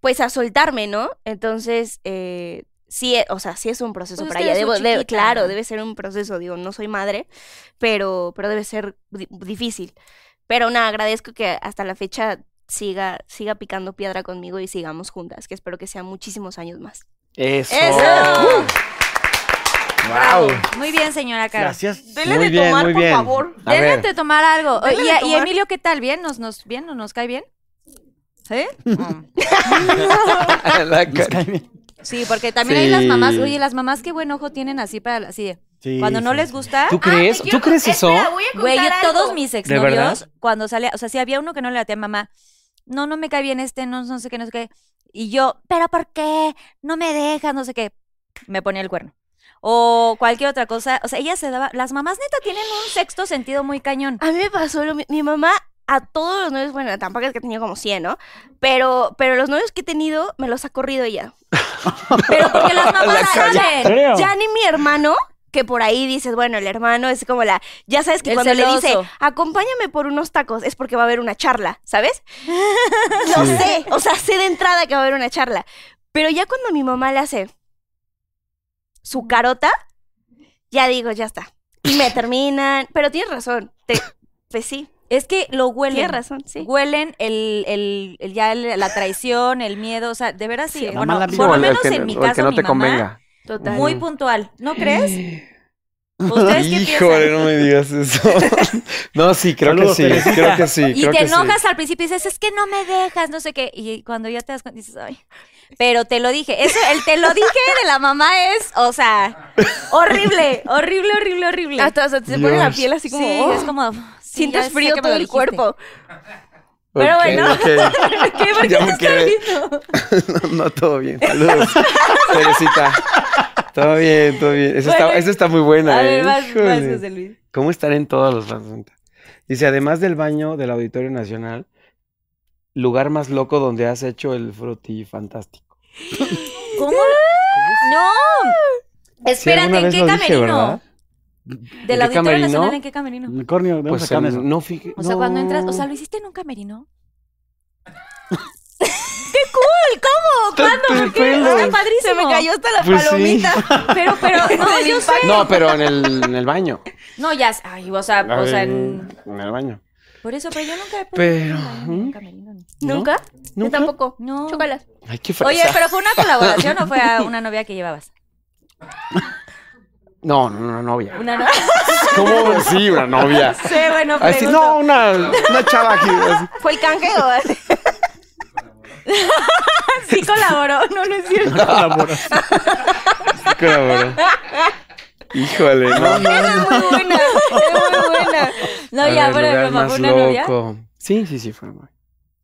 D: pues a soltarme, ¿no? Entonces, eh, sí, eh, o sea, sí es un proceso
B: Pues es
D: para
B: que
D: ella.
B: eres muy
D: Debo, de-
B: chiquita,
D: claro,
B: ¿no?
D: debe ser un proceso, digo, no soy madre, pero, pero debe ser di- difícil. Pero nada, agradezco que hasta la fecha siga, siga picando piedra conmigo y sigamos juntas, que espero que sean muchísimos años más.
C: Eso.
B: ¡Eso!
C: Wow.
B: Muy bien, señora Caro.
E: Gracias.
C: Muy bien, muy bien. A ver.
B: Déjate tomar algo. Oye,
D: Déjale
B: y, y
D: tomar.
B: Emilio, ¿qué tal? ¿Bien? ¿Nos, nos, bien? ¿No nos cae bien? ¿Sí? Mm.
C: La
E: Nos
C: cara.
E: cae bien.
B: Sí, porque también hay
C: Sí.
B: las mamás. Oye, las mamás qué buen ojo tienen así para así. de-
E: Sí,
B: cuando no
E: sí,
B: les
E: sí.
B: gusta.
C: ¿Tú crees? ¿Tú crees eso?
B: Güey, yo todos mis
C: ¿De verdad?
B: exnovios, cuando salía, o sea, si había uno que no le latía a mamá, no, no me cae bien este, no, no sé qué, no sé qué. Y yo, ¿pero por qué? No me dejas, no sé qué. Me ponía el cuerno. o cualquier otra cosa. O sea, ella se daba. Las mamás neta tienen un sexto sentido muy cañón.
D: A mí me pasó lo mi, mi mamá a todos los novios, bueno, tampoco es que he tenido como 100, ¿no? Pero, pero los novios que he tenido me los ha corrido ella. pero porque las mamás saben. Ya ni mi hermano que por ahí dices, bueno, el hermano es como la, ya sabes que
B: El
D: cuando le dice,
B: celoso.
D: acompáñame por unos tacos, es porque va a haber una charla, ¿sabes? No sé, o sea, sé de entrada que va a haber una charla. Pero ya cuando mi mamá le hace su carota, ya digo, ya está. Y me terminan, pero tienes razón, te- pues sí,
B: Es que lo
D: tienes
B: huelen.
D: razón, sí.
B: Huelen el, el, el- ya el- la traición, el miedo, o sea, de veras sí.
D: Sí,
E: la
B: bueno,
E: mala
B: por
E: vibra.
C: O
B: lo
C: el- el
B: menos
C: que-
B: en mi
C: o el
B: caso,
C: que no
B: mi
C: te
B: mamá,
C: convenga.
D: Total.
B: muy puntual. ¿No crees? ¿Ustedes qué
C: Híjole,
B: piensan?
C: no me digas eso. no, sí, creo
E: Saludos,
C: que sí,
E: Teresita.
C: creo que sí.
B: Y
C: creo
B: te
C: que sí.
B: enojas al principio y dices, es que no me dejas, no sé qué. Y cuando ya te das cuenta, dices, ay. Pero te lo dije. Eso, el te lo dije de la mamá es, o sea, horrible, horrible, horrible, horrible.
D: Hasta o sea, te pone la
C: Dios.
D: piel así como,
B: sí,
D: "Oh".
B: es como, sí, ya
D: sientes
B: sé
D: frío
B: que me
D: todo
B: lo
D: el
B: dijiste.
D: cuerpo.
B: Pero
C: Ok,
B: bueno.
C: ok.
B: ¿Qué? ¿Por qué
C: Ya
B: te
C: me
B: estás
C: quedé.
B: riendo?
C: no, no, todo bien. Saludos, Teresita. Todo bien, todo bien. Esa,
B: Bueno,
C: está, esa está muy buena.
B: A
C: eh.
B: ver, vas, vas,
C: Híjole.
B: José Luis.
C: ¿Cómo estar en todos los asuntos? Dice, además del baño del Auditorio Nacional, lugar más loco donde has hecho el fruti fantástico.
B: ¿Cómo? No. Espérate,
C: alguna
B: ¿en
C: vez
B: qué
C: lo dije,
B: camerino?
C: ¿verdad?
B: ¿Del
C: qué
B: Auditorio
C: camerino?
B: Nacional en qué camerino?
E: Unicornio, de
C: Pues
E: sacar
C: en-
E: eso.
C: no fíjate.
B: O sea, cuando entras, o sea, ¿lo hiciste en un camerino? ¡Qué cool! ¿Cómo? ¿Cuándo? ¿Por qué? Está padrísimo.
D: Se me cayó hasta la
C: Pues sí.
D: palomita.
B: Pero, pero, no, yo sé.
C: No, pero en el, en el baño.
B: No, ya, sé. ay, o sea, o sea, en-
C: en, en el baño.
B: por eso, pero yo nunca he podido
C: Pero,
B: ir a un baño en un
C: ¿mm?
B: camerino. ni-
D: ¿Nunca? Yo
C: ¿Nunca?
D: tampoco.
B: No.
D: Chócalas.
C: Ay, qué fresa.
B: Oye, pero ¿fue una colaboración o fue a una novia que llevabas?
C: No, no, no, novia.
B: Una novia.
C: ¿Cómo? Sí, una novia.
B: sé, bueno,
C: Así,
B: pregunto.
C: no, una, una chava aquí. así.
D: ¿Fue el canje o así?
B: Sí colaboró, no, no es cierto.
C: Claro. Híjole, no, no.
B: Muy buena, muy buena. No,
C: A
B: ya,
C: ver,
B: pero de
C: lugar
B: broma,
C: más
B: ¿fue una novia?
C: loco. Sí, sí, sí, fue una novia.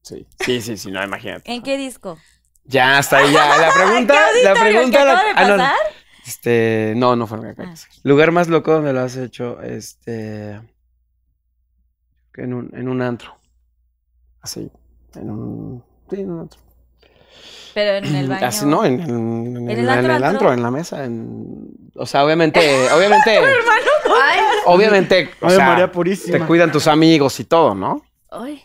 C: Sí, sí, sí, sí, no, imagínate.
B: ¿En qué disco?
C: Ya, hasta ahí, ya. La pregunta,
B: ¿Qué
C: la
B: auditorio? ¿El
C: pregunta.
B: que
C: la-
B: acaba de
C: ah, no,
B: pasar? Ah.
C: Este, no, no fue en Acapulco. Lugar más loco donde lo has hecho, este, que en un, en un antro. Así, en un, sí, en un antro.
B: Pero en el baño.
C: Así, Ah, no, en, en- en
B: ¿En el
C: el, en
B: antro,
C: el
B: antro?
C: antro, en la mesa, en- o sea, obviamente, obviamente, obviamente, o
E: Ave
C: sea,
E: María Purísima.
C: te cuidan tus amigos y todo, ¿no?
D: Ay.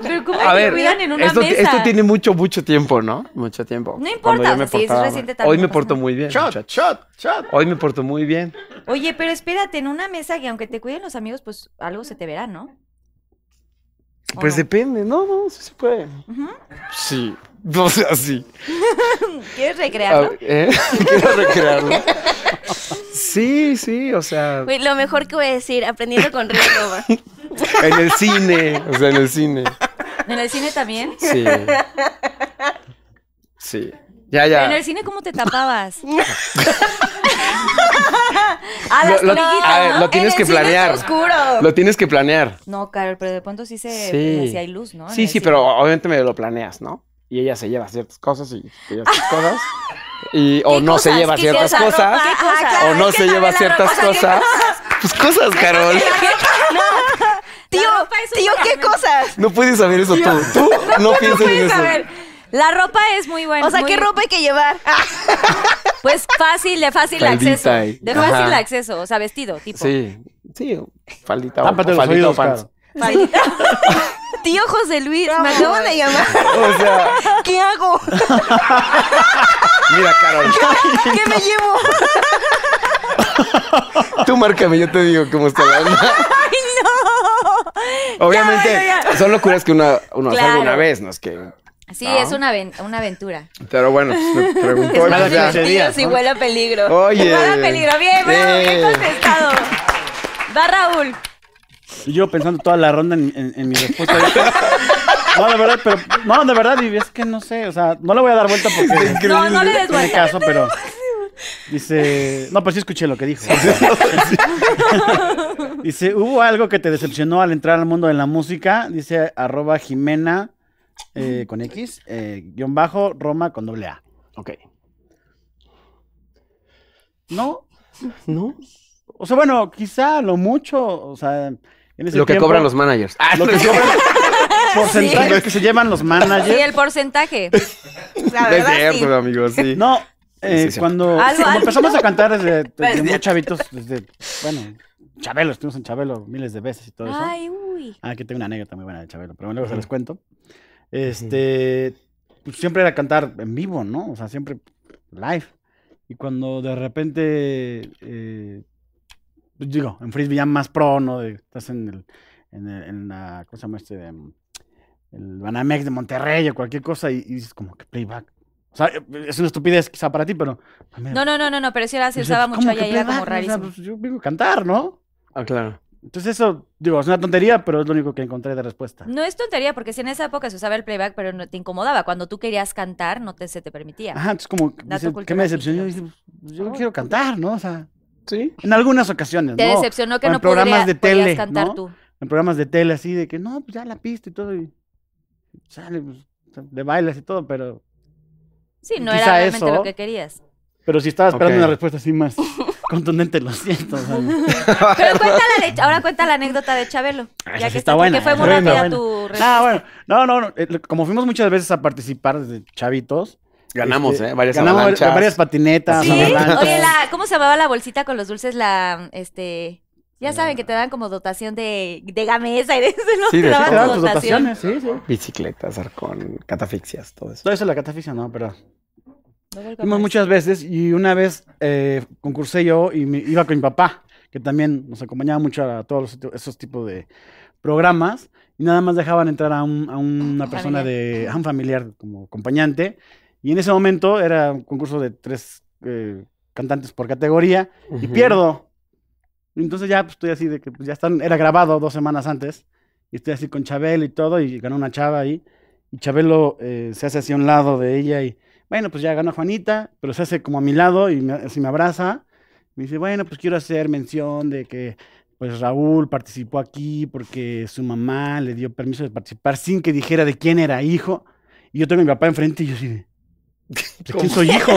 B: Pero ¿cómo
C: A
B: te
C: ver,
B: cuidan en una
C: esto, ti-
B: mesa?
C: esto tiene mucho, mucho tiempo, ¿no? Mucho tiempo.
B: No importa,
C: Cuando yo
B: o sea, si
C: me
B: es
C: portaba mal.
B: reciente,
C: Hoy
B: tampoco
C: me
B: pasa
C: porto
B: nada.
C: muy bien,
E: Shot,
C: muchachos.
E: shot, shot.
C: Hoy me porto muy bien.
B: Oye, pero espérate, en una mesa que aunque te cuiden los amigos, pues algo se te verá, ¿no? ¿O
C: Pues
B: no?
C: depende, no, no, sí se puede.
B: Ujú.
C: Sí, o sea, sí.
B: ¿Quieres
C: A
B: recrearlo?
C: ver, ¿eh? Quiero recrearlo. Sí, sí, o sea,
D: Güey, lo mejor que voy a decir, aprendiendo con Río Nova.
C: en el cine, o sea, en el cine.
B: ¿En el cine también?
C: Ah. Sí. Sí. Ya,
B: ¿Pero en
C: ya.
B: el cine cómo te tapabas? a las
C: Lo- lo- a
B: tiritas,
C: ver,
B: ¿no?
C: lo tienes
B: En
C: que
B: el cine
C: planear.
B: es oscuro.
C: Lo tienes que planear.
B: No, Carol, pero de pronto sí se...
C: Sí.
B: sí hay luz, ¿no? En
C: Sí,
B: el
C: sí,
B: cine.
C: pero obviamente me lo planeas, ¿no? Y ella se lleva ciertas cosas y te llevas ciertas cosas. Y, o
B: ¿Qué
C: no se
B: cosas?
C: lleva
B: ¿Qué
C: ciertas
B: cosa?
C: cosas.
B: ¿Qué cosa?
D: Ajá,
C: O
D: claro,
C: no
D: es que
C: se lleva
D: también la
C: ciertas
D: ropa-
C: cosas. Pues cosas, Carol.
D: Tío,
B: La ropa es un
D: tío, ¿qué
B: reglamento.
D: cosas?
C: No puedes saber eso tú. Tú no piensas en
B: Puedes
C: eso.
B: saber. La ropa es muy buena.
D: O sea,
B: muy-
D: ¿qué ropa hay que llevar? Ah,
B: Pues fácil, de fácil
C: Faldita
B: acceso.
C: y-
B: De fácil
C: Ajá.
B: acceso, o sea, vestido, tipo.
C: Sí, sí, faldita o,
E: Tápate
C: o
E: los
C: faldita
E: oídos,
C: o pants.
B: Faldita.
D: tío José Luis, me acaban de llamar.
C: O sea,
D: ¿Qué hago?
C: mira, Carol,
D: ¿Qué me llevo?
C: tú márcame, yo te digo cómo está la onda. ¡Ay, no! Obviamente,
B: Ya, bueno,
C: son locuras que una, uno hace
B: Claro.
C: alguna vez, no es que...
B: Sí,
C: ¿No?
B: es una, aven- una aventura.
C: Pero bueno, pues, me preguntó.
E: Es más
C: pues, ya.
E: Hace difícil. días,
D: si
E: ¿no?
D: huele a peligro.
C: Oye.
B: Nada de peligro. Bien, bravo, bien
C: Eh.
B: contestado. Va Raúl.
E: Y yo pensando toda la ronda en, en- en mi respuesta. No, de verdad, pero. No, de verdad, y es que no sé. O sea, no le voy a dar vuelta porque.
B: No, no le des
E: tiene
B: vuelta.
E: caso, pero. Dice. No, pero sí escuché lo que dijo. Dice: ¿Hubo algo que te decepcionó al entrar al mundo de la música? Dice arroba Jimena eh, con X, eh, guión bajo, Roma con doble A.
C: Ok.
E: No,
C: ¿No?
E: o sea, bueno, quizá lo mucho, o sea, en ese
C: Lo que
E: tiempo,
C: cobran los managers. Ah,
E: lo que cobran los porcentajes que se llevan los
B: Sí,
E: managers.
B: el porcentaje.
D: La
C: es
D: Ah, verdad,
C: cierto,
D: sí.
C: amigo, sí.
E: No, eh,
C: Sí, sí.
E: cuando,
B: Algo,
E: cuando
B: algo.
E: empezamos a cantar desde, desde
C: Pues,
E: muy chavitos, desde, bueno, Chabelo, estuvimos en Chabelo miles de veces y todo eso.
B: Ay, uy.
E: Ah, aquí tengo una anécdota muy buena de Chabelo, pero bueno, luego se les cuento. Este, pues siempre era cantar en vivo, ¿no? O sea, siempre live. Y cuando de repente, eh, pues digo, en frisbee ya más pro, ¿no? De- estás en el, en el- en la, ¿cómo se llama este? Em, El Banamex de Monterrey o cualquier cosa y, y dices como que playback. O sea, es una estupidez quizá para ti, pero...
B: No, no, no, no, no, pero sí era, se
E: Dices,
B: usaba
E: "Pues,
B: mucho
E: ¿cómo
B: allá
E: que
B: y era como
E: playback? O sea,
B: rarísimo.
E: pues, yo vengo a cantar, ¿no?
C: Ah, claro.
E: Entonces eso, digo, es una tontería, pero es lo único que encontré de respuesta.
B: No es tontería, porque si en esa época se usaba el playback, pero no te incomodaba. Cuando tú querías cantar, no te, se te permitía.
E: Ajá, entonces como que
B: Dato
E: dice, ¿qué
B: cultural
E: me decepcionó?
B: y Oh.
E: Dice, pues, yo quiero cantar, ¿no? O sea,
C: Sí.
E: en algunas ocasiones,
B: te
E: ¿no?
B: decepcionó que
E: o en
B: no
E: programas
B: podría,
E: de
B: podías
E: tele,
B: cantar
E: ¿no?
B: tú.
E: En programas de tele así de que, no, pues ya la pista y todo, y sale, pues, le bailas y todo, pero...
B: Sí, no
E: Quizá
B: era realmente
E: eso.
B: lo que querías.
E: Pero si estaba esperando
C: Ok.
E: una respuesta así más contundente, lo siento. o sea,
B: Pero cuéntala, de- ahora cuenta la anécdota de Chabelo.
E: Ah, esa
B: Ya
E: sí
B: que
E: está
B: está-
E: buena,
B: Que fue
C: ¿eh?
E: esa
B: muy
E: sí está
B: rápida
E: buena.
B: tu respuesta.
E: Ah, bueno, no, no, no, eh, lo- como fuimos muchas veces a participar desde chavitos.
C: Ganamos,
E: este,
C: ¿eh? Varias
E: ganamos var-
C: avalanchas.
E: varias patinetas,
B: Sí,
E: avalanchas.
B: oye, la, ¿cómo se llamaba la bolsita con los dulces? La, este, ya saben que te dan como dotación de, de gamesa y de eso, ¿no?
C: Sí,
B: Te
C: de-
B: daban
E: Te
B: tu
E: daban tus dotaciones, pues, sí, sí.
C: Bicicletas, arcón, catafixias, todo eso.
E: Todo eso es la catafixia, no, pero...
B: No vuelvo a
E: Fuimos
B: más.
E: muchas veces y una vez eh, concursé yo y me iba con mi papá, que también nos acompañaba mucho a todos los tipo- esos tipos de programas y nada más dejaban entrar a, un- a una persona de, a un familiar como acompañante y en ese momento era un concurso de tres eh, cantantes por categoría y pierdo. Entonces ya pues, estoy así de que pues, ya están, era grabado dos semanas antes y estoy así con Chabelo y todo y ganó una chava ahí y Chabelo eh, se hace hacia un lado de ella y bueno, pues ya ganó Juanita, pero se hace como a mi lado y me, así me abraza. Me dice, bueno, pues quiero hacer mención de que pues Raúl participó aquí porque su mamá le dio permiso de participar sin que dijera de quién era hijo. Y yo tengo a mi papá enfrente y yo así de, ¿de quién soy hijo?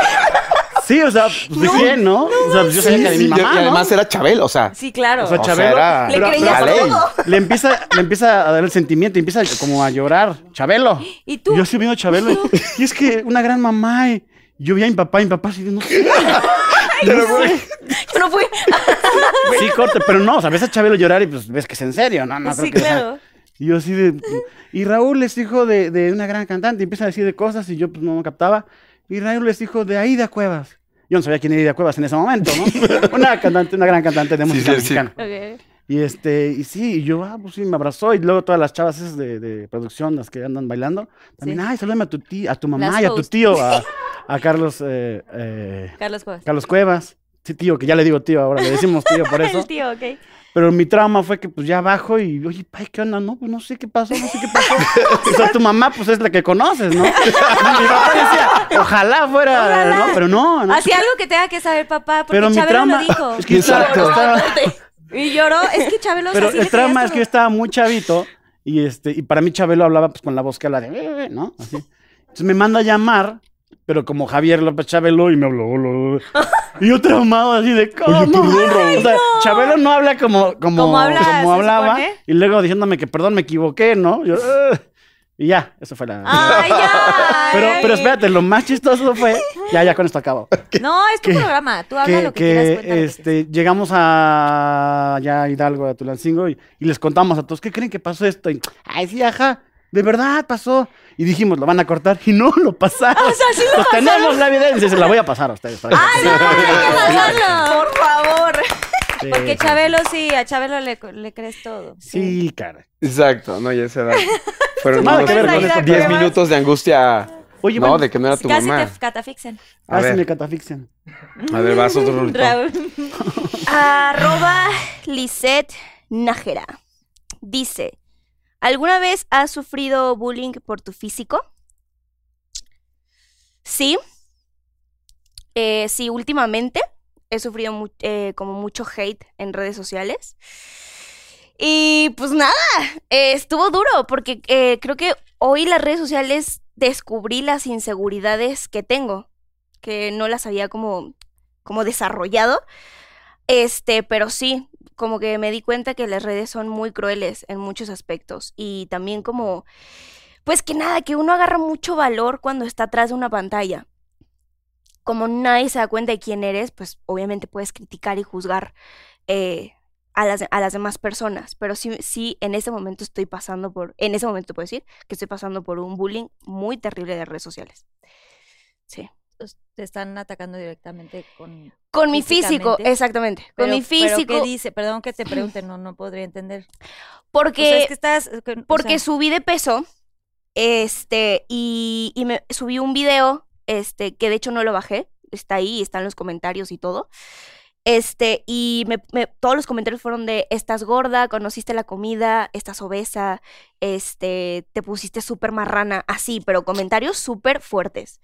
E: sí, o sea, pues, ¿de quién, no? O sea, pues, yo sabía que de mi
C: Sí,
E: mamá,
C: y
E: ¿no?
C: además era Chabelo, o sea.
B: Sí, claro.
E: O sea,
C: o sea,
E: Chabelo,
C: era-
B: Le creías
C: la ley.
B: todo.
E: le empieza, le empieza a dar el sentimiento, empieza como a llorar, Chabelo.
B: y tú,
E: Y yo así viendo a Chabelo, y- y es que una gran mamá, y yo vi a mi papá, y mi papá así de, no sé.
B: yo no fui.
E: Ah, Sí, corte, pero no, o sea, ves a Chabelo llorar y pues ves que es en serio, no, no, creo
B: sí,
E: que sea.
B: claro.
E: Y yo así de. Y Raúl es hijo de, de una gran cantante. Y empieza a decir de cosas y yo pues, no me captaba. Y Raúl es hijo de Aida Cuevas. Yo no sabía quién era Aida Cuevas en ese momento, ¿no? Una cantante, una gran cantante de música
C: sí, sí.
E: mexicana.
B: Ok.
E: Y este, y sí, y yo, ah, pues sí, me abrazó. Y luego todas las chavas esas de, de producción, las que andan bailando, también,
B: Sí.
E: ay, salúdame a tu tía, a tu mamá
B: Las
E: y a tu
B: hosts.
E: tío, a, a Carlos, eh, eh,
B: Carlos Cuevas.
E: Carlos Cuevas. Sí, tío, que ya le digo tío ahora, le decimos tío por eso.
B: El tío, ok.
E: Pero mi trauma fue que pues ya bajo y, oye, pay, ¿qué onda? No, pues no sé qué pasó, no sé qué pasó. o sea, tu mamá pues es la que conoces, ¿no? Y mi papá decía, ojalá fuera, ¿no? Pero no, no.
B: Hacía Ah, algo que tenga que saber papá, porque
E: Pero mi
B: Chabelo
E: trauma
B: lo dijo.
E: es que
C: Exacto.
E: estaba- estaba-
B: Y lloró, es que Chabelo
E: pero
B: así le
E: el trauma es que yo
B: creías
E: estaba muy chavito y este y para mí Chabelo hablaba pues con la voz que habla de "Eh, eh", ¿no? Así. Entonces me manda a llamar, pero como Javier López Chabelo y me habló "Hola". y yo traumado así de cómo. o sea, Chabelo no habla como como
B: Como habla,
E: como
B: se
E: hablaba
B: supone.
E: y luego diciéndome que perdón, me equivoqué, ¿no? Yo, "Eh". y ya, eso fue la
B: todo. Ay, ay.
E: Pero, pero espérate, lo más chistoso fue. Ya, ya con esto acabo.
B: No, es tu
E: que-
B: programa. Tú habla
E: Que,
B: lo que, quieras.
E: que,
B: cuenta lo que quieras.
E: este, llegamos a ya a Hidalgo, a Tulancingo, y, y les contamos a todos, ¿qué creen que pasó esto? Y, Ay, sí, ajá, de verdad pasó. Y dijimos, lo van a cortar, y no, lo pasaron.
B: O sea, sí lo
E: Pues tenemos la evidencia, se la voy a pasar a ustedes. para que-
B: ¡Ay, no! hay que pasarlo.
D: Por favor.
E: Sí,
B: Porque
E: sí,
B: Chabelo sí, a Chabelo le, le crees todo.
E: Sí, sí, cara.
C: Exacto, no, y esa edad. Fueron
E: Nada que ver con
C: unos
E: esa
C: 10
E: prueba.
C: minutos de angustia.
E: Oye,
C: no,
E: bueno,
C: de que no era
B: Si
C: tu
B: casi
C: mamá.
B: te catafixen.
C: A
E: Casi me
C: ver,
E: catafixian.
C: a ver, vas
D: Mm,
C: otro rulito.
B: Raúl.
D: Arroba Lisette Nájera. Dice, ¿alguna vez has sufrido bullying por tu físico? Sí. Eh, sí, últimamente he sufrido mu- eh, como mucho hate en redes sociales. Y pues nada, eh, estuvo duro porque eh, creo que hoy las redes sociales descubrí las inseguridades que tengo, que no las había como como desarrollado. Este, pero sí, como que me di cuenta que las redes son muy crueles en muchos aspectos y también como, pues que nada, que uno agarra mucho valor cuando está atrás de una pantalla. Como nadie se da cuenta de quién eres, pues obviamente puedes criticar y juzgar eh, a, las, a las demás personas, pero sí, sí, en ese momento estoy pasando por, en ese momento puedo decir que estoy pasando por un bullying muy terrible de redes sociales. Sí
B: os- te están atacando directamente con...
D: Con mi físico,
B: Físicamente.
D: exactamente. Con
B: Pero-
D: mi
B: pero
D: físico.
B: ¿Qué dice? Perdón que te pregunte, no, no podría entender.
D: Porque,
B: O sea, es que estás... que- o sea,
D: porque subí de peso. Este, y, y me subí un video, este, que de hecho no lo bajé. Está ahí, están los comentarios y todo. Este, y me- me- todos los comentarios fueron de estás gorda, conociste la comida, estás obesa, este, te pusiste súper marrana, así, pero comentarios súper fuertes.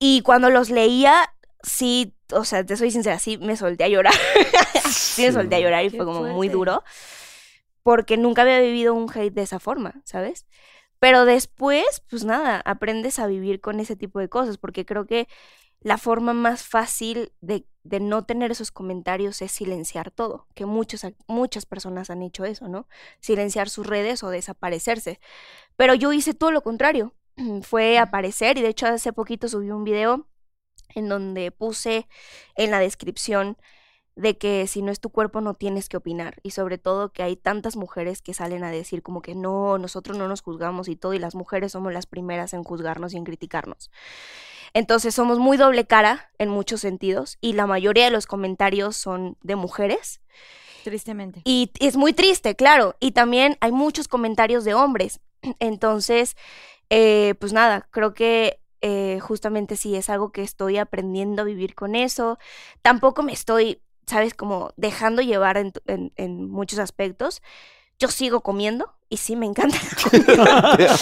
D: Y cuando los leía, sí, o sea, te soy sincera, sí me solté a llorar. sí me solté a llorar y
B: Qué
D: fue como muy
B: fuerte.
D: duro. Porque nunca había vivido un hate de esa forma, ¿sabes? Pero después, pues nada, aprendes a vivir con ese tipo de cosas, porque creo que la forma más fácil de, de no tener esos comentarios es silenciar todo, que muchos, muchas personas han hecho eso, ¿no? Silenciar sus redes o desaparecerse. Pero yo hice todo lo contrario,
B: Mm.
D: fue aparecer y de hecho hace poquito subí un video en donde puse en la descripción de que si no es tu cuerpo no tienes que opinar y sobre todo que hay tantas mujeres que salen a decir como que no, nosotros no nos juzgamos y todo y las mujeres somos las primeras en juzgarnos y en criticarnos. Entonces somos muy doble cara en muchos sentidos y la mayoría de los comentarios son de mujeres
B: Tristemente.
D: y t- es muy triste, claro. Y también hay muchos comentarios de hombres. Entonces, eh, pues nada, creo que eh, justamente sí es algo que estoy aprendiendo a vivir con eso. Tampoco me estoy, ¿sabes? Como dejando llevar en, t- en- en muchos aspectos. Yo sigo comiendo y sí me encanta. la comida.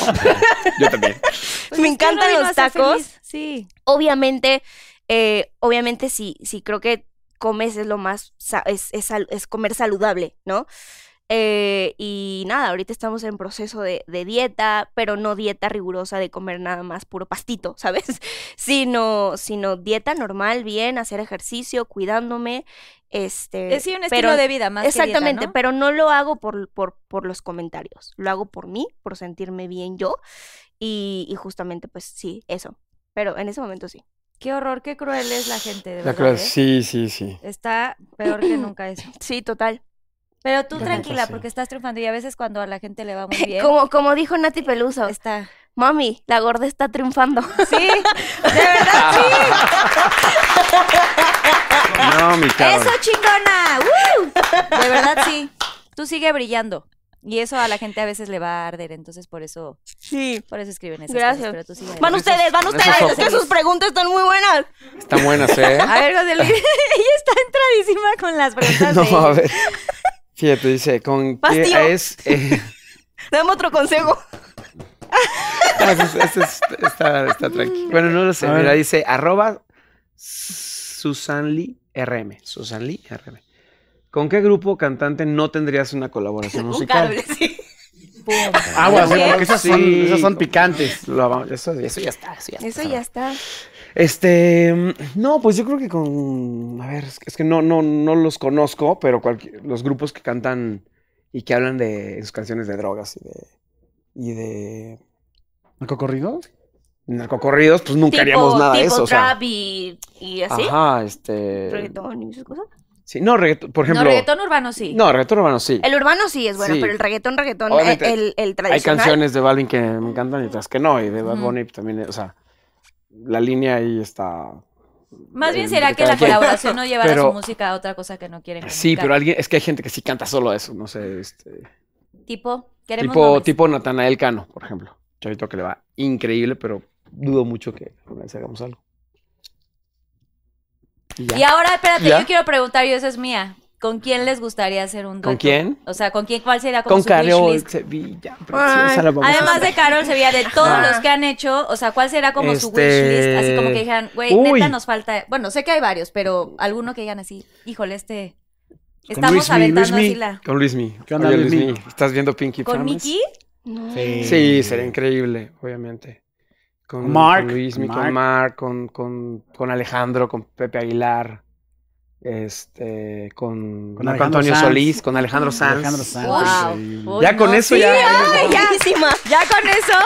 H: Yo también.
B: Pues
D: me
B: es que
D: encantan
B: uno
D: los
B: hace
D: tacos.
B: feliz, Sí.
D: obviamente, eh, obviamente sí, sí, creo que comes es lo más, sa- es, es sal- es comer saludable, ¿no? Eh, y nada, ahorita estamos en proceso de, de dieta, pero no dieta rigurosa de comer nada más puro pastito, ¿sabes? Sino, sino dieta normal, bien, hacer ejercicio, cuidándome, este...
B: Es sí, un
D: pero-
B: estilo de vida más que dieta,
D: Exactamente,
B: ¿no?
D: pero no lo hago por, por, por los comentarios, lo hago por mí, por sentirme bien yo y, y justamente pues sí, eso, pero en ese momento sí.
B: Qué horror, qué cruel es la gente, de
C: La
B: verdad,
C: cruel-
B: ¿eh?
C: Sí, sí, sí.
B: Está peor que nunca eso.
D: Sí, total.
B: Pero tú
E: La neta,
B: tranquila,
E: sí.
B: porque estás triunfando y a veces cuando a la gente le va muy bien,
D: Como, como dijo Nati Peluso,
B: está...
D: mami, la gorda está triunfando.
B: Sí, de
C: Ah,
B: verdad, sí.
H: No, mi
B: ¡Eso,
H: cabrón.
B: chingona! ¡Woo! De verdad, sí. Tú sigue brillando. Y eso a la gente a veces le va a arder, entonces por eso,
D: Sí.
B: por eso escriben esas
D: Gracias.
B: cosas, pero tú sigue
D: Van
B: adelante.
D: ustedes, van
C: esos
D: ustedes, es que
B: ojos.
D: sus preguntas están muy buenas.
C: Están buenas, ¿eh?
B: A ver, José Luis, ella está entradísima con las preguntas
C: No,
B: de-
C: a ver. Fíjate, dice, ¿con
D: Pastillo.
C: qué es? eh,
D: Dame otro consejo.
C: ah, pues, este es- está, está tranqui. Bueno, no lo sé.
E: A ver.
C: Mira, dice, arroba Susanli RM. Susanli RM. ¿Con qué grupo cantante no tendrías una colaboración
D: Un
C: musical?
D: cable, sí.
E: Aguas,
B: Sí.
E: eh, porque esas son,
C: Sí.
E: esas son picantes.
C: Lo vamos- eso, eso ya está. Eso ya está.
D: Eso ya está.
C: Este, mm, no, pues yo creo que con, a ver, es que, es que no, no, no los conozco, pero cualquier, los grupos que cantan y que hablan de en sus canciones de drogas y de, y de
E: ¿Narcocorrido?
C: narcocorridos, pues nunca haríamos
D: tipo
C: nada de
D: tipo
C: eso, o sea.
D: trap y, y así.
C: Ajá, este,
D: Reggaetón y esas cosas.
C: sí, no, reggaetón, por
B: No,
C: ejemplo,
B: reggaetón urbano sí.
C: no, reggaetón urbano sí.
D: El urbano sí es bueno,
C: Sí.
D: pero el reggaetón, reggaetón, eh,
C: Obviamente,
D: el, el tradicional.
C: Hay canciones de Balvin que me encantan y otras que no, y de Bad
B: Ujú.
C: Bunny también, o sea, la línea ahí está.
B: Más bien
C: eh,
B: será
C: de
B: que
C: cada
B: la
C: quien.
B: colaboración no llevara
C: Pero-
B: su música a otra cosa que no quieren
C: Sí, pero
B: comunicar.
C: alguien, es que hay gente que sí canta solo eso, no sé, este.
B: Tipo, queremos
C: Tipo,
B: nombres.
C: tipo Natanael Cano, por ejemplo. Chavito que le va increíble, pero dudo mucho que alguna vez hagamos algo. Y ya.
B: Y ahora, espérate,
C: ¿Ya?
B: yo quiero preguntar, yo esa es mía. ¿Con quién les gustaría hacer un dueto?
C: ¿Con quién?
B: O sea, ¿con quién? ¿Cuál sería como
C: Con
B: su wishlist?
C: Carol Sevilla. preciosa, la vamos a
B: Además de Carol Sevilla, de todos
C: Ah.
B: los que han hecho, o sea, ¿cuál será como su
C: Este-
B: wishlist? Así como que dijeran, güey,
C: Uy.
B: neta nos falta. Bueno, sé que hay varios, pero alguno que digan así, híjole, este.
C: Con
B: Estamos
C: Luismi,
B: aventando
C: Luismi,
B: así la.
C: Con Luismi.
E: ¿Qué onda,
C: Oye,
E: Luismi?
C: Luismi, ¿Estás viendo Pinky
B: ¿Con
C: Promise?
B: Mickey?
D: No.
C: Sí, sería increíble, obviamente. Con,
E: Con Mark.
C: con Luis,
E: Con
C: con Mark, con, con- con Alejandro, con Pepe Aguilar, este, con,
E: Con
C: Marco
E: Alejandro
C: Antonio
E: Sanz.
C: Solís, con Alejandro Sanz.
E: Alejandro Sanz.
I: Wow.
E: sí.
I: Uy,
C: Ya con
I: no,
C: eso
I: sí,
C: ya,
I: ay, ya.
D: Buenísima.
I: Ya con eso.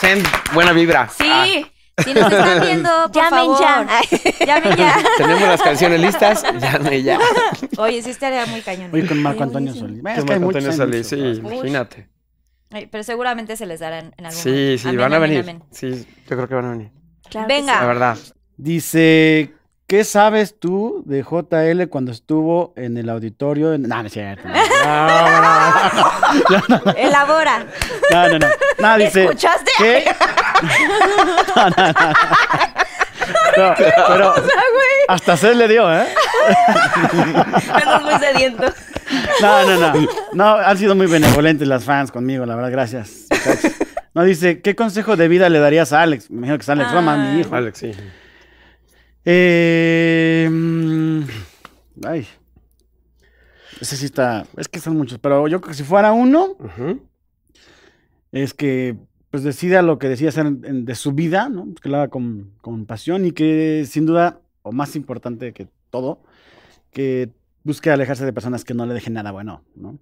C: send buena vibra.
I: Sí.
C: Ah.
I: Si nos están viendo, por
D: Llamen
I: favor.
D: ya. Ay,
I: Llamen ya.
C: Ah, Tenemos las canciones listas, llame ya.
I: Oye, sí estaría muy cañón.
E: Oye, con Marco
I: Oye,
E: Antonio
I: buenísimo.
E: Solís.
G: Con Marco Antonio Solís, sí,
I: Uy.
G: imagínate.
I: Ay, pero seguramente se les dará en, en algún
C: Sí,
I: momento.
C: sí,
I: Amén,
C: van a
I: amén,
C: venir.
I: amén.
C: Sí, yo creo que van a venir.
D: claro que
I: Venga.
C: La verdad.
E: Dice, ¿qué sabes tú de JL cuando estuvo en el auditorio? en- No, no es cierto. No,
I: Elabora.
E: no, no. no. No, dice,
D: ¿Escuchaste?
E: ¿qué? No, no, no, no. No, pero hasta se le dio, ¿eh?
D: sí. Andas muy sediento.
E: No, no, no. No, han sido muy benevolentes las fans conmigo, la verdad, gracias. muchachos. No, dice, ¿qué consejo de vida le darías a Alex? Me imagino que es Alex Roma, mi hijo.
G: Alex, sí.
E: Eh, mm, ay. Ese sí está. Es que son muchos, pero yo creo que si fuera uno,
C: Ujú.
E: es que pues decida lo que decida hacer en- en- de su vida, ¿no? Pues, Que lo haga con, con pasión y que sin duda, o más importante que todo, que busque alejarse de personas que no le dejen nada bueno, ¿no?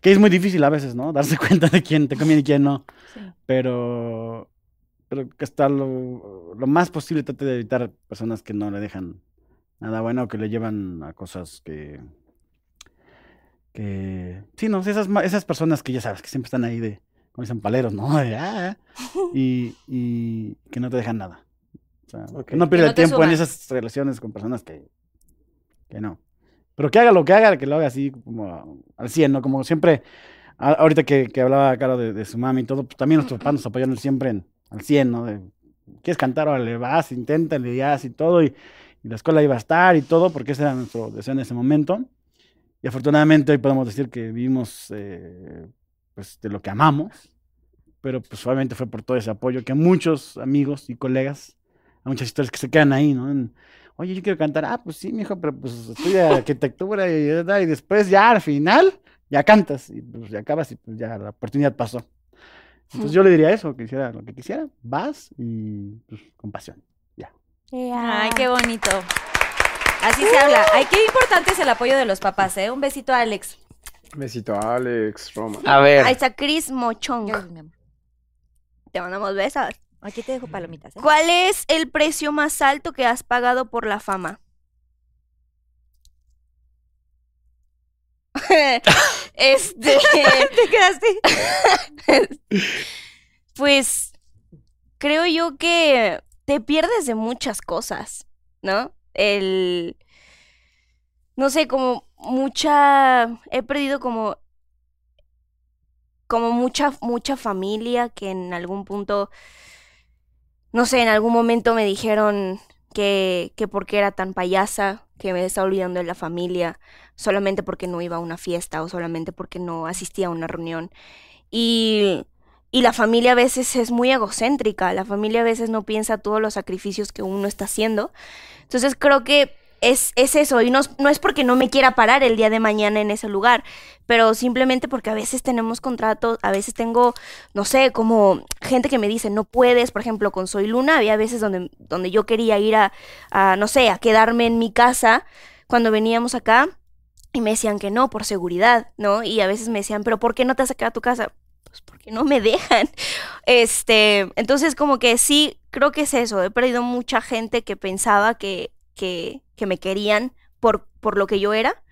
E: Que es muy difícil a veces, ¿no? Darse cuenta de quién te conviene y quién no. Pero, pero que está lo, lo más posible trate de evitar personas que no le dejan nada bueno o que le llevan a cosas que... que sí, no, esas, ma- esas personas que ya sabes, que siempre están ahí de, como dicen, paleros, ¿no? De, "Ah", y, y que no te dejan nada. O sea, que
C: Ok.
E: no pierda
I: no
E: el
I: te
E: tiempo
I: suman.
E: en esas relaciones con personas que, que no. Pero que haga lo que haga, que lo haga así como al 100, ¿no? Como siempre, a- ahorita que, que hablaba Caro de, de su mami y todo, pues también nuestros papás nos apoyaron siempre en- al 100, ¿no? De, ¿Quieres cantar? Órale, vas, inténtale, y haz y todo. Y, y la escuela iba a estar y todo, porque ese era nuestro deseo en ese momento. Y afortunadamente hoy podemos decir que vivimos eh, pues, de lo que amamos, pero pues obviamente fue por todo ese apoyo que muchos amigos y colegas, hay muchas historias que se quedan ahí, ¿no? En, Oye, yo quiero cantar. Ah, pues sí, mijo, pero pues estudia arquitectura y, y después ya al final ya cantas y pues ya acabas y pues ya la oportunidad pasó. Entonces yo le diría eso, que hiciera lo que quisiera, vas y pues con pasión.
I: Ay, qué bonito. Así se habla. Ay, qué importante es el apoyo de los papás, ¿eh? Un besito a Alex.
G: Besito a Alex Roma.
C: A
D: Ahí
C: ver,
D: está Chris Mochong.
I: Gracias, mi amor.
D: Te mandamos besos.
I: Aquí te dejo palomitas, ¿eh?
D: ¿Cuál es el precio más alto que has pagado por la fama? este. ¿Te quedaste? pues creo yo que te pierdes de muchas cosas, ¿no? El. No sé, como mucha. He perdido como. Como mucha, mucha familia que en algún punto no sé, en algún momento me dijeron que, que porque era tan payasa, que me estaba olvidando de la familia, solamente porque no iba a una fiesta o solamente porque no asistía a una reunión. Y, y la familia a veces es muy egocéntrica, la familia a veces no piensa todos los sacrificios que uno está haciendo. Entonces creo que es, es eso, y no, es- no es porque no me quiera parar el día de mañana en ese lugar, pero simplemente porque a veces tenemos contratos, a veces tengo no sé, como gente que me dice, no puedes, por ejemplo, con Soy Luna, había veces donde, donde yo quería ir a, a, no sé, a quedarme en mi casa cuando veníamos acá y me decían que no, por seguridad, ¿no? Y a veces me decían, pero ¿por qué no te has quedado a tu casa? Pues porque no me dejan. Este, entonces como que sí, creo que es eso, he perdido mucha gente que pensaba que, que, que me querían por, por lo que yo era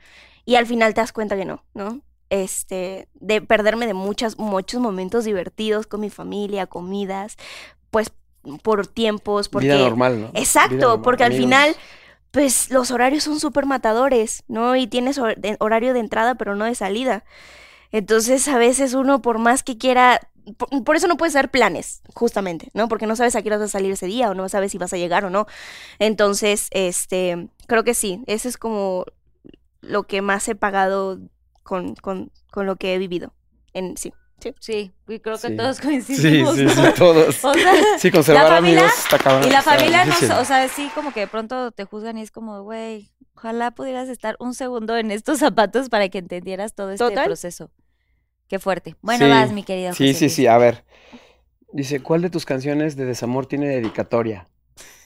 D: y al final te das cuenta que no, ¿no? este, de perderme de muchas, muchos momentos divertidos con mi familia, comidas, pues por tiempos, porque...
C: vida normal, ¿no?
D: Exacto,
C: Vida normal,
D: porque al
C: amigos.
D: final, pues los horarios son súper matadores, ¿no? Y tienes hor- de- horario de entrada, pero no de salida. Entonces, a veces uno, por más que quiera, por, por eso no puedes hacer planes, justamente, ¿no? Porque no sabes a qué hora vas a salir ese día o no sabes si vas a llegar o no. Entonces, este, creo que sí, eso es como lo que más he pagado con, con, con lo que he vivido. En, sí.
I: Sí, y creo que
C: Sí.
I: todos
C: Sí,
I: coincidimos.
C: sí,
I: ¿no?
C: sí, todos.
I: O sea,
C: Sí, conservar
I: La familia-
C: amigos está cabrón.
I: y la
C: está
I: familia no,
C: difícil.
I: o sea, sí, como que de pronto te juzgan y es como, güey, ojalá pudieras estar un segundo en estos zapatos para que entendieras todo este
D: Total.
I: proceso. Qué fuerte. Bueno,
C: Sí,
I: vas, mi querido.
C: Sí,
I: José
C: sí,
I: Luis.
C: sí, a ver. Dice, ¿cuál de tus canciones de desamor tiene dedicatoria?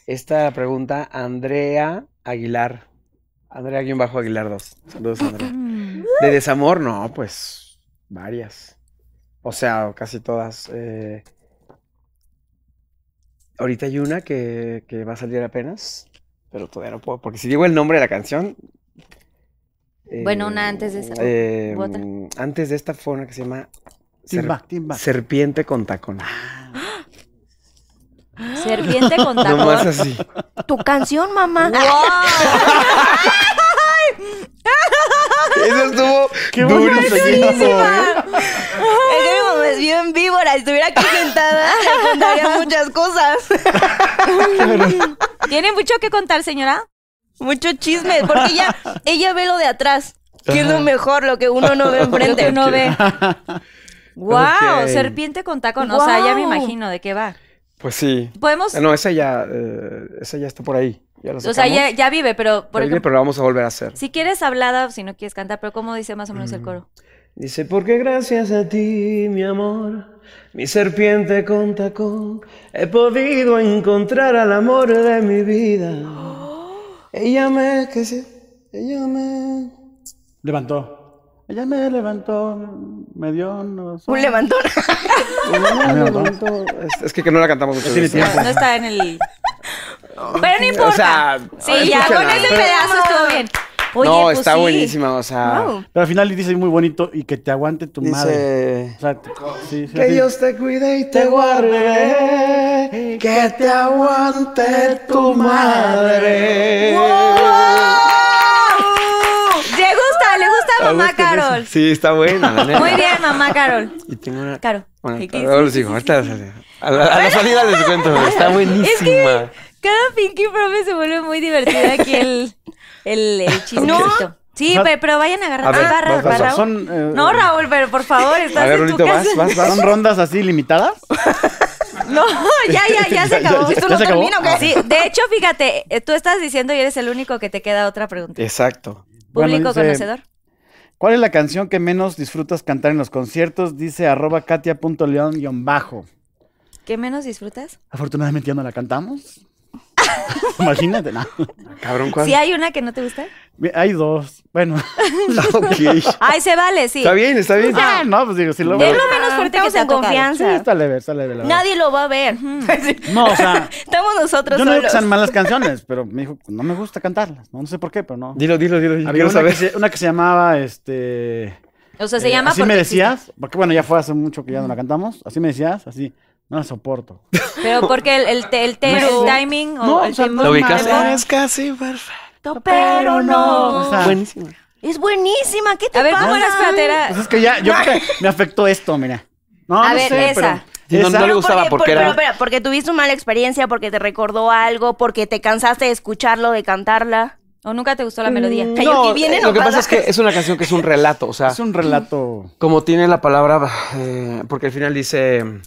C: Esta la pregunta Andrea Aguilar. Andrea-Aguilar 2. Saludos, Andrea.
I: Mm.
C: De desamor, no, pues varias. O sea, casi todas. eh, ahorita hay una que, que va a salir apenas, pero todavía no puedo, porque si digo el nombre de la canción...
J: Bueno, una antes de esa,
C: eh,
J: u otra.
C: Antes de esta fue una que se llama Ser-
E: Timba, timba.
C: Serpiente con tacón.
J: Serpiente con
C: No
J: tacón.
C: más así.
D: Tu canción, mamá.
C: Eso estuvo
E: Qué bueno,
C: durísimo. ¿eh?
D: Es que mi mamá es bien víbora. Si estuviera aquí sentada, le contaría muchas cosas.
B: ¿Tiene mucho que contar, señora?
D: Mucho chisme. Porque ella, ella ve lo de atrás. Que es lo mejor, lo que uno no ve
B: Lo que
D: enfrente.
B: uno ve. ¡Wow!
C: Ok.
B: Serpiente con tacón. O sea, ya me
D: Guau.
B: imagino de qué va.
C: Pues sí.
B: Podemos.
C: Ah, No, esa ya, eh, esa ya está por ahí. Ya la
B: o sea,
C: sacamos.
B: ya, ya vive, pero por
C: Ya viene,
B: ejemplo,
C: pero la vamos a volver a hacer.
B: si quieres hablada o si no quieres cantar, pero ¿cómo dice más o
C: Mm.
B: menos el coro?
C: Dice, porque gracias a ti, mi amor, mi serpiente con tacón, he podido encontrar al amor de mi vida. Ella me, que se, ella me...
E: Levantó. Ella me levantó, me dio unos-
D: Un levantón.
C: ella me levantó. Es, es que, que no la cantamos mucho.
E: Ah, Tiene tiempo.
B: No está en el. Pero no importa.
C: O sea,
B: sí, ya con
C: escúchenla.
B: ese pedazo estuvo bien. Oye,
C: no,
B: pues
C: está
B: sí.
C: buenísima, o sea...
D: Wow.
E: Pero al final dice muy bonito y que te aguante tu madre.
C: Dice...
E: O sea, te- sí, sí,
C: Que
E: sí.
C: Dios te cuide y te guarde, que te aguante tu madre.
B: Le gusta, le gusta a mamá Carol.
C: Ah, Sí, está buena. la neta.
B: Muy bien, mamá Carol.
C: Y tengo una.
B: Caro.
C: Bueno,
B: ¿Qué- qué
C: ahora les digo, ahorita a la salida. A la, a la salida les cuento, está buenísima.
B: Cada Pinky Promise se vuelve muy divertida aquí el, el, el chismecito. Sí,
E: Ajá.
B: pe- pero vayan a agarrar.
C: A ver,
B: Ah, barra,
C: vas, vas,
B: barra.
C: vas.
E: Son, eh,
B: No, Raúl, pero por favor, estás
C: A ver,
B: en tu
C: Rulito,
B: casa.
C: vas, vas, vas.
E: ¿Son rondas así limitadas?
B: No, ya, ya, ya se acabó.
E: ya, ya,
B: ¿Esto
E: ya
B: no
E: se acabó. Ah.
B: termina o qué? Sí, de hecho, fíjate, eh, tú estás diciendo y eres el único que te queda otra pregunta.
C: Exacto.
E: Eh, Bueno,
B: Público
E: dice-
B: conocedor.
E: ¿Cuál es la canción que menos disfrutas cantar en los conciertos? Dice arroba katia.león-bajo.
B: ¿Qué menos disfrutas?
E: Afortunadamente ya no la cantamos. Imagínate, no.
C: Cabrón, ¿cuál?
B: ¿Sí hay una que no te gusta?
E: Hay dos. Bueno.
C: Ok.
B: Ay, se vale, sí.
C: Está bien, está bien.
E: Ah, no, pues digo, si lo
B: Es
E: veo.
B: lo menos fuerte que
D: Ah, Estamos
B: te ha
D: en
B: tocado.
E: Sí,
D: confianza.
E: está leve, está leve. la verdad.
D: Nadie lo va a ver.
E: No, o sea,
D: Estamos nosotros
E: yo no digo que
D: solos.
E: sean malas canciones, pero me dijo, no me gusta cantarlas. No, no sé por qué, pero no.
C: Dilo, dilo, dilo. yo
E: Había
C: Quiero
E: una que,
C: saber.
E: se, una que se llamaba, este...
B: O sea, Pues se
E: eh,
B: llama
E: Así
B: porque
E: me decías, porque bueno, ya fue hace mucho que ya no la cantamos. Así me decías, así, no la soporto.
B: existe. Pero porque el, el, te- el, te- el timing o
E: No,
B: el
E: o sea,
B: timbre-
E: no
C: ¿Lo ubicas?
E: Mamá.
C: Eres casi perfecto.
D: Pero
E: O
D: no.
E: sea,
C: Buenísima.
D: Es buenísima. ¿Qué te
B: A ver,
D: pasa?
B: ¿cómo eras platera?
E: pues es que ya, yo creo que me afectó esto, mira. No,
B: A
E: no
B: ver,
E: sé,
B: esa.
E: pero-
C: No, no
E: esa-
C: le
D: Pero
C: gustaba porque
D: por-
C: era-
D: pero espera, porque tuviste una mala experiencia, porque te recordó algo, porque te cansaste de escucharlo, de cantarla.
B: ¿O nunca te
E: Mm.
B: gustó la melodía?
D: Ay, yo aquí bien
C: eh, lo que
D: enojada.
C: pasa es que es una canción que es un relato, o sea,
E: Es un relato.
C: como tiene la palabra, eh, porque al final dice,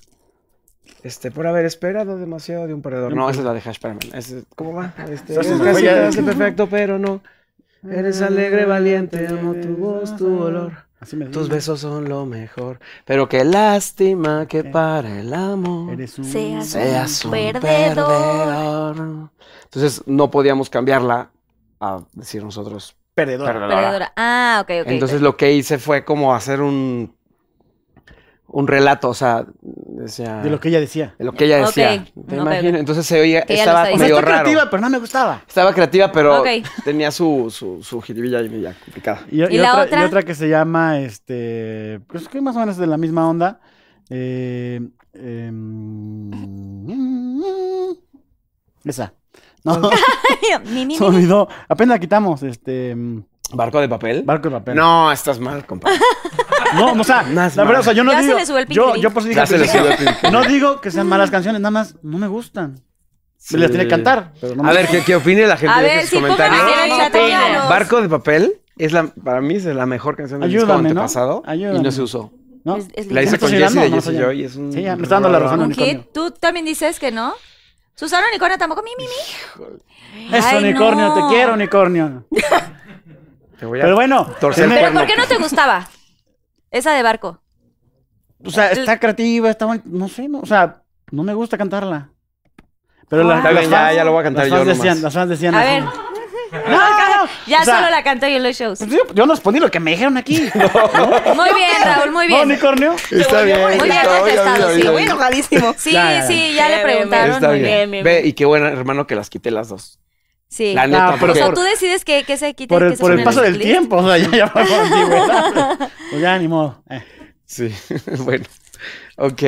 C: este, por haber esperado demasiado de un perdedor. No, esa es la de Hash Perman. ¿Cómo va? Este,
E: Esa es
C: eres
E: la
C: casi
E: bella-
C: casi perfecto, pero no. Eres alegre, valiente, amo tu voz, tu olor.
E: Así me
C: Tus
E: dijo.
C: besos son lo mejor. Pero qué lástima que para el amor
E: Eres un...
D: Seas-
C: seas un
D: Perdedor.
C: perdedor. Entonces no podíamos cambiarla a decir nosotros
E: perdedor.
C: perdedora.
B: Perdedora. Ah, ok, ok.
C: Entonces lo que hice fue como hacer un, un relato, o sea, decía-
E: De lo que ella decía.
C: de lo que ella
B: Ok,
C: decía.
B: no
C: ¿Te
B: pegó.
C: imaginas? Entonces se oía,
B: Que ella lo
C: estaba
B: está diciendo.
E: O sea,
C: medio
E: está
C: raro.
E: creativa, pero no me gustaba.
C: Estaba creativa, pero
B: Ok.
C: tenía su, su, su jiribilla ahí media complicada.
E: Y,
B: ¿Y la
E: otra,
B: otra?
E: y otra que se llama, este, pues que más o menos es de la misma onda. Eh, em, esa. No,
B: Mi, mi,
E: se
B: mi.
E: me olvidó. Apenas la quitamos, este, em,
C: ¿Barco de papel?
E: barco de papel.
C: No, estás mal, compadre.
E: no, no, o sea,
C: No es
E: la verdad, o sea, yo no
B: Ya se
E: digo,
B: le subió el
E: yo,
B: pinkirín.
E: yo por eso dije,
C: Ya
E: al
C: se le
E: principio,
C: subió el pinkirín.
E: no digo que sean malas canciones, nada más no me gustan. Se las tiene que cantar. Pero no me
C: A ver, ¿qué, qué opine la gente?
B: A
C: Deje
B: ver,
C: sus
B: sí, pongan
C: comentarios.
B: aquí en el
C: No,
B: chat,
C: no,
B: díganos.
C: no. Barco de papel es la, para mí es la mejor canción del disco
E: Ayúdame, ¿no?
C: antepasado y no
E: Ayúdame.
C: se usó.
E: ¿no?
D: Es- es
C: La hice
E: ¿Me
C: con
E: estás
C: Jesse
E: ayudando
C: de
E: o no
C: Jesse
E: estoy
C: Joy. Es un
E: Sí, ya, me está dando la razón,
B: Un
E: unicornio.
B: hit. Tú también dices que no. Susana Unicornio tampoco. Mi, mi, mi.
E: Es
B: Ay,
E: unicornio,
B: no.
E: te quiero, unicornio.
C: Te voy a
E: Pero bueno,
C: torcer el
E: tiene-
B: ¿Pero
C: cuerno.
B: por qué no te gustaba? Esa de barco.
E: O sea, está creativa, está bon- no sé, no, o sea, No me gusta cantarla. Pero la-
C: Está
E: las
C: bien, ya-
E: fans-
C: ya lo voy a cantar
E: las fans
C: yo
E: decían-
C: nomás.
E: Las fans decían
B: A
E: así.
B: ver.
E: No, no, no.
B: Ya
E: O sea,
B: solo la canto yo en los shows.
E: pues yo, yo no respondí lo que me dijeron aquí.
B: Muy bien, Raúl, muy
E: ¿No,
B: bien.
E: unicornio?
C: Está bien.
B: bien
C: está bien,
B: contestado,
C: bien,
B: sí.
C: bien.
D: Muy enojadísimo.
B: Sí,
E: Ya, ya, ya.
B: sí, ya le
D: Bien,
B: preguntaron.
C: Está
D: Muy
C: bien.
D: bien, bien,
C: Ve, y qué bueno, hermano, que las quité las dos.
B: Sí.
C: La neta,
E: No, pero
C: porque-
B: O sea, tú decides que, que se quite.
E: Por
B: y
E: el,
B: que se
E: por el
B: ponga
E: paso
B: en
E: del
B: list.
E: tiempo. O sea, ya, ya fue por antigüedad. Pues ya, ni modo. Eh.
C: Sí, bueno. Ok.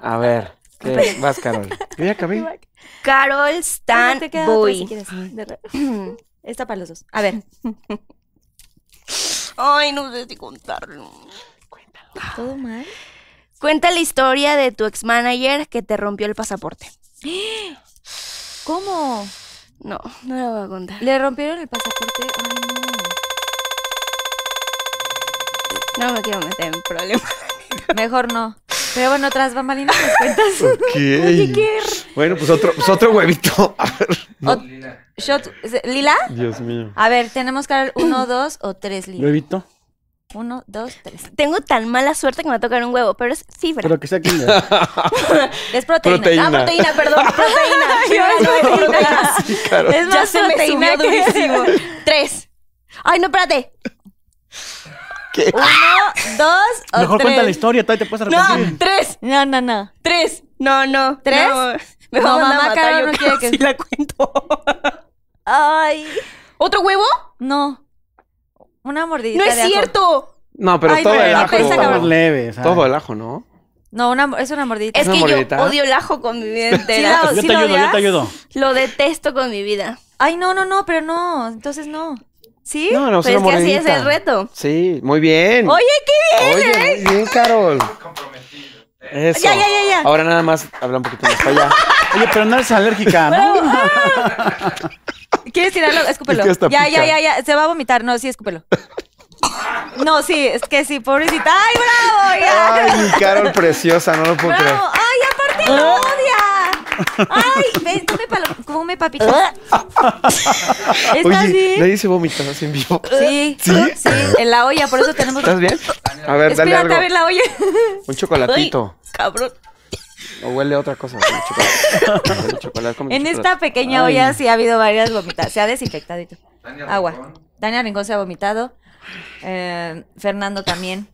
C: A ver. ¿qué? Vas, Carol. Yo ya acabé.
D: Carol Stan
B: Ah, te queda otra si
D: Boy.
B: quieres. De re- Está para los dos. A ver.
D: Ay, no sé si contarlo.
B: Ah, ¿Todo mal?
D: Cuenta la historia de tu ex manager que te rompió el pasaporte.
B: ¿Cómo?
D: No, no la voy a contar.
B: ¿Le rompieron el pasaporte? Ay, no.
D: No me quiero meter en problemas.
B: Mejor no. Pero bueno, tras bambalinas nos cuentas.
E: Pues,
C: Bueno, pues otro, pues otro huevito. A ver.
B: O- shot- ¿Lila?
C: Dios mío.
B: A ver, tenemos, Carol, uno, dos o tres Lila.
E: Huevito.
B: Uno, dos, tres.
D: Tengo tan mala suerte que me va a tocar un huevo, pero es fibra.
E: Pero que sea Kinder.
B: Es proteína.
C: Proteína.
D: Ah, proteína, perdón, proteína. Fibra es proteína.
B: Es
D: Ya
B: más
D: se me
B: proteína
D: subió
B: que-
D: durísimo. Tres. Ay, no, espérate.
B: Uno, dos o
E: Mejor
B: tres.
E: cuenta la historia, todavía te puedes arrepentir.
D: No, tres.
B: No, no, no.
D: Tres. No, no.
B: ¿Tres?
D: No. Me
B: No,
D: va a mandar
B: mamá,
D: a matar,
B: Caro,
D: yo
B: no quiere
D: creo,
B: que-
D: si la cuento.
B: Ay,
D: ¿Otro huevo?
B: no. Una mordidita
D: No es
B: de ajo.
D: cierto.
C: No, pero
B: Ay,
C: todo
B: pero
C: el
B: la
C: ajo.
B: prensa,
E: Estamos
B: cabrón.
E: leves. ¿sabes?
C: Todo el ajo, ¿no?
B: No, una, es una mordidita.
D: Es
C: una
D: que
C: mordidita?
D: yo odio el ajo con mi vida entera.
B: la-
E: Yo
B: ¿Sí
E: Pues te
B: lo
E: ayudo, yo
B: odias?
E: te ayudo.
D: Lo detesto con mi vida.
B: Ay, no, no, no, pero no. Entonces no. ¿Sí?
C: No, Ah, no,
D: Pero es que así es el reto.
C: Sí, muy bien.
D: Oye, qué bien.
C: Oye, muy bien, Carol. Eso.
D: Ya, ya, ya, ya.
C: Ahora nada más habla un poquito más para allá.
E: Oye, pero no eres alérgica, ¿no?
B: ¿Quieres tirarlo? Escúpelo.
C: Es que hasta
B: ya, ya,
C: pica.
B: ya, ya. Se va a vomitar. No, sí, escúpelo. No, sí, es que sí, pobrecita. ¡Ay, bravo! Ya.
C: Ay, mi Carol preciosa, no lo puedo creer.
B: ¡Bravo! ¡Ay, aparte lo
C: ¿Eh?
B: odia! ¡Ay, ven, come, palo- come papita! ¿Estás
C: Oye,
B: bien?
C: nadie se vomita así en vivo.
B: Sí, sí, en la olla, por eso tenemos...
C: ¿Estás bien? A ver, dale
B: Espérate
C: algo.
B: a ver la olla.
C: Un chocolatito.
D: Cabrón.
C: O huele a otra cosa. huele a chocolate. Huele a chocolate, come
B: En
C: chocolate.
B: esta pequeña olla sí ha habido varias vomitadas. Se ha desinfectado y todo. Agua. Dania Rincón se ha vomitado. Eh, Fernando también.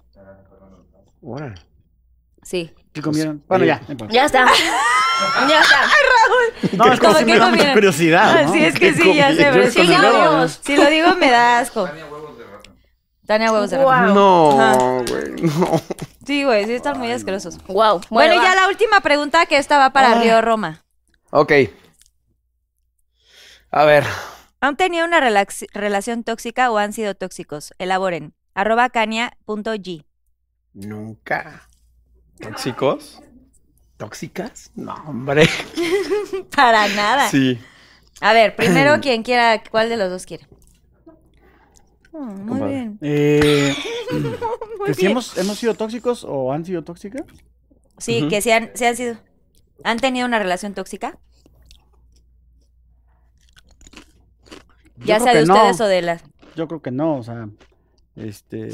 C: Órale.
B: Sí.
E: ¿Qué comieron? Bueno, ya. no importa.
D: Ya está. Ya está.
E: No, es como
B: ¿Cómo
E: si
B: que
E: me da
B: comieron?
E: mucha curiosidad. ¿no?
B: Así es que sí, ya sé. Pero
E: Yo
B: sí,
E: con
B: ya
E: el
B: lo
E: huevo.
B: digo. Si lo digo, me da asco. Tania huevos de ratón.
D: Guau.
C: No, güey, no.
B: Sí, güey, sí están muy asquerosos.
D: Wow.
B: Bueno, ya la última pregunta que esta va para Río Roma.
C: Ok. A ver.
B: ¿Han tenido una relax- relación tóxica o han sido tóxicos? Elaboren. Arroba cania.g.
C: Nunca. ¿Tóxicos? ¿Tóxicas? No, hombre.
B: Para nada.
C: Sí.
B: A ver, primero quien quiera, ¿cuál de los dos quiere? Oh, muy
C: Compadre.
B: bien.
E: Eh, que si hemos, hemos sido tóxicos o han sido tóxicas?
B: Sí, que se han, sí han sido. ¿Han tenido una relación tóxica? ya
E: creo
B: sea de
E: que no.
B: ustedes o de las.
E: Yo creo que no, o sea, este,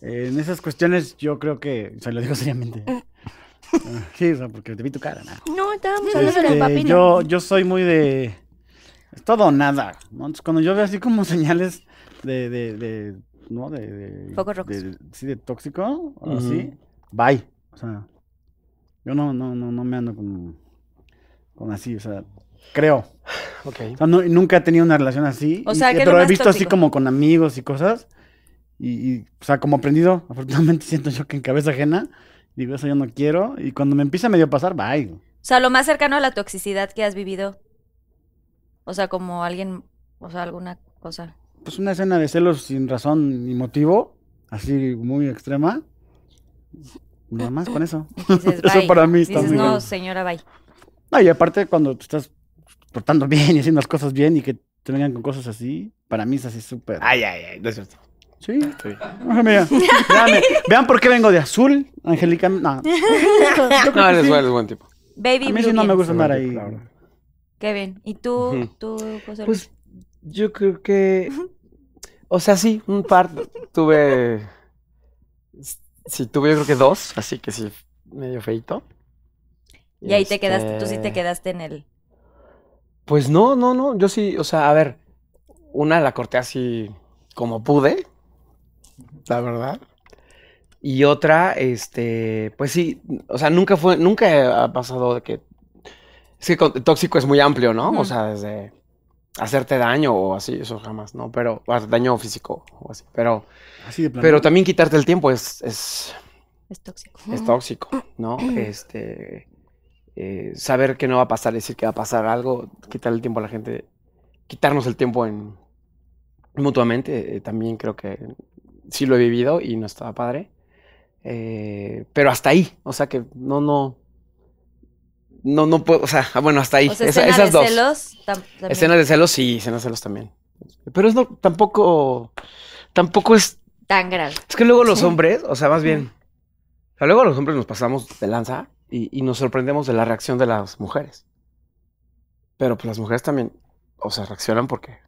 E: eh, en esas cuestiones yo creo que, se lo digo seriamente. Ah, Sí, o sea, porque te vi tu cara, nada.
D: No, estábamos hablando del
E: Este,
D: papino.
E: yo, yo soy muy de es todo o nada, ¿no? Entonces, cuando yo veo así como señales de, de, de ¿no? De, de-
B: Focos rojos.
E: de- sí, de tóxico, o
C: Ujú.
E: así, bye. O sea, yo no, no, no, no me ando con, con así, o sea, creo.
C: Ok.
E: O sea, no- nunca he tenido una relación así.
B: O
E: y-
B: sea,
E: y-
B: que es lo
E: pero he
B: más
E: visto así
B: tóxico.
E: como con amigos y cosas. Y, y, o sea, como aprendido, afortunadamente siento yo que en cabeza ajena, digo, eso yo no quiero. Y cuando me empieza a medio pasar, bye.
B: O sea, lo más cercano a la toxicidad que has vivido. O sea, como alguien. O sea, alguna cosa.
E: Pues una escena de celos sin razón ni motivo, así muy extrema.
B: Eh,
E: Nada más con eso.
B: Y Dices,
E: Eso
B: bye.
E: para mí está
B: Dices,
E: muy
B: no,
E: bueno.
B: señora, bye.
E: No, y aparte cuando te estás portando bien y haciendo las cosas bien y que te vengan con cosas así, para mí es así súper.
C: Ay, ay, ay, no es cierto.
E: Sí.
C: Está bien.
E: Ajá, mira. Vean, vean por qué vengo de azul, Angélica. No. Yo creo
C: No,
E: que
C: eres
E: sí.
C: buen, eres buen tipo.
B: Baby
E: A mí sí
B: Blue
E: no me
B: Beans.
E: gusta andar ahí.
C: Claro.
B: Qué bien. ¿Y tú,
C: Ujú.
B: tú, José Luis?
C: Pues yo creo que. O sea, sí, un par. Tuve. Sí, tuve yo creo que dos, así que sí, medio feito.
B: Y ahí te
C: Este,
B: quedaste, tú sí te quedaste en el...
C: Pues no, no, no. Yo sí, o sea, a ver, una la corté así como pude, la verdad. Y otra, este, pues sí, o sea, nunca fue, nunca ha pasado de que. Es que con- tóxico es muy amplio, ¿no?
B: Ujú.
C: O sea, desde hacerte daño o así, eso jamás, ¿no? Pero, o daño físico o así. Pero,
E: Así de plano.
C: pero también quitarte el tiempo es, es,
B: Es tóxico.
C: es tóxico, ¿no? Este, eh, saber que no va a pasar, decir que va a pasar algo, quitarle el tiempo a la gente, quitarnos el tiempo en mutuamente, eh, también creo que sí lo he vivido y no estaba padre. Eh, pero hasta ahí, o sea que no, no, no, no puedo, o sea, ah, bueno, hasta ahí,
B: O sea,
C: esa-
B: escena
C: esas
B: de
C: dos.
B: celos. tam- también.
C: Escenas de celos, sí, escenas de celos también. Pero es no, tampoco, tampoco es
B: Tan grave.
C: es que luego los
B: Sí.
C: hombres, o sea, más bien. o sea, luego los hombres nos pasamos de lanza y, y nos sorprendemos de la reacción de las mujeres. Pero pues las mujeres también, o sea, reaccionan porque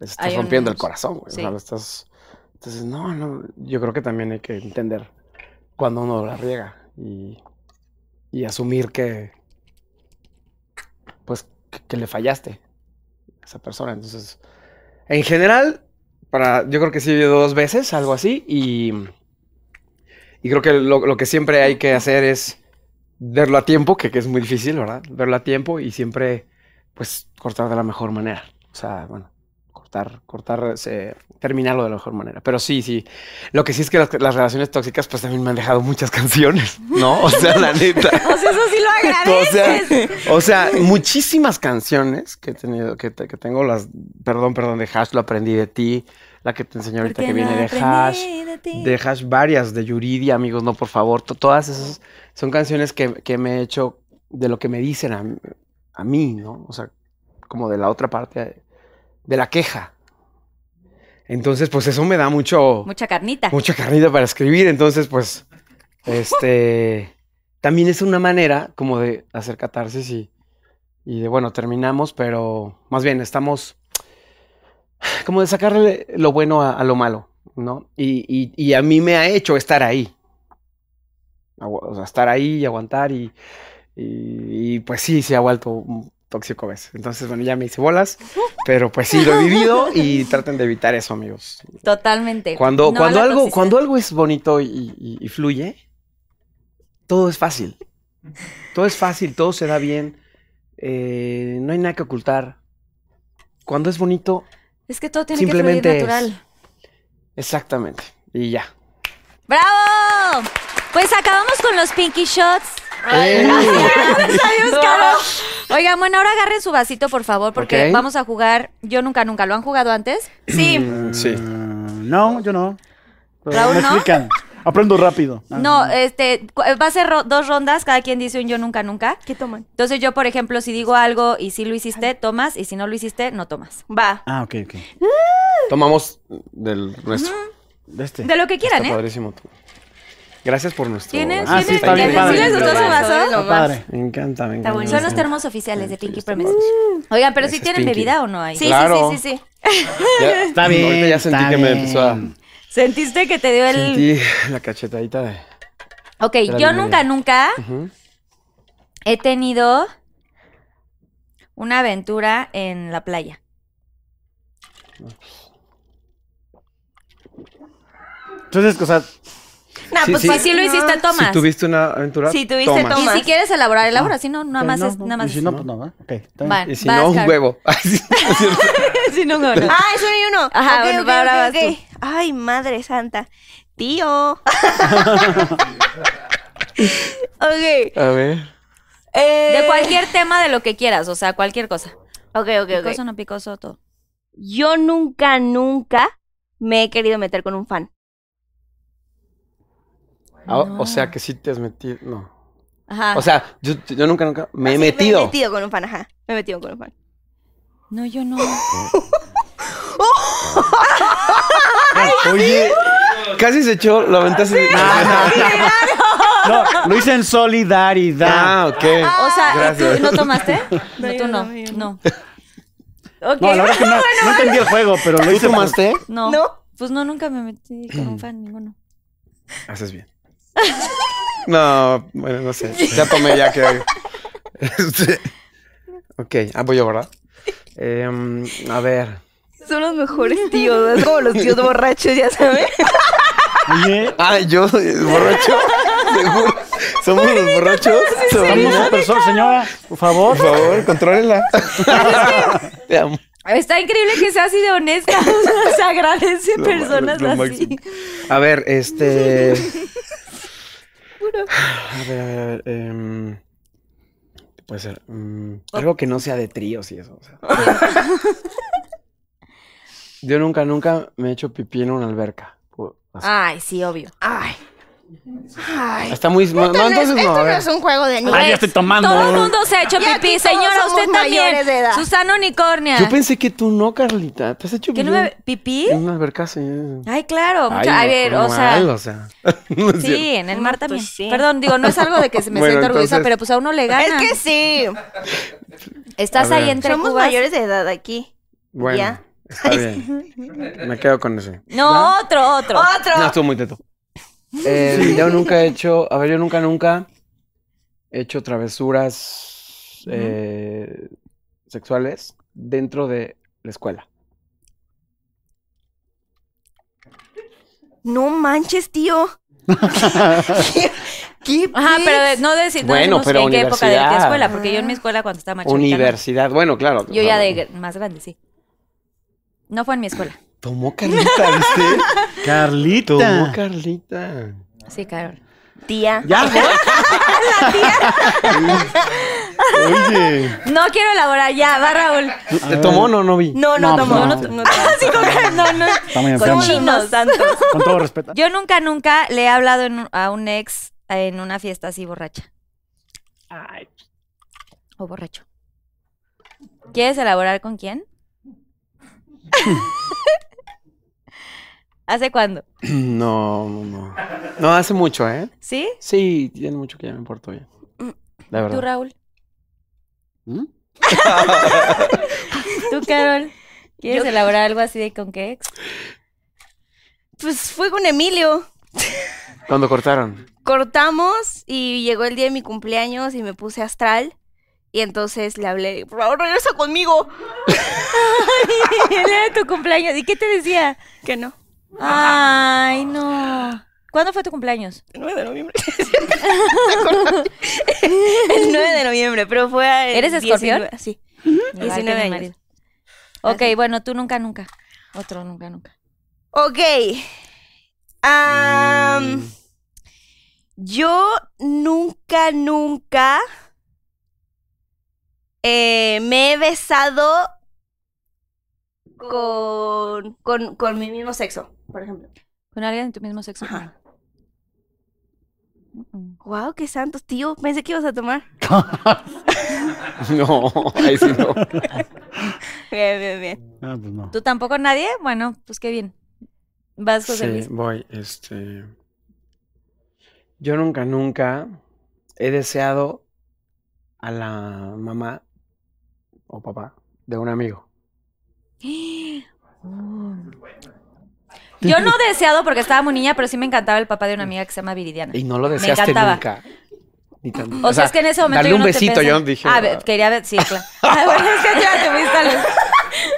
C: les estás
B: Hay un-
C: rompiendo el corazón, güey.
B: sí.
C: O sea, lo estás. Entonces, no, no. Yo creo que también hay que entender cuando uno la riega y, y asumir que. Pues que, que le fallaste a esa persona. Entonces, en general, para, yo creo que sí he vivido dos veces, algo así, y, y creo que lo, lo que siempre hay que hacer es verlo a tiempo, que, que es muy difícil, ¿verdad? Verlo a tiempo y siempre, pues, cortar de la mejor manera. O sea, bueno, cortar, cortar, eh, terminarlo de la mejor manera. Pero sí, sí, lo que sí es que las, las relaciones tóxicas, pues, también me han dejado muchas canciones, ¿no? O sea, la neta.
B: O sea, eso sí lo
C: O sea,
B: agradeces.
C: o sea, muchísimas canciones que he tenido, que, te- que tengo las, perdón, perdón, de Hash, lo aprendí de ti, la que te enseñé ahorita
B: Porque
C: que viene
B: no
C: de
B: aprendí
C: Hash,
B: de ti.
C: de Hash varias, de Yuridia, amigos, no, por favor, to- todas esas son canciones que, que me he hecho de lo que me dicen a, a mí, ¿no? O sea, como de la otra parte, de la queja. Entonces, pues eso me da mucho
B: Mucha carnita.
C: mucha carnita para escribir, entonces pues este también es una manera como de hacer catarsis y y de bueno, terminamos, pero más bien estamos como de sacarle lo bueno a, a lo malo, ¿no? Y, y- y a mí me ha hecho estar ahí. Agu- O sea, estar ahí y aguantar y, y- y, pues sí, se ha vuelto un tóxico a veces. Entonces, bueno, ya me hice bolas, pero pues sí, lo he vivido y traten de evitar eso, amigos.
B: Totalmente.
C: Cuando,
B: Eh, No a
C: cuando,
B: la
C: algo,
B: toxicidad.
C: cuando algo es bonito y, y- y fluye, todo es fácil. Todo es fácil, todo se da bien. eh, no hay nada que ocultar. Cuando es bonito,
B: Es que todo tiene
C: simplemente
B: que fluir
C: es.
B: natural.
C: Exactamente. Y ya.
B: ¡Bravo! Pues acabamos con los Pinky Shots.
C: ¡Eh!
B: Adiós, Caro. Oigan, bueno, ahora agarren su vasito, por favor, porque
C: Ok.
B: vamos a jugar. Yo nunca, nunca. ¿Lo han jugado antes?
D: Sí.
C: Mm, Sí.
E: Mm, no, yo no. Pero
B: Raúl,
E: me
B: ¿no?
E: explican. Aprendo rápido. Ah,
B: No, este, cu- va a ser ro- dos rondas. Cada quien dice un yo nunca, nunca.
D: ¿Qué toman?
B: Entonces yo, por ejemplo, si digo algo y si lo hiciste, tomas. Y si no lo hiciste, no tomas.
D: Va.
E: Ah, ok, ok.
C: Tomamos del nuestro.
E: De este.
B: De lo que quieran,
C: Está
B: ¿eh?
C: padrísimo. Gracias por nuestro.
B: ¿Tienen?
E: Ah, sí,
B: ¿Tienen?
E: está bien
B: ¿tienen-
E: padre.
B: ¿Sí les gustó su
E: Está
B: vaso?
E: Está padre.
C: Me encanta, me encanta.
B: Son los
C: Sí.
B: termos oficiales de
C: Sí,
B: Pinky
C: está
B: Promise.
C: padre.
B: Oigan, pero si
C: Ese es
B: tienen
C: Pinky.
B: bebida o no hay.
D: Sí,
C: Claro.
D: sí, sí, sí, sí.
C: Ya-
E: Está bien,
C: Ahorita ya sentí
E: está
C: que me
E: bien.
C: empezó a.
B: ¿Sentiste que te dio el...?
C: Sentí la cachetadita de.
B: Ok,
C: la
B: yo
C: bienvenida.
B: nunca, nunca
C: Ujú.
B: he tenido una aventura en la playa.
E: Entonces, o sea,
D: Nah,
C: Sí,
D: pues
C: sí.
B: Pues si
D: fácil
B: lo hiciste, tomas.
C: Si tuviste una aventura.
D: Si tuviste,
C: tomas.
B: Y
D: tomas.
B: si quieres elaborar,
C: Ah.
B: elabora. Si no, nada
E: ok,
B: más
E: no,
B: es...
E: no,
B: Nada
E: y
B: más
E: si
B: es-
E: no, pues no, ¿verdad? Ok, está bien.
B: Van,
C: Y si
B: vas,
C: no, un
B: Carol.
C: huevo. Ay, sí, no es cierto.
B: si no, no, no.
D: Ah, es uno y uno.
B: Ajá,
D: Ok,
B: bueno,
D: ok,
B: va, ahora
D: ok,
B: vas
D: ok. Ay, madre santa. Tío. ok.
C: A ver.
D: eh.
B: De cualquier tema, de lo que quieras. O sea, cualquier cosa.
D: Ok, ok, ok.
B: Picoso, no picoso, todo.
D: Yo nunca, nunca me he querido meter con un fan.
C: Ah,
B: No.
C: O sea que sí te has metido. No.
B: Ajá.
C: O sea, yo, yo nunca, nunca. Ah. Me he
D: Sí,
C: metido.
D: Me he metido con un fan, ajá. Me he metido con un fan.
B: no, yo no.
C: Ah, Oye, casi se echó, lo aventaste. Ah,
E: No, lo hice en solidaridad.
C: ah, ok.
B: O sea, ¿y tú
C: Gracias.
B: no tomaste? No,
D: No, yo
B: tú no.
D: no, yo
B: No.
D: Ok.
E: No, la verdad es que no, no entendí el juego, pero lo
C: ¿Tú
E: hice. por-
C: tomaste?
B: No.
D: ¿No?
B: Pues no, nunca me metí con un fan, ninguno.
C: Haces bien. No, bueno, no sé. Ya tomé ya que. Este, ok, ah, voy yo, ¿verdad? Em, a ver.
D: Son los mejores tíos, es como los tíos borrachos, ya sabes.
E: Oye,
C: Ah, yo soy el borracho. Seguro. Somos los borrachos.
E: estamos
C: Somos-
E: súper solos, señora. Por favor.
C: Por favor, contrólela. Te amo.
B: Está increíble que sea así de honesta. O sea, se agradece
C: Lo ma-
B: personas
C: lo
B: así.
C: máximo. A ver, este. A ver, a ver, a ver. em, ¿qué puede ser. Mm, algo que no sea de tríos y eso. o sea. Yo nunca, nunca me he hecho pipí en una alberca. o- así.
B: Ay, sí, obvio.
D: Ay. Ay.
C: Está muy. No, no,
D: Entonces,
C: entonces no.
D: esto
C: a
D: no
C: ver.
D: es un juego de
E: Ay, Ah, ya
D: niños.
E: estoy tomando.
B: Todo el mundo se ha hecho
D: Ya
B: pipí,
D: aquí todos
B: señora,
D: somos
B: usted también.
D: mayores de edad.
B: Susana Unicornia.
C: Yo pensé que tú no, Carlita. ¿Te has hecho
B: ¿Que no
C: pipí
B: me pipí?
C: En una alberca, sí.
B: Ay, claro.
C: Ay,
B: mucha- a
C: no,
B: ver,
C: qué
B: o sea,
C: mal, o sea. No es cierto.
B: sí, en el mar también.
D: pues sí.
B: Perdón, digo, no es algo de que se me
C: Bueno,
B: sienta orgullosa,
C: entonces-
B: pero pues a uno le gana.
D: Es que sí.
B: Estás
C: A
B: ahí
C: ver.
B: entre
D: Somos
B: cubas.
D: mayores de edad aquí.
C: Bueno,
D: Ya.
C: está bien. Me quedo con ese.
B: No, otro, otro.
D: Otro.
C: No, estuvo muy teto. Eh, Yo nunca he hecho, a ver, yo nunca, nunca he hecho travesuras eh, sexuales dentro de la escuela.
D: No manches, tío. ¿Qué? qué
B: Ajá, pero de- no decir, no
C: Bueno,
B: decimos
C: pero
B: en qué época de qué
C: universidad.
B: escuela, porque yo en mi escuela cuando estaba más chiquita, no.
C: Universidad, bueno, claro.
B: Yo ya de gr- más grande, sí. No fue en mi escuela.
C: Tomó Carlita, ¿viste?
E: Carlito.
C: Tomó Carlita.
B: Sí, claro.
D: Tía.
E: Ya, voy.
C: Oye.
B: No quiero elaborar ya, va Raúl.
C: ¿Te tomó o no, no vi?
D: No, no,
E: No,
D: tomó.
E: pues no.
D: No, no, tomó.
B: No, no.
E: Está muy enfermo.
B: Cochinos santos.
E: Con todo respeto.
B: Yo nunca, nunca le he hablado en un- a un ex en una fiesta así borracha. O borracho. ¿Quieres elaborar con quién? ¿Hace cuándo?
C: No, no, no. No, hace mucho, ¿eh?
B: ¿Sí?
C: Sí, tiene mucho que ya me porto bien.
B: Mm.
C: La
B: ¿Tú,
C: verdad.
B: Raúl?
E: ¿Mm?
B: ¿Tú, Carol? ¿Quieres elaborar algo así de con qué ex?
D: Pues fue con Emilio.
C: ¿Cuándo cortaron?
D: Cortamos y llegó el día de mi cumpleaños y me puse astral. Y entonces le hablé, por favor, regresa conmigo.
B: El día de tu cumpleaños. ¿Y qué te decía?
D: Que no.
B: Ay, no. ¿Cuándo fue tu cumpleaños?
D: El 9 de noviembre. el 9 de noviembre, pero fue. el
B: ¿Eres escorpión?
D: 19, Sí.
B: Igual que
D: 19
B: mi
D: años.
B: marido. Ok, bueno, tú nunca, nunca. Otro nunca, nunca.
D: Ok. Am,
C: Mm.
D: Yo nunca, nunca eh, me he besado con, con, con mi mismo sexo, por ejemplo.
B: ¿Con alguien de tu mismo sexo? Mm,
D: Ajá.
B: Mm-mm.
D: Wow, qué santos, tío. Pensé que ibas a tomar.
C: No, ahí sí no.
D: Bien, bien, bien.
E: Ah, pues no.
B: ¿Tú tampoco nadie? Bueno, pues qué bien. Vas, José
C: Sí,
B: Luis.
C: voy, este. Yo nunca, nunca he deseado a la mamá o papá de un amigo.
B: Yo no deseado porque estaba muy niña, pero sí me encantaba el papá de una amiga que se llama Viridiana.
C: Y no lo deseaste
B: encantaba.
C: nunca. Ni tan-
B: O, sea, es que en ese momento.
C: Darle
B: yo
C: un
B: no te
C: besito,
B: pensé-
C: yo dije.
B: Ah, ve- quería ver. Sí, claro. Ah, bueno, es que ya te fuiste a los-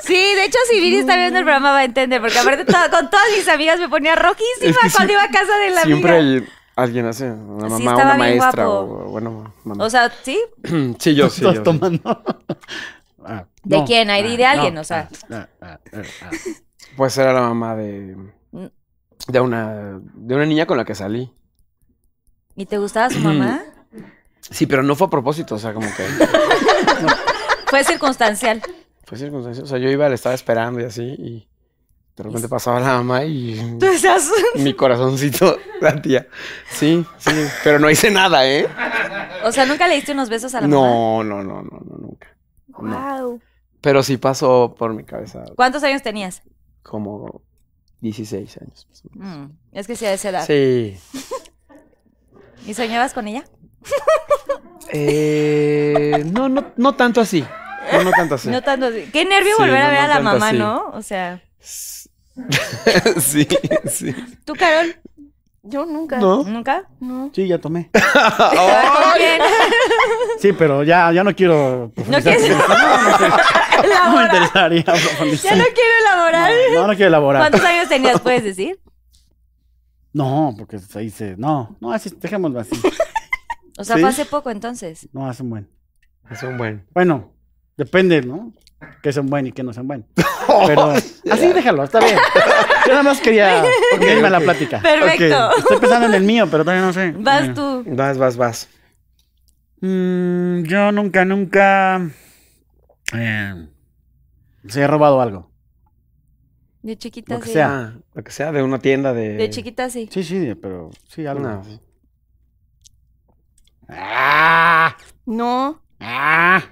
B: Sí, de hecho, si Viri está viendo el programa, va a entender. Porque aparte, todo- con todas mis amigas me ponía rojísima
C: Es que sí-
B: cuando iba a casa de la
C: Siempre
B: amiga.
C: hay alguien hace, una
B: Sí,
C: mamá,
B: estaba
C: una
B: bien
C: maestra,
B: guapo.
C: o bueno, mamá.
B: O sea, sí,
C: sí, yo sí.
E: Estás
C: yo sí.
E: tomando. Ah,
B: ¿De
E: no.
B: quién? Ahí
E: Ah,
B: de alguien,
E: no.
B: o sea.
E: Ah, ah, ah, ah.
C: Pues era la mamá de.
B: Mm.
C: De una, de una niña con la que salí.
B: ¿Y te gustaba su mamá?
C: Sí, pero no fue a propósito, o sea, como que.
B: Fue circunstancial.
C: Fue circunstancia. O sea, yo iba, le estaba esperando y así, y de repente pasaba la mamá y
B: Tú decías,
C: mi corazoncito latía. Sí, sí, pero no hice nada, ¿eh?
B: O sea, nunca le diste unos besos a la mamá.
C: No, no, no, no, no, nunca. No.
D: Wow.
C: Pero sí pasó por mi cabeza
B: ¿Cuántos años tenías?
C: como 16 años. más o
B: Mm,
C: menos.
B: es que sí, a esa edad.
C: Sí.
B: ¿Y soñabas con ella?
C: Eh, no, no, no tanto así. No, no tanto así.
B: No tanto. así. Qué nervio
C: Sí,
B: volver a
C: no,
B: ver
C: no
B: a la
C: tanto
B: mamá,
C: así.
B: ¿no? O sea,
C: Sí, sí.
B: tú, Carol,
D: Yo nunca.
C: ¿No?
K: ¿Nunca?
D: No.
E: Sí, ya tomé.
K: Bien.
E: Sí, pero ya, ya no quiero.
K: No quieres
E: No me
K: elaborar.
E: interesaría
K: Ya
E: profundizar.
K: no quiero elaborar.
E: No, no quiero elaborar.
K: ¿Cuántos años tenías, puedes decir?
E: No, porque ahí se. No, no, así, dejémoslo así.
B: O sea,
E: Sí.
B: fue hace poco entonces.
E: No, hace un buen.
C: Es un buen.
E: Bueno, depende, ¿no? Que sean buen y que no sean buen. Pero así déjalo, está bien. Yo nada más quería unirme a la plática.
K: Perfecto.
C: Ok.
E: Estoy pensando en el mío, pero todavía no sé.
K: Vas tú.
C: Vas, vas, vas.
E: Mm, yo nunca, nunca. eh, se ha robado algo.
B: De
E: Lo
B: chiquita
E: que
B: sí.
E: sea.
C: Ah, lo que sea, de una tienda de.
B: De chiquita sí.
E: Sí, sí, pero sí, algo.
C: No.
E: ¡Ah!
D: No.
E: ¡Ah!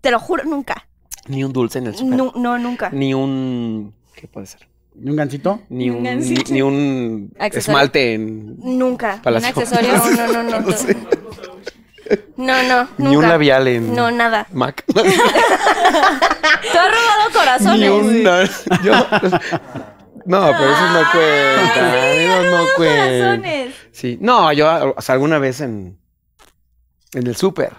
D: Te lo juro, nunca.
C: Ni un dulce en el super.
D: No, no, nunca.
C: Ni un. ¿Qué puede ser?
E: ¿Y un gancito?
C: Ni un. Ni,
B: Gansito.
C: ni un
B: Accesorio.
C: esmalte en.
D: Nunca.
C: Palacio.
B: Un accesorio.
D: No, no, no, no. No, no, nunca.
C: Ni un labial en.
D: No, nada.
C: Mac.
B: Tú has robado corazones.
C: ni un. No, yo, no, pero eso no cuenta. eso no cuenta.
B: Corazones.
C: Sí. No, yo o sea, alguna vez en. En el súper,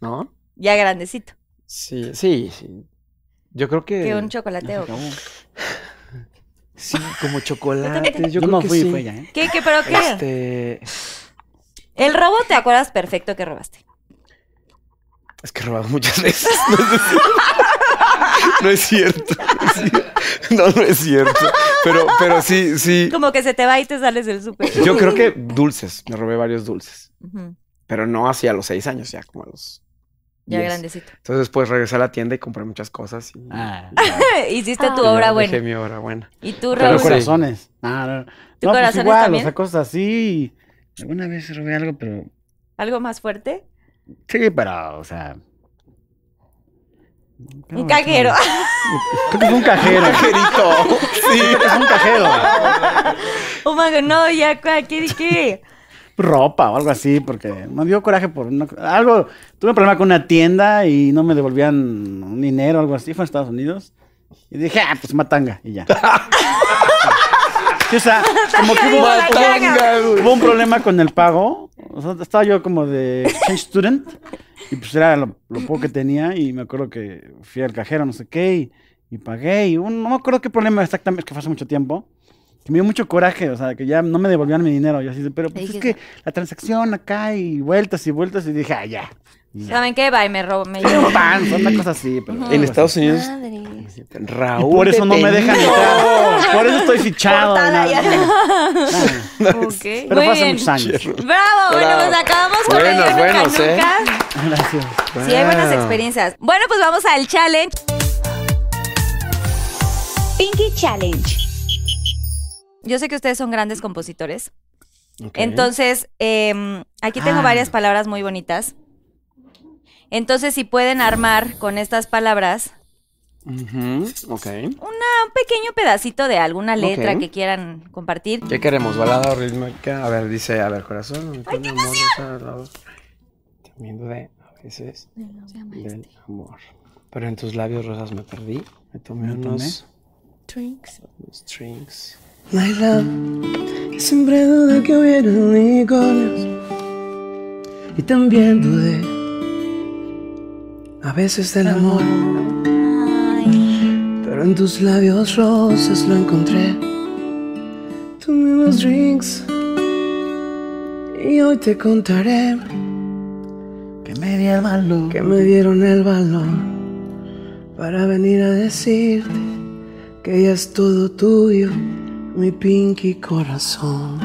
C: ¿no?
B: Ya grandecito.
C: Sí, sí, sí. Yo creo que.
B: Que un chocolateo.
C: Sí, como chocolate. Yo,
E: Yo,
C: creo
E: no
C: que
E: fui,
C: sí.
E: fue ella, ¿eh?
B: ¿Qué, qué, pero qué?
C: Este,
B: El robo te acuerdas perfecto que robaste.
C: es que he robado muchas veces. No es cierto. No es cierto. No, no es cierto. Pero, pero sí, sí.
B: Como que se te va y te sales del súper.
C: Yo creo que dulces. Me robé varios dulces.
B: Ujú.
C: Pero no hacia los seis años, ya como a los.
B: Ya
C: diez.
B: grandecito.
C: Entonces, después regresé a la tienda y compré muchas cosas. Y
E: Ah,
B: Eh, Hiciste tu
C: y Ah. ya
B: obra
C: Dejé
B: buena.
C: mi obra buena.
B: Y tú,
C: Pero
E: pero
B: Raúl.
C: sí.
E: corazones. Ah, no, no.
B: ¿Tu
E: No, pues
B: corazones
E: igual,
B: también?
E: o sea, cosas así. Alguna vez robé algo, pero.
B: ¿Algo más fuerte?
E: Sí, pero, o sea.
B: Un cajero.
E: Creo que fue un cajero.
C: Cajerito.
E: Sí, creo que fue un cajero.
B: Oh my God, no, ya, ¿cuál? ¿qué di qué?
E: Ropa o algo así, porque me dio coraje por una, algo. Tuve un problema con una tienda y no me devolvían un dinero o algo así. Fue en Estados Unidos. Y dije, ah, pues matanga y ya. Sí, o sea, como que hubo,
C: Matanga, güey.
E: hubo un problema con el pago. O sea, estaba yo como de exchange student y pues era lo, lo poco que tenía y me acuerdo que fui al cajero, no sé qué, y, y pagué. Y un- no me acuerdo qué problema exactamente, es que fue hace mucho tiempo. Que me dio mucho coraje, o sea, que ya no me devolvían mi dinero. Yo así de, pero pues es que la transacción acá y vueltas y vueltas y dije, ah, ya. Y ya.
B: ¿Saben qué? Va y me robo. Me llevo.
E: Pero, pan, fue una cosa así. Pero, algo
C: En
E: así.
C: Estados Unidos.
B: Ah.
D: Madre.
E: Ah, Y
C: Raúl.
E: por eso no me
C: detenido.
E: dejan entrar. Por eso estoy fichado.
D: Cortada
E: no,
D: ya.
E: no, no.
D: Ok.
E: Pero
B: Muy
E: fue hace
B: bien.
E: muchos años.
B: Bravo, bueno,
C: Bravo.
B: pues acabamos con el
C: Buenos,
B: Yo Nunca
C: buenos, ¿eh?
B: Nunca.
E: Gracias.
B: Sí, hay buenas
C: Wow.
B: experiencias. Bueno, pues vamos al challenge. Pinky Challenge. Yo sé que ustedes son grandes compositores.
C: Ok.
B: Entonces, em, aquí tengo
E: Ah.
B: varias palabras muy bonitas. Entonces, si pueden armar con estas palabras
C: Ujú, Ok.
B: un pequeño pedacito de alguna letra
C: Ok.
B: que quieran compartir.
C: ¿Qué queremos? ¿Balada rítmica? A ver, dice, a ver, corazón. ¡Ay, qué emoción! Temiendo de, a veces, del amor. Pero en tus labios rosas me perdí. Me tomé
E: Me tomé.
C: unos... Drinks. Drinks. Laila, que siempre dudé que hubiera unicornios. Y también dudé, a veces del amor. Pero en tus labios rosas lo encontré. Tomé unos drinks y hoy te contaré
E: Que me di el valor.
C: que me dieron el valor para venir a decirte que ya es todo tuyo, mi pinky corazón.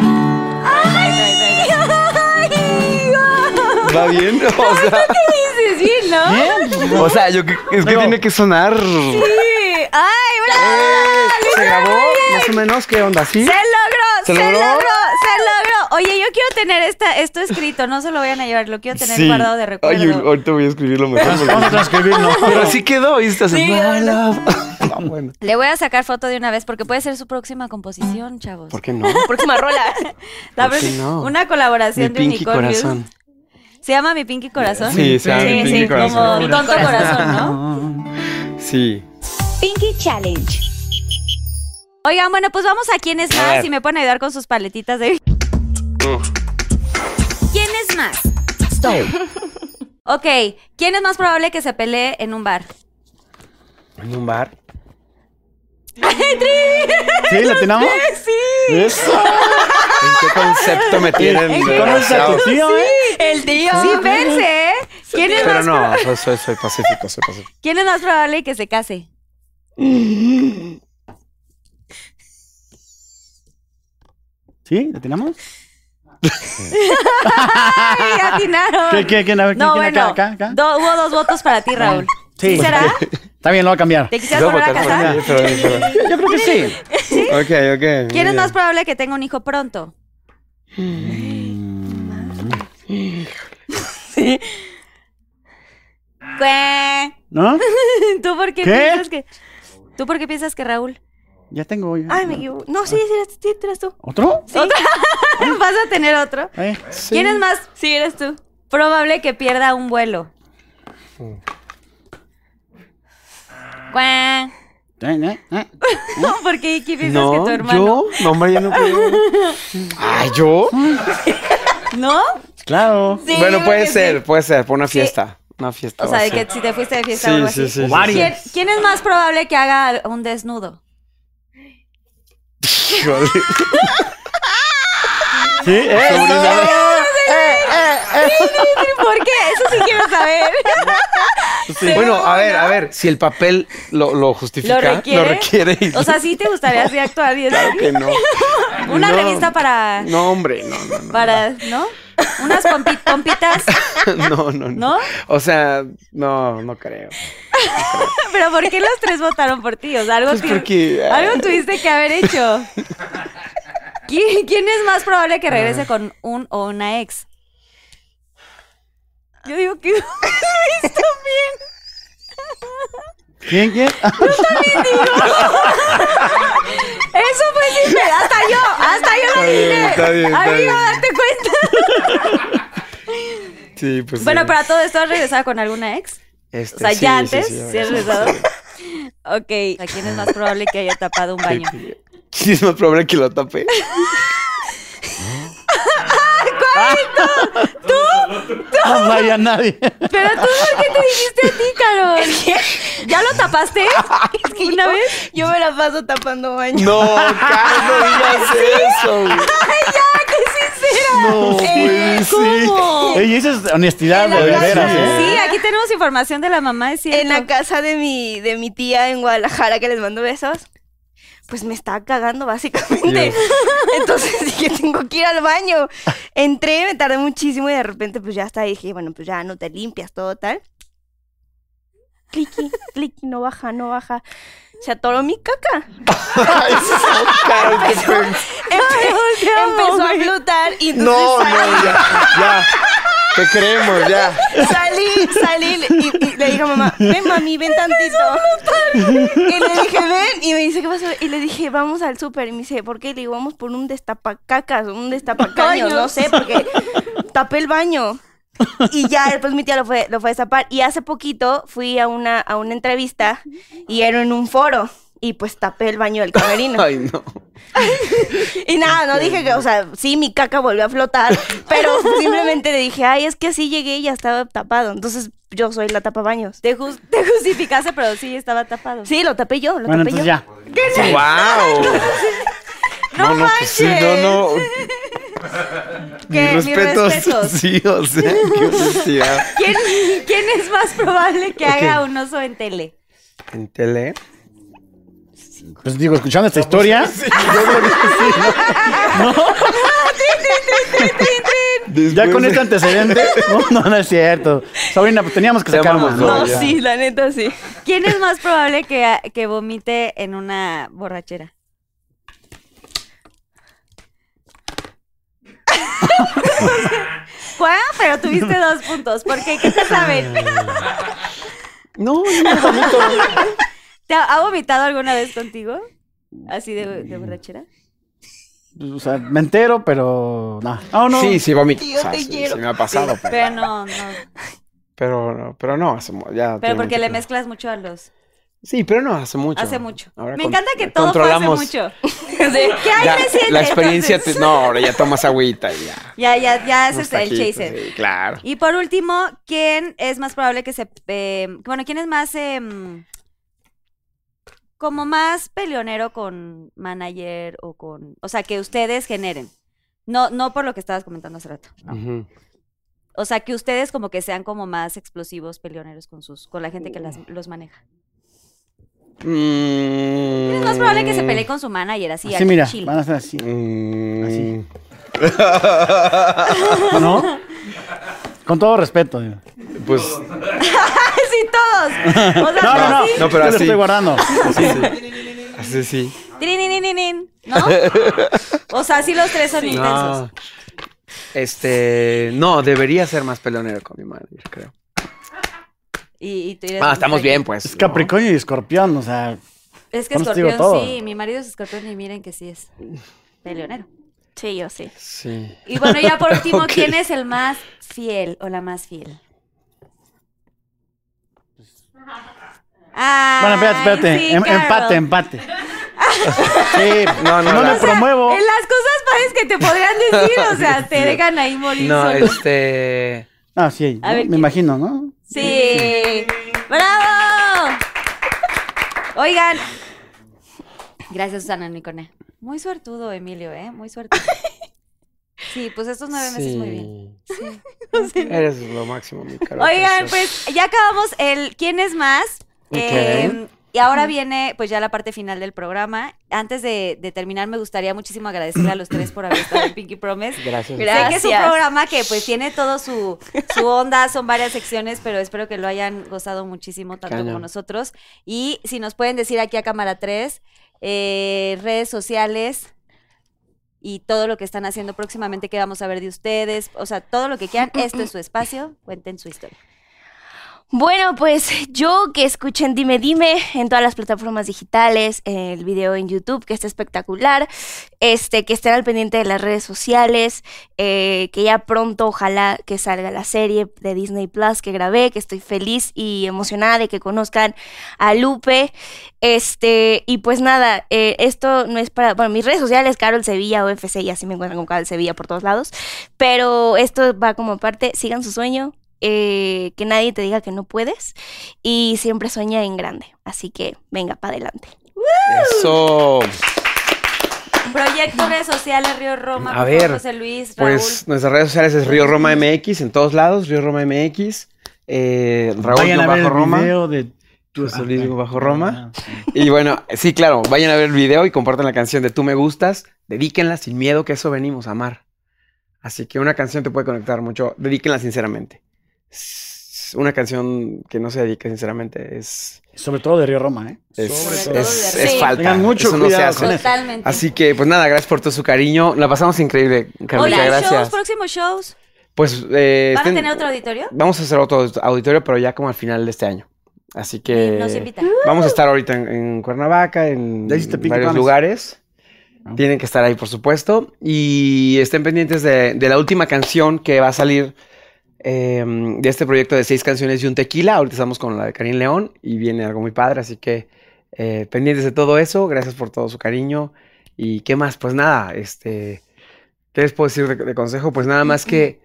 C: ¿Va bien? O sea,
B: Dices bien, ¿no?
C: o sea, yo que- es que
E: Pero-
C: tiene que sonar.
B: Sí. ¡Ay, bravo!
C: ¡Eh! ¿Se grabó? Más o menos, ¿qué onda? ¿Sí?
B: ¡Se logró! ¡Se
C: ¿Se
B: logró!
C: logró?
B: ¡Se logró! Oye, yo quiero tener esta, esto escrito, no se lo vayan a llevar, lo quiero tener
C: Sí.
B: guardado de recuerdo.
C: Ay, ahorita voy a escribirlo mejor. porque-
E: Vamos a transcribirlo.
C: Pero sí quedó, ¿viste? Así,
B: Sí,
C: "My
B: bueno.
C: love". No, bueno.
B: Le voy a sacar foto de una vez porque puede ser su próxima composición, chavos.
C: ¿Por qué no?
D: Próxima rola.
B: La
C: ¿por qué
B: próxima-
C: no?
B: Una
C: Mi
B: colaboración de
C: pinky
B: unicornios. Ah.
C: corazón.
B: ¿Se llama Mi Pinky Corazón?
C: Sí, se llama Mi
B: como
C: Pinky Corazón.
B: Mi Tonto Corazón, ¿no?
E: Ah.
C: Sí.
B: Pinky Challenge. Oigan, bueno, pues vamos a quienes
C: A
B: más
C: ver.
B: y me pueden ayudar con sus paletitas de... ¿Quién es más? Ok, ¿quién es más probable que se pelee en un bar?
C: En un bar.
E: ¿Sí? ¿La tenemos?
B: Sí.
E: ¡Eso!
C: ¿En qué concepto me tienen?
E: ¿Conoces a
C: demasiado?
E: tu tío, eh?
B: El tío. Sí,
E: Ah,
B: pensé. ¿Quién es,
C: Pero
B: más
C: no, soy, soy, soy pacífico, soy pacífico.
B: ¿Quién es más probable que se case?
E: ¿Sí? ¿La tenemos?
B: ¡Ay, atinaron!
E: ¿Qué, qué, quién? A ver, ¿quién,
B: Ah. No,
E: quién?
B: bueno,
E: acá, acá, acá?
B: do- hubo dos votos para ti, Raúl.
E: Sí.
B: ¿Será?
E: Está bien, lo voy a cambiar.
B: ¿Te quisieras
C: Yo
B: volver a
C: votaré por
B: casar?
C: mí, pero- pero-
E: Yo creo que sí.
C: Ok, ok. muy
B: ¿Quién es
C: bien.
B: más probable que tenga un hijo pronto? ¿Qué?
E: ¿No?
B: ¿Tú por qué,
E: ¿Qué?
B: piensas que.? ¿Tú por qué piensas que Raúl?
E: Ya tengo. Ya.
D: Ay, me equivoco. No, sí, sí, eres, sí, eres tú.
E: ¿Otro?
B: ¿Vas a tener otro?
E: Eh,
B: ¿Quién es más? Sí, eres tú. Probable que pierda un vuelo. ¿Cuá?
E: eh, eh,
B: Ah.
E: eh.
B: ¿Por qué Iki, piensas que
C: No,
B: tu hermano?
C: yo, no, hombre, yo no puedo. Ay, yo.
B: ¿No?
E: Claro.
B: Sí,
C: bueno,
B: yo creo
C: puede
B: que
C: ser,
B: sí.
C: puede ser, por una fiesta. Una fiesta.
B: O sea,
C: va a
B: de
C: ser.
B: que si te fuiste de fiesta o
C: Sí,
B: algo
C: sí,
B: así.
C: sí, sí, sí.
E: Varios.
B: ¿Quién, quién es más probable que haga un desnudo?
C: Híjole.
E: Sí, eso.
C: Eh,
B: ¿Por qué? Eso sí quiero saber.
C: Bueno, a ver, a ver, si el papel lo, lo justifica,
B: ¿Lo requiere?
C: requiere y-
B: O sea, sí te gustaría así actuar y
C: claro que no.
B: Una
C: No.
B: revista para.
C: No, hombre, no, no, no.
B: para ¿No? Unas pompi- pompitas.
C: No, no, no.
B: ¿No?
C: O sea, no, no creo.
B: Pero ¿por qué los tres votaron por ti? O sea, algo,
C: Pues
B: tu-
C: porque-
B: algo tuviste que haber hecho. ¿Qui- ¿Quién es más probable que regrese con un o una ex? Yo digo que Luis también.
E: ¿Quién, quién?
B: Eso fue simple. Hasta yo, hasta yo lo
C: bien,
B: dije.
C: está bien, está
B: Amigo,
C: bien.
B: date cuenta.
C: Sí, pues.
B: Bueno,
C: sí.
B: para todo esto, ¿has regresado con alguna ex?
C: Este,
B: O sea,
C: sí,
B: ya
C: sí,
B: antes,
C: sí,
B: sí,
C: ahora
B: has
C: sí.
B: regresado. Ok. ¿A quién es más probable que haya tapado un baño?
C: Sí, es más probable que lo tape.
E: No vaya nadie.
B: Pero tú, ¿por qué te dijiste a ti, Carol? ¿Ya lo tapaste? ¿Una vez?
D: Yo me la paso tapando baño.
C: No, Carlos, no digas eso. güey.
B: Oh,
C: No, pues sí.
B: ¿Cómo?
E: Ey, esa es honestidad,
D: En la
E: de
D: plaza,
E: veras. ¿eh?
B: Sí, aquí tenemos información de la mamá, es cierto.
D: En la casa de mi, de mi tía en Guadalajara, que les mando besos, pues me estaba cagando básicamente.
C: Dios.
D: Entonces dije, tengo que ir al baño. Entré, me tardé muchísimo y de repente pues ya está. Y dije, bueno, pues ya no te limpias, todo tal. Cliqui, cliqui, no baja, no baja. Se atoró mi caca.
C: Ay, sí, Carol, qué pena.
D: Empe- empezó a flotar y entonces
C: No,
D: salí-
C: no, ya, ya. Te creemos, ya.
D: Salí, salí le- y, y le dije a mamá, ven mami, ven tantito. Y le dije, ven, y me dice, ¿qué pasó? Y le dije, vamos al súper. Y me dice, ¿por qué? Le digo, vamos por un destapacacas, un destapacaños, no sé, porque tapé el baño. Y ya después mi tía lo fue, lo fue a destapar. Y hace poquito fui a una, a una entrevista y era en un foro. Y pues tapé el baño del camerino.
C: Ay, no.
D: Y nada, no dije que, o sea, sí, mi caca volvió a flotar, pero simplemente le dije, ay, es que así llegué y ya estaba tapado. Entonces yo soy la tapabaños.
B: Te, jus- te justificaste, pero sí estaba tapado.
D: Sí, lo tapé yo, lo
E: Bueno,
D: tapé yo.
E: entonces ya.
C: ¡Wow! No, no, pues sí, no, no.
B: ¿Qué? Mis respetos.
C: Sí, o sea, qué honestidad.
B: ¿Quién, quién es más probable que haga un oso en tele?
C: En tele.
E: Pues digo, escuchando esta historia.
B: pues
E: Ya con este antecedente, no, no, no es cierto. Sabrina, pues teníamos que
C: Te
E: sacar
C: amamos,
E: mano.
D: No,
C: Ya.
D: sí, la neta sí.
B: ¿Quién es más probable que, que vomite en una borrachera? ¿Cuá? Pero tuviste dos puntos. ¿Por qué? ¿Qué te saben?
C: No, no, bonito.
B: ¿Te ha, ha vomitado alguna vez contigo? ¿Así de, de borrachera?
E: O sea, me entero, pero no. Ah, No, no.
C: Sí, sí, vomito. O sea,
D: te
C: sí,
D: quiero.
C: sí me ha pasado. Pero,
B: Pero no, no.
C: pero, no, pero no, hace mu-
B: Pero
C: ya.
B: porque
C: tiene mucho
B: le
C: tiempo.
B: mezclas mucho a los.
C: Sí, pero no hace mucho.
B: Hace mucho.
C: Ahora
B: Me
C: con- eh,
B: encanta que todo fue hace
C: controlamos.
B: mucho. ¿Qué hay
C: Ya,
B: reciente?
C: la experiencia te-
B: Entonces,
C: no, ahora ya tomas agüita y ya.
B: Ya, ya, ya
C: unos
B: haces el
C: taquitos,
B: chaser.
C: sí, claro.
B: Y por último, ¿quién es más probable que se... eh, bueno, ¿quién es más... em, como más peleonero con manager o con... O sea, que ustedes generen. No, no por lo que estabas comentando hace rato. no.
C: Ujú.
B: O sea, que ustedes como que sean como más explosivos, peleoneros con sus, con la gente que
E: Uh.
B: las- los maneja.
C: Mm.
B: Es más probable que se pelee con su manager, así,
E: Así,
B: aquí
E: Ah, mira,
B: chill.
E: van a ser así.
C: Mm.
E: Así. ¿No? Con todo respeto. digo.
C: Pues
B: sí, todos. O sea,
E: No, no, no.
B: sí.
C: No, pero
E: Yo lo
C: así.
E: estoy guardando.
C: así sí. Así sí.
B: Trinininininin, ¿no? O sea, sí los tres son intensos.
C: No. Este, no, debería ser más peleonero con mi manager, creo.
B: Y, y tú eres
C: Ah,
B: un
C: estamos
B: cañón.
C: bien, pues.
E: Es
C: ¿no?
E: Capricornio y Escorpión, o sea,
B: Es que
E: Con eso te digo
B: escorpión,
E: todo.
B: sí. Mi marido es escorpión y miren que sí es peleonero.
D: Sí, yo sí.
C: Sí.
B: Y bueno, ya por último,
C: Ok.
B: ¿quién es el más fiel o la más fiel? Ay,
E: Bueno, espérate, espérate.
B: sí,
E: Em-
B: Carol.
E: empate, empate. Sí,
C: No, no,
E: no
C: la-
E: me promuevo.
B: En las cosas padres que te podrían decir, o sea, te dejan ahí morir
C: No,
B: solo.
C: este.
E: Ah, sí,
B: A ver,
E: me
B: ¿quién?
E: imagino, ¿no?
B: Sí. ¡Bravo! Oigan. Gracias, Susana Nicone. Muy suertudo, Emilio, ¿eh? Muy suertudo. Sí, pues estos nueve meses muy bien.
C: Sí. Eres lo máximo, mi caro.
B: Oigan,
C: precioso.
B: pues ya acabamos el ¿Quién es más? Eh, y ahora viene pues ya la parte final del programa. Antes de, de terminar me gustaría muchísimo agradecerle a los tres por haber estado en Pinky Promise.
C: Gracias.
D: Gra-
B: Sé que es un
D: Gracias.
B: programa que pues tiene todo su, su onda, son varias secciones, pero espero que lo hayan gozado muchísimo tanto
C: Cañón.
B: como nosotros. Y si nos pueden decir aquí a Cámara 3, eh, redes sociales y todo lo que están haciendo próximamente que vamos a ver de ustedes, o sea, todo lo que quieran, esto es su espacio, cuenten su historia.
D: Bueno, pues yo que escuchen Dime Dime en todas las plataformas digitales, el video en YouTube que está espectacular, este que estén al pendiente de las redes sociales, eh, que ya pronto ojalá que salga la serie de Disney Plus que grabé, que estoy feliz y emocionada de que conozcan a Lupe, este y pues nada, eh, esto no es para, bueno mis redes sociales Carol Sevilla OFC y así me encuentran con Carol Sevilla por todos lados, pero esto va como parte, sigan su sueño, eh, que nadie te diga que no puedes y siempre sueña en grande. Así que venga para adelante.
C: Eso.
B: Proyecto redes sociales Río Roma,
C: A
B: por
C: ver,
B: favor, José Luis, Raúl.
C: Pues nuestras redes sociales es Río Roma MX en todos lados, Río Roma MX. Eh, Raúl
E: Vayan a ver
C: bajo
E: el
C: Roma.
E: video de
C: Tú
E: Ah,
C: solís
E: ok.
C: bajo Roma.
E: Ah, sí.
C: Y bueno, sí, claro, vayan a ver el video y compartan la canción de Tú me gustas, dedíquenla sin miedo, que eso venimos a amar. Así que una canción te puede conectar mucho, dedíquenla sinceramente. S- Una canción que no se dedique sinceramente es,
E: Sobre todo de Río Roma, ¿eh?
C: es,
B: todo de
C: es-
B: arriba.
C: es
B: Sí.
C: falta.
E: Tengan mucho
C: Eso no se
E: cuidado
C: hace.
E: con eso.
B: Totalmente.
C: Así que, pues nada, gracias por todo su cariño. La pasamos increíble, Carlita,
B: Oigan, shows,
C: gracias.
B: próximos shows.
C: Pues, eh,
B: ¿Van a
C: estén-
B: tener otro auditorio?
C: Vamos a hacer otro auditorio, pero ya como al final de este año. Así que
B: Nos invitan.
C: vamos a estar ahorita en, en Cuernavaca, en
E: Ya hiciste Pinky
C: varios
E: Promise.
C: lugares.
E: Ah.
C: Tienen que estar ahí, por supuesto. Y estén pendientes de, de la última canción que va a salir eh, de este proyecto de seis canciones y un tequila. Ahorita estamos con la de Karim León y viene algo muy padre. Así que eh, pendientes de todo eso. Gracias por todo su cariño. ¿Y qué más? Pues nada, este. ¿Qué les puedo decir de, de consejo? Pues
E: Mm,
C: nada más que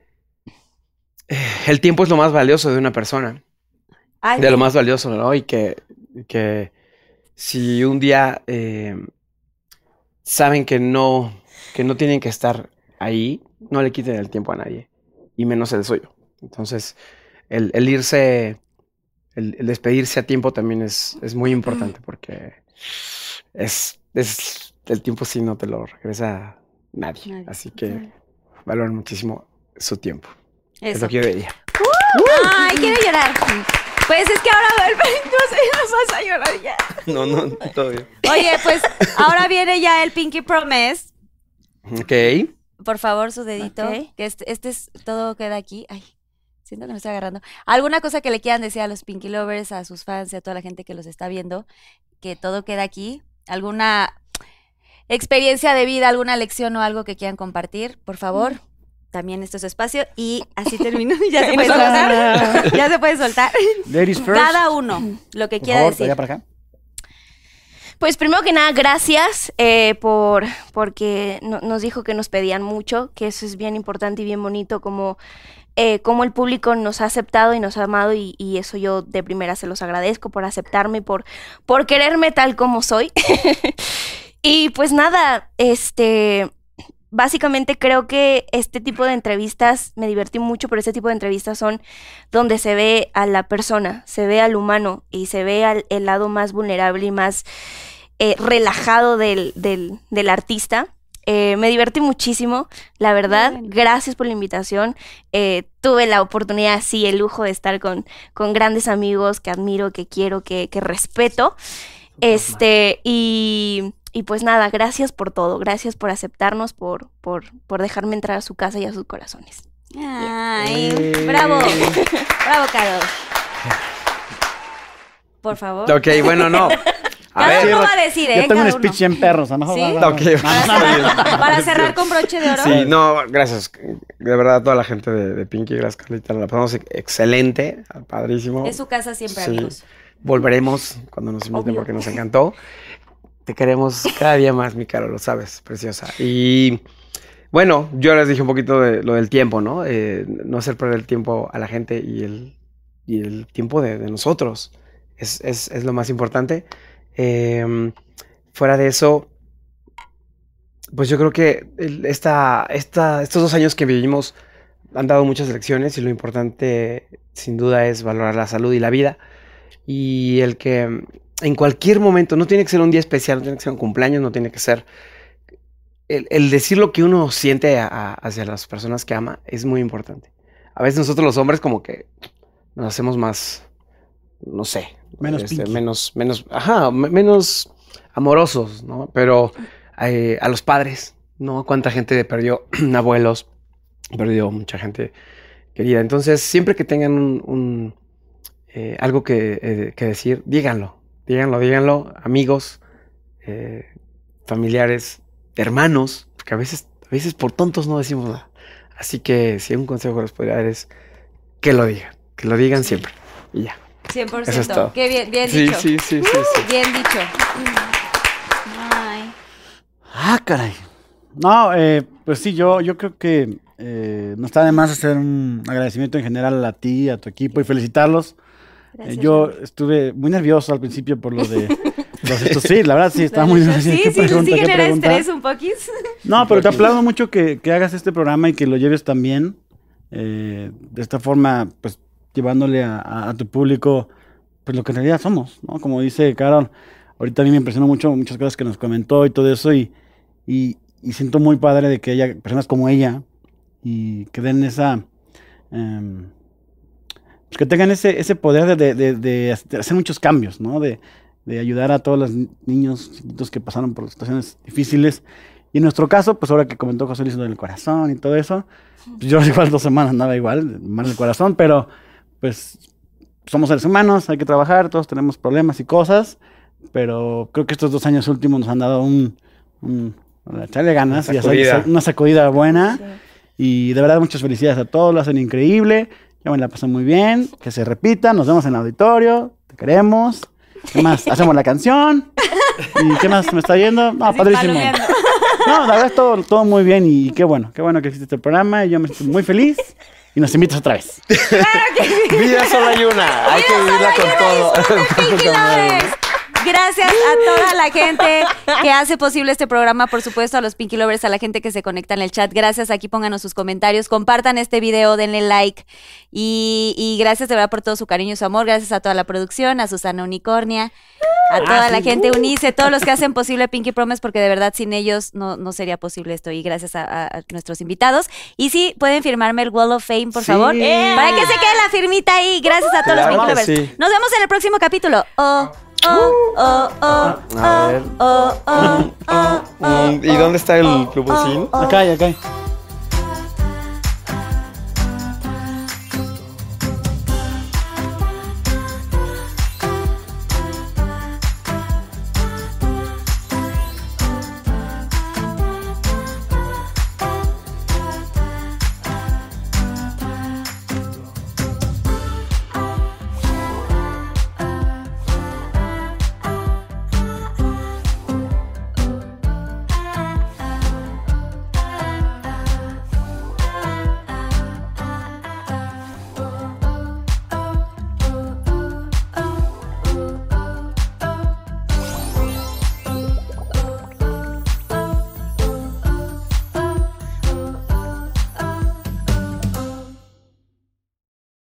C: eh, el tiempo es lo más valioso de una persona
B: Ay,
C: de lo más valioso, ¿no? Y que, que si un día eh, saben que no, que no tienen que estar ahí, no le quiten el tiempo a nadie, y menos el suyo. Entonces, el, el irse, el, el despedirse a tiempo también es, es muy importante
B: Mm.
C: porque es, es el tiempo si no te lo regresa nadie.
B: Nadie.
C: Así que valoran muchísimo su tiempo. Es
B: eso.
C: lo que yo veía.
B: Ay, quiero llorar. Pues es que ahora no sé, nos vas a llorar ya.
C: No, no, todavía.
B: Oye, pues ahora viene ya el Pinky Promise.
C: Ok.
B: Por favor, su dedito.
D: Ok.
B: Que este, este es todo queda aquí. Ay, siento que me estoy agarrando. ¿Alguna cosa que le quieran decir a los Pinky Lovers, a sus fans y a toda la gente que los está viendo? Que todo queda aquí. ¿Alguna experiencia de vida, alguna lección o algo que quieran compartir? Por favor. También esto es su espacio. Y así termino. ya se puede soltar. ya se puede soltar.
E: Ladies first.
B: Cada uno, lo que
E: Por
B: quiera
E: favor,
B: decir.
E: allá para acá.
D: Pues primero que nada, gracias eh, por porque no- nos dijo que nos pedían mucho, que eso es bien importante y bien bonito, como, eh, como el público nos ha aceptado y nos ha amado, y, y eso yo de primera se los agradezco por aceptarme y por, por quererme tal como soy. y pues nada, este básicamente creo que este tipo de entrevistas, me divertí mucho, pero este tipo de entrevistas son donde se ve a la persona, se ve al humano y se ve al el lado más vulnerable y más eh, relajado del, del- del artista. Eh, me divertí muchísimo, la verdad.
L: Bien.
D: Gracias por la invitación. Eh, tuve la oportunidad, sí, el lujo de estar con, con grandes amigos que admiro, que quiero, que, que respeto. Este, y, y pues nada, gracias por todo. Gracias por aceptarnos, por, por, por dejarme entrar a su casa y a sus corazones.
B: Ay, bravo. Bravo, Caro. Por favor.
C: Ok, bueno, no. A
B: Cada
C: ver.
B: uno va a decir, ¿eh?
E: Yo tengo
B: Cada
E: un
B: uno.
E: speech en perros, a Ah, lo mejor.
B: ¿Sí?
E: va, va, va.
C: Ok.
E: Vamos a ver.
B: Para cerrar con broche de oro.
C: Sí, no, gracias. De verdad, a toda la gente de, de Pinky, gracias, Carlita. La pasamos ex- excelente, padrísimo.
B: Es su casa siempre,
C: Sí.
B: amigos.
C: Volveremos cuando nos inviten
B: Obvio.
C: porque nos encantó. Te queremos cada día más, mi caro, lo sabes, preciosa. Y bueno, yo les dije un poquito de lo del tiempo, ¿no? Eh, no hacer perder el tiempo a la gente y el, y el tiempo de, de nosotros. Es, es- es lo más importante. Eh, fuera de eso, pues yo creo que el- esta, esta, estos dos años que vivimos han dado muchas lecciones y lo importante sin duda es valorar la salud y la vida y el que mm, en cualquier momento, no tiene que ser un día especial, no tiene que ser un cumpleaños, no tiene que ser... El, el decir lo que uno siente a- a- hacia las personas que ama es muy importante. A veces nosotros los hombres como que nos hacemos más, no sé, este,
E: Menos pinky.
C: menos, menos, ajá, me- menos amorosos, ¿no? Pero eh, a los padres, ¿no? Cuánta gente perdió abuelos, perdió mucha gente querida. Entonces, siempre que tengan un, un, eh, algo que, eh, que decir, díganlo, díganlo, díganlo, amigos, eh, familiares, hermanos, porque a veces, a veces por tontos no decimos nada. Así que si hay un consejo que les podría dar es que lo digan, que lo digan siempre. Y ya.
B: 100%.
C: Eso es todo.
B: Qué bien, bien
C: Sí,
B: dicho.
C: sí, sí, sí, sí.
B: Bien dicho. Ay.
E: Ah, caray. No, eh, pues sí, yo, yo creo que eh, no está de más hacer un agradecimiento en general a ti, a tu equipo y felicitarlos. Eh, yo estuve muy nervioso al principio por lo de los estos. Sí, la verdad sí, estaba muy nervioso.
B: Sí,
E: ¿Qué
B: sí,
E: pregunta,
B: sí
E: qué
B: genera
E: pregunta?
B: estrés un poquis.
E: No, pero te aplaudo mucho que, que hagas este programa y que lo lleves también. eh, de esta forma, pues llevándole a, a- a tu público, pues lo que en realidad somos, ¿no? Como dice Carol, ahorita a mí me impresionó mucho muchas cosas que nos comentó y todo eso. Y, y, y siento muy padre de que haya personas como ella y que den esa. em, pues, que tengan ese, ese poder de, de- de- de hacer muchos cambios, ¿no? De, de ayudar a todos los ni- niños chiquitos que pasaron por situaciones difíciles y en nuestro caso, pues ahora que comentó José Luis lo del corazón y todo eso, pues yo igual dos semanas andaba igual, mal del corazón, pero pues somos seres humanos, hay que trabajar, todos tenemos problemas y cosas, pero creo que estos dos años últimos nos han dado un, un hola, echarle ganas,
C: Una
E: y hacer-
C: sacudida.
E: una sacudida buena.
D: Sí.
E: Y de verdad, muchas felicidades a todos, lo hacen increíble, yo me la pasé muy bien, que se repita, nos vemos en el auditorio, te queremos. ¿Qué más? Hacemos la canción. ¿Y qué más? ¿Me está yendo?
C: Ah,
E: No,
B: Así
E: padrísimo.
B: palomeando.
E: No, la verdad es todo, todo muy bien y qué bueno, qué bueno que existe este programa. y Yo me siento muy feliz y nos invitas otra vez.
C: Vida solo hay una, hay que vivirla con todo.
B: Pinky Lovers. Gracias a toda la gente que hace posible este programa, por supuesto a los Pinky Lovers, a la gente que se conecta en el chat. Gracias, aquí pónganos sus comentarios, compartan este video, denle like y, y gracias de verdad por todo su cariño y su amor. Gracias a toda la producción, a Susana Unicornia, a toda la gente Unice, todos los que hacen posible Pinky Promise, porque de verdad sin ellos no, no sería posible esto. Y gracias a, a- a nuestros invitados. Y sí, pueden firmarme el Wall of Fame, por
C: Sí.
B: favor, para que se quede la firmita ahí. Gracias a todos
C: Claro
B: los Pinky
C: que
B: Lovers.
C: sí.
B: Nos vemos en el próximo capítulo. Oh, oh, oh, oh,
C: A ver.
B: oh, oh, oh, oh. ah,
C: Mm, ¿Y dónde está el club
E: Acá y acá.